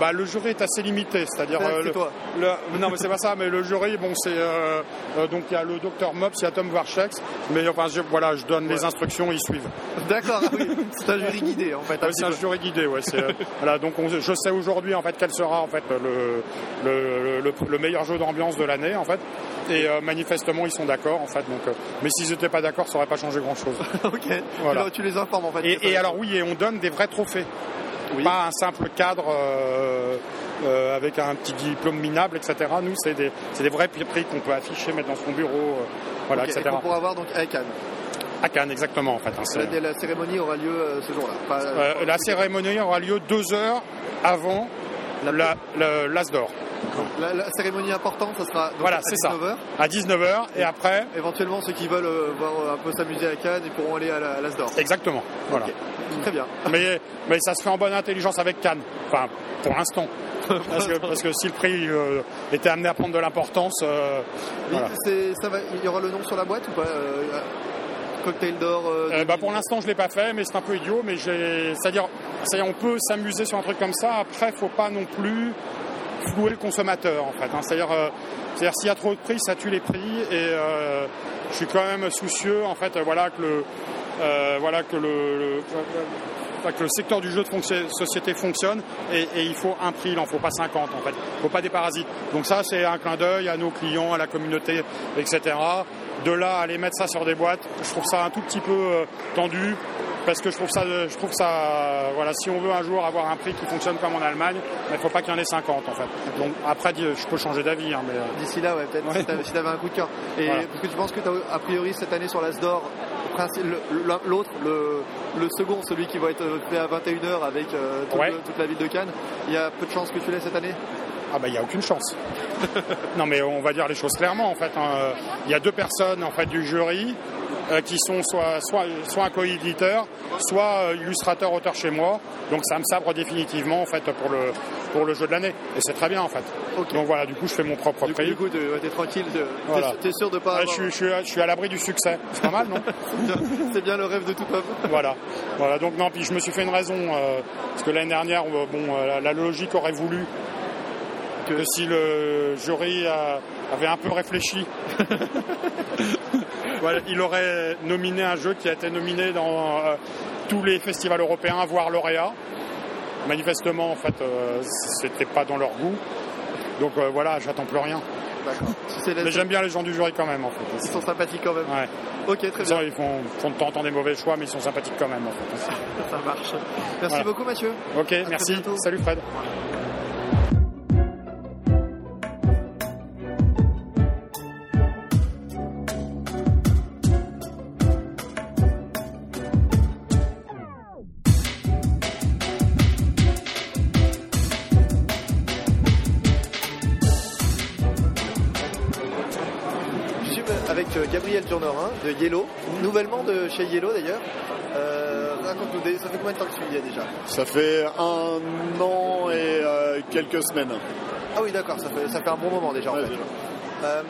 Bah, le jury est assez limité, c'est-à-dire. euh,
Ah, c'est
le,
toi.
le- non, mais c'est pas ça, mais le jury, bon, c'est. euh, euh, donc il y a le docteur Mops, il y a Tom Warchex, mais enfin, je- voilà, je donne les instructions, ils suivent.
D'accord, ah oui, c'est un jury guidé en fait.
Ouais, c'est un jury guidé, ouais. c'est, euh, voilà, donc on- je sais aujourd'hui en fait quel sera en fait le, le, le- le meilleur jeu d'ambiance de l'année en fait. Et euh, manifestement ils sont d'accord en fait. Donc, euh, mais s'ils n'étaient pas d'accord, ça aurait pas changé grand chose.
ok. Alors, tu les informes en fait.
Et, et alors oui, et on donne des vrais trophées. Pas un simple cadre euh, euh, avec un petit diplôme minable, etc. Nous, c'est des, c'est des vrais prix qu'on peut afficher, mettre dans son bureau, euh, voilà,
Ok, et
etc.
qu'on pourra voir donc à Cannes.
À Cannes, exactement, en fait. hein, c'est-
La, la cérémonie aura lieu euh, ce jour-là. Enfin,
euh, la cérémonie aura lieu deux heures avant la, le- l'As d'or.
la- la cérémonie importante, ça sera donc,
Voilà,
à
c'est ça.
19h.
À 19h et après.
Éventuellement, ceux qui veulent euh, voir euh, un peu s'amuser à Cannes, ils pourront aller à la- à l'Asdor.
Exactement. Voilà.
Très bien.
Mais, mais ça se fait en bonne intelligence avec Cannes. Enfin, pour l'instant. Parce que, parce que si le prix euh, était amené à prendre de l'importance. euh, voilà.
C'est- ça va- il y aura le nom sur la boîte ou pas euh, euh, Cocktail d'or. euh,
Euh, bah, pour l'instant, je l'ai pas fait, mais c'est un peu idiot. Mais j'ai, c'est-à-dire, c'est-à-dire, on peut s'amuser sur un truc comme ça. Après, faut pas non plus flouer le consommateur, en fait. hein. C'est-à-dire, euh, c'est-à-dire, s'il y a trop de prix, ça tue les prix. Et euh, je suis quand même soucieux, en fait, euh, voilà que le, euh, voilà que le. le- enfin, que le secteur du jeu de fonction- société fonctionne et, et il faut un prix, il en faut pas 50 en fait, il faut pas des parasites. Donc ça c'est un clin d'œil à nos clients, à la communauté, etc. De là à aller mettre ça sur des boîtes, je trouve ça un tout petit peu euh, tendu parce que je trouve ça, je trouve ça, euh, voilà, si on veut un jour avoir un prix qui fonctionne comme en Allemagne, il faut pas qu'il y en ait 50 en fait. Donc après je peux changer d'avis, hein, mais. euh,
D'ici là, ouais, peut-être si t'avais- si t'avais un coup de cœur. Et
Voilà.
parce que je pense que t'as, a priori cette année sur l'Asdor, princi- le- le- l'autre, le, le second, celui qui va être euh, fait à 21h avec euh, tout
Ouais.
le- toute la ville de Cannes, il y a peu de chances que tu l'aies cette année
Ah bah il n'y a aucune chance. non mais on va dire les choses clairement en fait. hein. Il y a deux personnes en fait du jury euh, qui sont soit soit soit un co-éditeur, soit euh, illustrateur auteur chez moi. Donc ça me sabre définitivement en fait pour le pour le jeu de l'année. Et c'est très bien en fait. Donc voilà du coup je fais mon propre prix.
Du coup, t'es, ouais, t'es tranquille, t'es,
Voilà.
t'es- t'es sûr de pas.
Ouais, je,
avoir-
suis, je suis à- je suis à l'abri du succès. C'est pas mal, non
C'est bien le rêve de tout peuple.
Voilà. Voilà. Donc non, puis je me suis fait une raison euh, parce que l'année dernière, euh, bon, euh, la, la logique aurait voulu que si le jury euh, avait un peu réfléchi, voilà, il aurait nominé un jeu qui a été nominé dans euh, tous les festivals européens, voire lauréat. Manifestement, en fait, euh, c'était pas dans leur goût. Donc euh, voilà, j'attends plus rien.
c'est la-
Mais j'aime bien les gens du jury quand même. En fait. Ils
sont sympathiques quand même.
Ouais.
Ok, très
bien. Ils font, font de temps en temps des mauvais choix, mais ils sont sympathiques quand même. En fait.
Ça marche. Merci
Voilà.
beaucoup, Mathieu.
Ok, merci. Salut Fred.
Je suis avec euh, Gabriel Durnorin de Yellow, nouvellement de chez Yellow d'ailleurs. Euh, Raconte-nous, des- ça fait combien de temps que tu y es déjà
Ça fait un an et euh, quelques semaines.
Ah oui, d'accord, ça fait, ça fait un bon moment déjà en fait. Euh,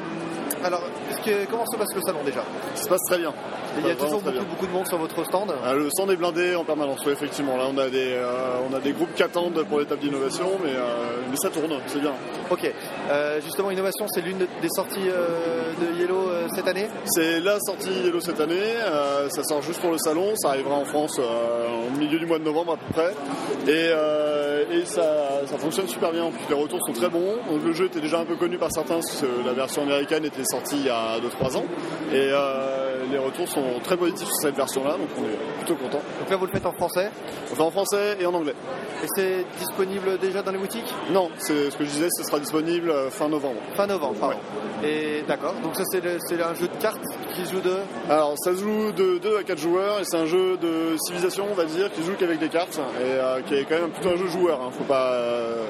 alors, est-ce que- comment se passe le salon déjà
Ça se passe très bien. Ça
Il y a
se passe
toujours
vraiment très
beaucoup,
bien.
beaucoup de monde sur votre stand.
Ah, le stand est blindé en permanence, oui, effectivement. Là, on a des, euh, on a des groupes qui attendent pour l'étape d'innovation, mais, euh, mais ça tourne, c'est bien.
Ok. Euh, justement, Innovation, c'est l'une de- des sorties euh, de Yellow euh, cette année.
C'est la sortie Yellow cette année, euh, ça sort juste pour le salon, ça arrivera en France euh, au milieu du mois de novembre à peu près. Et, euh, et ça, ça fonctionne super bien, en plus les retours sont très bons. Donc, le jeu était déjà un peu connu par certains, parce que la version américaine était sortie il y a 2-3 ans. Et euh, les retours sont très positifs sur cette version-là, donc on est plutôt content.
Donc là, vous le faites en français
On fait en français et en anglais.
Et c'est disponible déjà dans les boutiques
Non, c'est ce que je disais, ce sera disponible euh, fin novembre.
Fin novembre, pardon. Et d'accord, donc ça c'est le- c'est un jeu de cartes qui se joue de...
Alors ça se joue de 2 à 4 joueurs et c'est un jeu de civilisation on va dire qui se joue qu'avec des cartes et euh, qui est quand même plutôt un jeu joueur. hein. Faut pas, euh,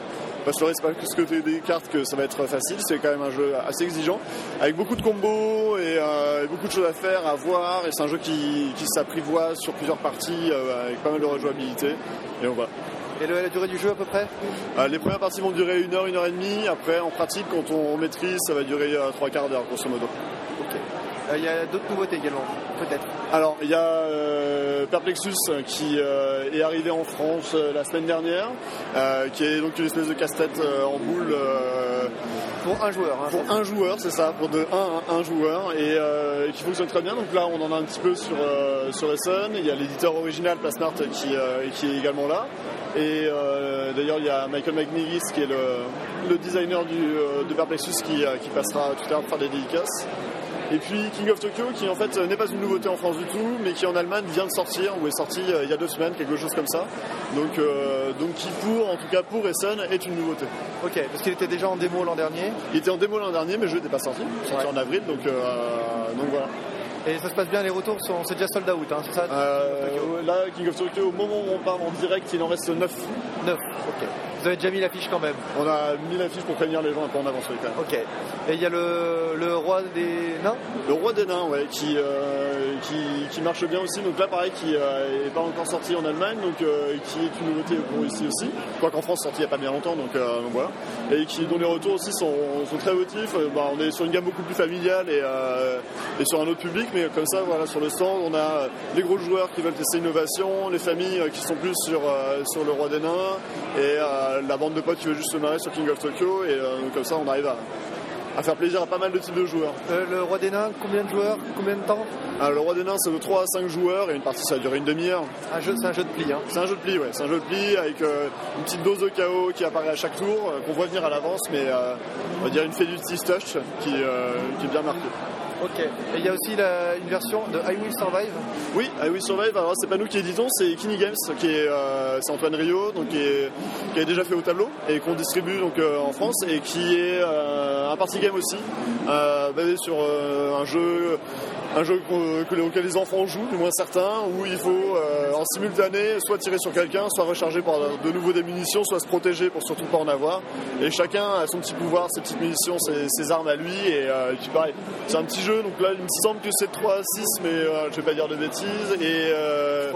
pas se leurrer, c'est pas parce que t'as des cartes que ça va être facile, c'est quand même un jeu assez exigeant avec beaucoup de combos et, euh, et beaucoup de choses à faire, à voir et c'est un jeu qui, qui s'apprivoise sur plusieurs parties euh, avec pas mal de rejouabilité et on va.
Et le- la durée du jeu à peu près
Euh, les premières parties vont durer une heure, une heure et demie. Après, en pratique, quand on maîtrise, ça va durer euh, trois quarts d'heure, grosso modo.
Euh, Il y a d'autres nouveautés également, peut-être.
Alors, il y a euh, Perplexus euh, qui euh, est arrivé en France euh, la semaine dernière, euh, qui est donc une espèce de casse-tête euh, en boule. euh,
pour un joueur. hein,
pour un joueur, c'est ça, pour de 1 à 1 joueur, et, euh, et qui fonctionne très bien. Donc là, on en a un petit peu sur, euh, sur Essen. Il y a l'éditeur original, Plasmart, qui, euh, qui est également là. Et euh, d'ailleurs, il y a Michael McNiggis, qui est le, le designer du, euh, de Perplexus, qui, euh, qui passera tout à l'heure pour faire des dédicaces. Et puis King of Tokyo, qui en fait euh, n'est pas une nouveauté en France du tout, mais qui en Allemagne vient de sortir, ou est sorti euh, il y a deux semaines, quelque chose comme ça. Donc, euh, donc qui pour, en tout cas pour Essen, est une nouveauté.
Ok, parce qu'il était déjà en démo l'an dernier
Il était en démo l'an dernier, mais le jeu n'était pas sorti, il est sorti en avril, donc, euh, donc voilà.
Et ça se passe bien, les retours sont... C'est déjà sold out, hein, c'est ça
Euh, là, King of Tokyo, au moment où on parle en direct, il en reste 9.
9, ok. Vous avez déjà mis l'affiche quand même
On a mis l'affiche pour prévenir les gens un peu en avance, oui, quand même.
Ok. Et il y a le, euh, le roi des nains
Le roi des nains, ouais, qui, euh, qui, qui marche bien aussi. Donc là, pareil, qui n'est pas encore sorti en Allemagne, donc euh, qui est une nouveauté pour ici aussi. Quoiqu'en France, sorti il n'y a pas bien longtemps, donc, euh, donc voilà. Et qui, dont les retours aussi sont, sont très motifs. on est sur une gamme beaucoup plus familiale et, euh, et sur un autre public, mais comme ça, voilà, sur le stand, on a les gros joueurs qui veulent tester l'innovation, les familles euh, qui sont plus sur, euh, sur le roi des nains, et euh, la bande de potes qui veut juste se marrer sur King of Tokyo, et euh, donc comme ça, on arrive à, à faire plaisir à pas mal de types de joueurs.
Euh, le roi des nains, combien de joueurs Combien de temps
Ah, le roi des nains, c'est de 3 à 5 joueurs et une partie, ça va durer une demi-heure.
Un jeu, c'est un jeu de pli. Hein.
C'est un jeu de pli, ouais. C'est un jeu de pli avec euh, une petite dose de chaos qui apparaît à chaque tour, euh, qu'on voit venir à l'avance, mais euh, on va dire une Fedutis Touch qui, euh, qui est bien marquée.
Ok. Et il y a aussi la- une version de I Will Survive.
Oui, I Will Survive, alors c'est pas nous qui éditons, c'est Kini Games, qui est, euh, c'est Antoine Rio, donc qui, est- qui a déjà fait au tableau et qu'on distribue donc euh, en France et qui est euh, un party game aussi, euh, basé sur euh, un jeu, un jeu qu'au- que- auquel les enfants jouent, du moins certains, où il faut euh, en simultané soit tirer sur quelqu'un, soit recharger par de nouveau des munitions, soit se protéger pour surtout pas en avoir. Et chacun a son petit pouvoir, ses petites munitions, ses, ses armes à lui. Et euh, puis pareil, c'est un petit jeu, donc là il me semble que c'est 3 à 6, mais euh, je vais pas dire de bêtises. Et, euh,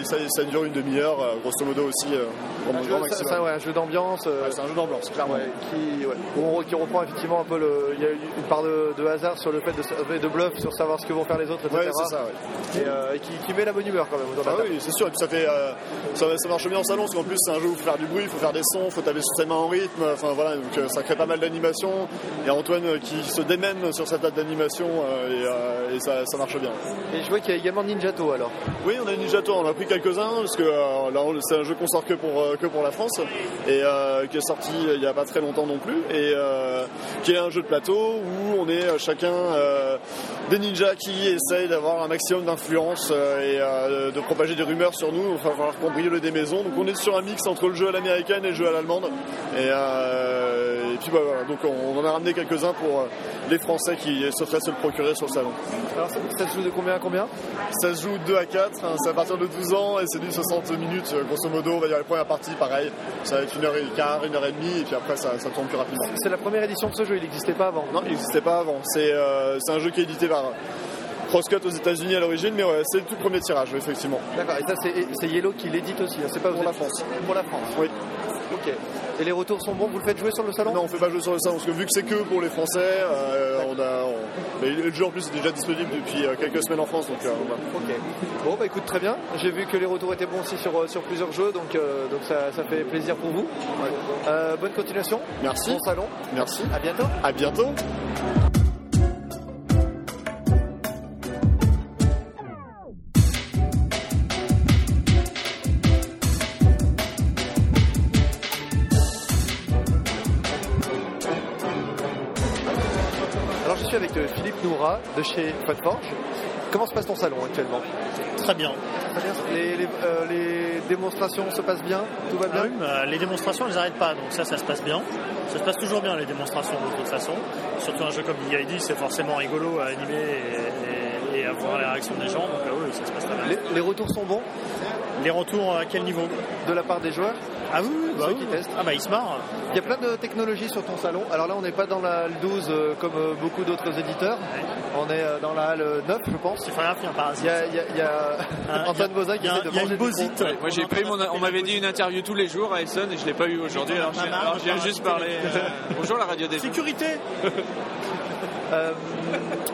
et ça, ça dure une demi-heure, euh, grosso modo aussi. euh, grand-
Un
grand
jeu,
maximum.
Ah, ça- ça, ouais, un jeu d'ambiance. euh,
c'est un jeu d'ambiance, clairement.
ouais, qui, ouais, où on- qui reprend effectivement un peu le. Il y a eu une part de, de hasard sur le fait de, sa- de bluff, sur savoir ce que vont faire les autres, etc.
Ouais, c'est ça, ouais.
Et euh, et qui, qui met la bonne humeur quand même. autour de
Ah
la table.
oui, c'est sûr. Et puis ça fait, euh, ça, ça marche bien en salon, parce qu'en plus c'est un jeu où il faut faire du bruit, il faut faire des sons, il faut taper sur ses mains en rythme. Enfin voilà, donc euh, ça crée pas mal d'animation. Il y a Antoine euh, qui se démène sur sa table d'animation euh, et, euh, et ça, ça marche bien.
Et je vois qu'il y a également Ninjato alors.
Oui, on a Ninjato, on en a pris quelques-uns parce que euh, là on- c'est un jeu qu'on sort que pour euh, que pour la France et euh, qui est sorti euh, il y a pas très longtemps non plus et euh, qui est un jeu de plateau où on est euh, chacun euh, des ninjas qui essayent d'avoir un maximum d'influence euh, et euh, de propager des rumeurs sur nous. Il va falloir qu'on brille des maisons. Donc on est sur un mix entre le jeu à l'américaine et le jeu à l'allemande. Et, euh, et puis bah, voilà, donc on en a ramené quelques-uns pour euh, les Français qui souhaiteraient se le procurer sur le salon.
Alors ça, ça se joue de combien à combien
Ça se joue 2 à 4, hein, c'est à partir de 12 ans et c'est du 60 minutes euh, grosso modo. On va dire la première partie, pareil, ça va être une heure et quart, une heure et demie, et puis après ça, ça tourne plus rapidement.
C'est la première édition de ce jeu, il n'existait pas avant.
Non, il n'existait pas avant. C'est euh, c'est un jeu qui est édité par Crosscut aux États-Unis à l'origine, mais ouais, c'est le tout premier tirage, effectivement.
D'accord, et ça c'est- c'est Yellow qui l'édite aussi, hein, c'est pas pour la
France.
Pour la France.
Oui.
Ok. Et les retours sont bons Vous le faites jouer sur le salon
Non, on fait pas jouer sur le salon parce que vu que c'est que pour les Français, euh, on a. on- Mais le jeu en plus est déjà disponible depuis euh, quelques semaines en France, donc. euh, on va-
Ok. Bon, bah écoute, très bien. J'ai vu que les retours étaient bons aussi sur, euh, sur plusieurs jeux, donc, euh, donc ça, ça fait plaisir pour vous. Euh, bonne continuation.
Merci.
Bon salon.
Merci.
À bientôt.
À bientôt.
Alors, je suis avec euh, Philippe Noura de chez Podforge. Comment se passe ton salon actuellement
Très bien.
Les, les- euh, les démonstrations se passent bien Tout va bien
Ah oui, bah, les démonstrations, elles n'arrêtent pas, donc ça, ça se passe bien. Ça se passe toujours bien, les démonstrations, de toute façon. Surtout un jeu comme EID, c'est forcément rigolo à animer et, et- et à voir la réaction des gens, donc euh, oui, ça se passe très bien.
Les, les retours sont bons
Les retours à quel niveau
De la part des joueurs
Ah oui, oui, bah,
Ceux
oui.
qui testent.
Ah bah, ils se marrent.
Il y a plein de technologies sur ton salon. Alors là, on n'est pas dans la halle 12 euh, comme euh, beaucoup d'autres éditeurs. On est euh, dans la halle 9, je pense.
C'est pas grave, il y a un parasite. Ah,
Il y a, il y a Antoine Boza qui
il Euh, y a-
essaie de
il y a
manger
une
du
bosite.
micro.
Ouais,
Moi, j'ai pris mon, on m'avait dit une interview tous les jours à Essen et je l'ai pas eu aujourd'hui. Alors, j'ai- alors, j'ai juste parlé. euh, bonjour la radio des.
Sécurité.
Euh,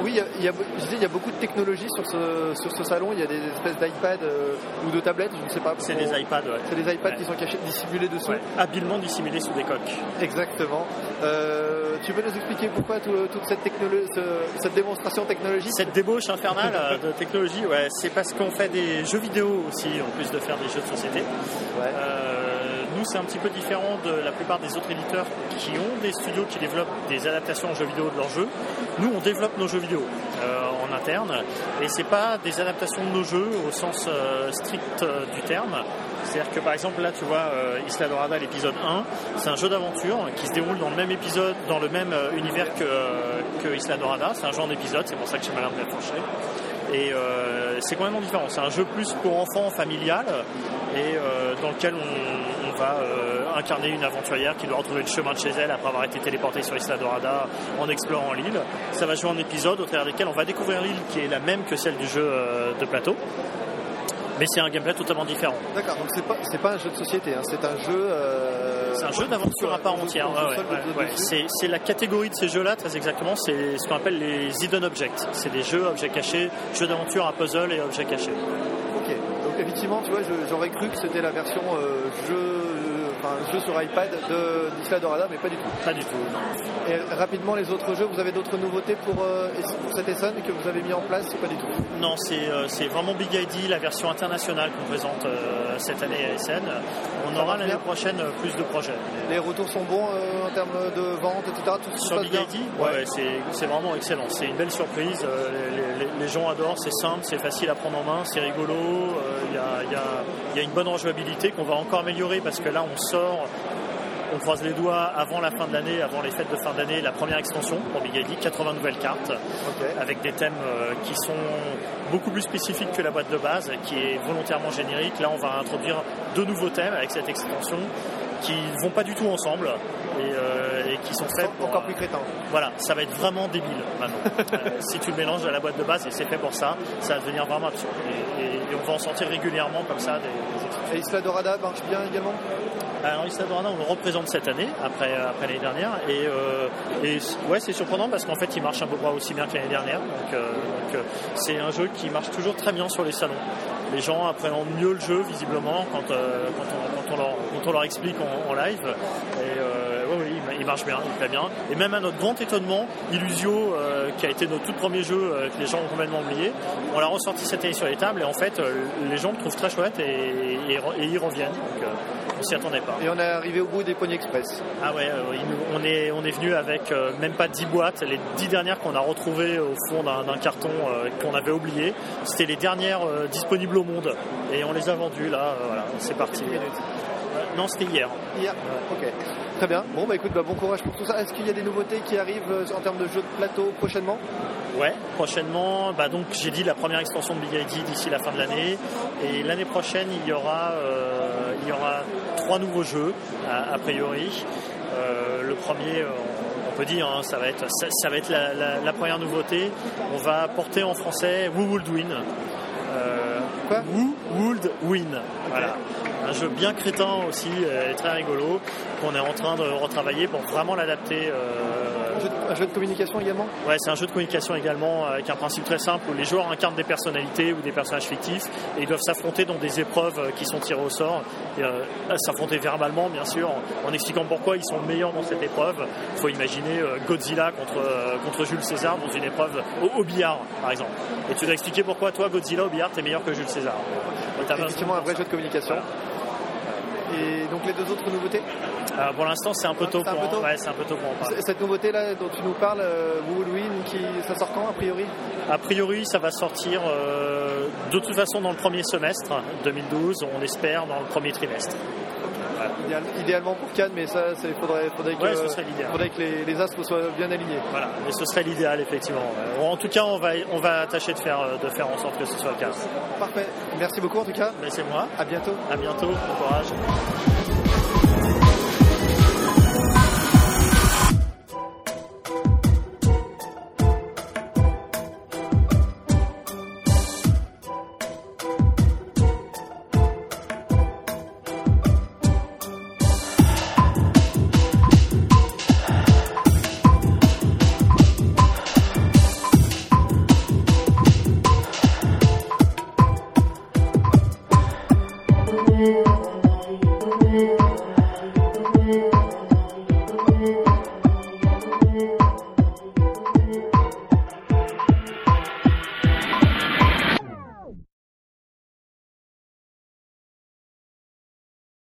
oui, il y a- il y, a- je disais, il y a beaucoup de technologies sur ce, sur ce salon. Il y a des espèces d'iPads euh, ou de tablettes, je ne sais pas.
C'est des iPads, ouais.
C'est des iPads
Ouais.
qui sont cachés, dissimulés dessous.
Ouais, habilement dissimulés sous des coques.
Exactement. Euh, tu peux nous expliquer pourquoi tout- toute cette, technolo- ce- cette démonstration technologique
Cette débauche infernale euh, de technologie, ouais, c'est parce qu'on fait des jeux vidéo aussi, en plus de faire des jeux de société. Euh, nous, c'est un petit peu différent de la plupart des autres éditeurs qui ont des studios qui développent des adaptations en jeux vidéo de leurs jeux. Nous, on développe nos jeux vidéo euh, en interne, et c'est pas des adaptations de nos jeux au sens euh, strict euh, du terme. C'est-à-dire que par exemple là tu vois euh, Isla Dorada l'épisode 1, c'est un jeu d'aventure qui se déroule dans le même épisode, dans le même euh, univers que, euh, que Isla Dorada, c'est un genre d'épisode, c'est pour ça que j'ai malin de l'approcher. Et euh, c'est complètement différent, c'est un jeu plus pour enfants familial et euh, dans lequel on, on va euh, incarner une aventurière qui doit retrouver le chemin de chez elle après avoir été téléportée sur Isla Dorada en explorant l'île. Ça va jouer en épisode au travers desquels on va découvrir l'île qui est la même que celle du jeu euh, de plateau. Mais c'est un gameplay totalement différent.
D'accord, donc c'est pas, c'est pas un jeu de société, hein, c'est un jeu. euh,
C'est un jeu d'aventure à part entière.
une
Ouais,
console
ouais,
de- de-
ouais.
dessus.
C'est c'est la catégorie de ces jeux-là, très exactement, c'est ce qu'on appelle les hidden objects. C'est des jeux, objets cachés, jeux d'aventure à puzzle et objets cachés.
Ok, donc effectivement, tu vois, je- j'aurais cru que c'était la version euh, jeu, euh, enfin, jeu sur iPad de d'Isla Dorada, mais pas du tout.
Pas du tout,
Et rapidement, les autres jeux, vous avez d'autres nouveautés pour, euh, pour cette Essonne que vous avez mis en place Pas du tout.
Non, c'est euh, c'est vraiment Big ID, la version internationale qu'on présente euh, cette année à SN. On aura l'année prochaine euh, plus de projets.
Les retours sont bons euh, en termes de vente, etc. Tout se
Sur
passe
Big
bien.
ID, ouais, c'est- c'est vraiment excellent. C'est une belle surprise. euh, les, les- les gens adorent, c'est simple, c'est facile à prendre en main, c'est rigolo. euh, Il y, a, il y a- il y a une bonne rejouabilité qu'on va encore améliorer parce que là, on sort. On croise les doigts avant la fin de l'année, avant les fêtes de fin d'année, la première extension pour Big ID, 80 nouvelles cartes, avec des thèmes euh, qui sont beaucoup plus spécifiques que la boîte de base, qui est volontairement générique. Là, on va introduire deux nouveaux thèmes avec cette extension qui ne vont pas du tout ensemble et, euh, et qui sont faits pour, encore
plus crétins.
Voilà, ça va être vraiment débile maintenant. Euh, si tu le mélanges à la boîte de base et c'est fait pour ça, ça va devenir vraiment absurde. Et, et- et on va en sortir régulièrement comme ça des, des extensions.
Et Isla Dorada marche bien également
Alors Isla Dorada, on le représente cette année, après, euh, après l'année dernière. Et, euh, et c- ouais, c'est surprenant parce qu'en fait, il marche à peu près aussi bien que l'année dernière. Donc, euh, donc, euh, c'est un jeu qui marche toujours très bien sur les salons. Les gens appréhendent mieux le jeu, visiblement, quand, euh, quand, on, quand on leur, quand on leur explique en, en live. Et euh, ouais, ouais, il ma- il marche bien, il plaît bien. Et même à notre grand étonnement, Illusio, euh, qui a été notre tout premier jeu euh, que les gens ont complètement oublié, on l'a ressorti cette année sur les tables. Et en fait, euh, les gens le trouvent très chouette et, et- et y reviennent. Donc, euh, on s'y attendait pas.
Et on est arrivé au bout des poignées express.
Ah ouais, euh, il nous- on, est, on est venu avec euh, même pas 10 boîtes. Les 10 dernières qu'on a retrouvées au fond d'un d'un carton euh, qu'on avait oublié, c'était les dernières euh, disponibles au monde. Et on les a vendues là, euh, voilà, c'est parti. Euh, Non, c'était hier.
Hier, ok. Très bien. Bon, bah écoute, bah, bon courage pour tout ça. Est-ce qu'il y a des nouveautés qui arrivent euh, en termes de jeux de plateau prochainement
Ouais, prochainement, bah donc j'ai dit la première extension de Big ID d'ici la fin de l'année. Et l'année prochaine, il y aura, euh, il y aura trois nouveaux jeux, a, a priori. Euh, le premier, euh, on peut dire, hein, ça va être, ça, ça va être la, la- la première nouveauté. On va porter en français Who Would Win. Euh, Who Would Win. Voilà. Un un jeu bien crétin aussi, euh, très rigolo, qu'on est en train de retravailler pour vraiment l'adapter. euh,
Un jeu de communication également
Ouais, c'est un jeu de communication également euh, avec un principe très simple où les joueurs incarnent des personnalités ou des personnages fictifs et ils doivent s'affronter dans des épreuves euh, qui sont tirées au sort. Et, euh, s'affronter verbalement, bien sûr, en, en expliquant pourquoi ils sont le meilleur dans cette épreuve. Il faut imaginer euh, Godzilla contre, euh, contre Jules César dans une épreuve au, au billard, par exemple. Et tu dois expliquer pourquoi toi, Godzilla, au billard, t'es meilleur que Jules César. Donc, t'as
Effectivement, un vrai jeu de communication. Et donc les deux autres nouveautés
Euh, pour l'instant, c'est un peu tôt pour
peu
en-
tôt
ouais, c'est un peu tôt pour en parler.
C- Cette nouveauté là dont tu nous parles, euh, Woodwind, qui ça sort quand a priori
A priori, ça va sortir euh, de toute façon dans le premier semestre 2012, on espère dans le premier trimestre. Voilà.
Idéal- Idéalement pour Cannes, mais ça, il faudrait, faudrait que,
Ouais, ce serait l'idéal.
faudrait que les, les astres soient bien alignés.
Voilà, mais ce serait l'idéal effectivement. Euh, En tout cas, on va, on va tâcher de faire, euh, de faire en sorte que ce soit le cas.
Parfait. Merci beaucoup en tout cas.
C'est moi.
À bientôt.
À bientôt. Bon courage.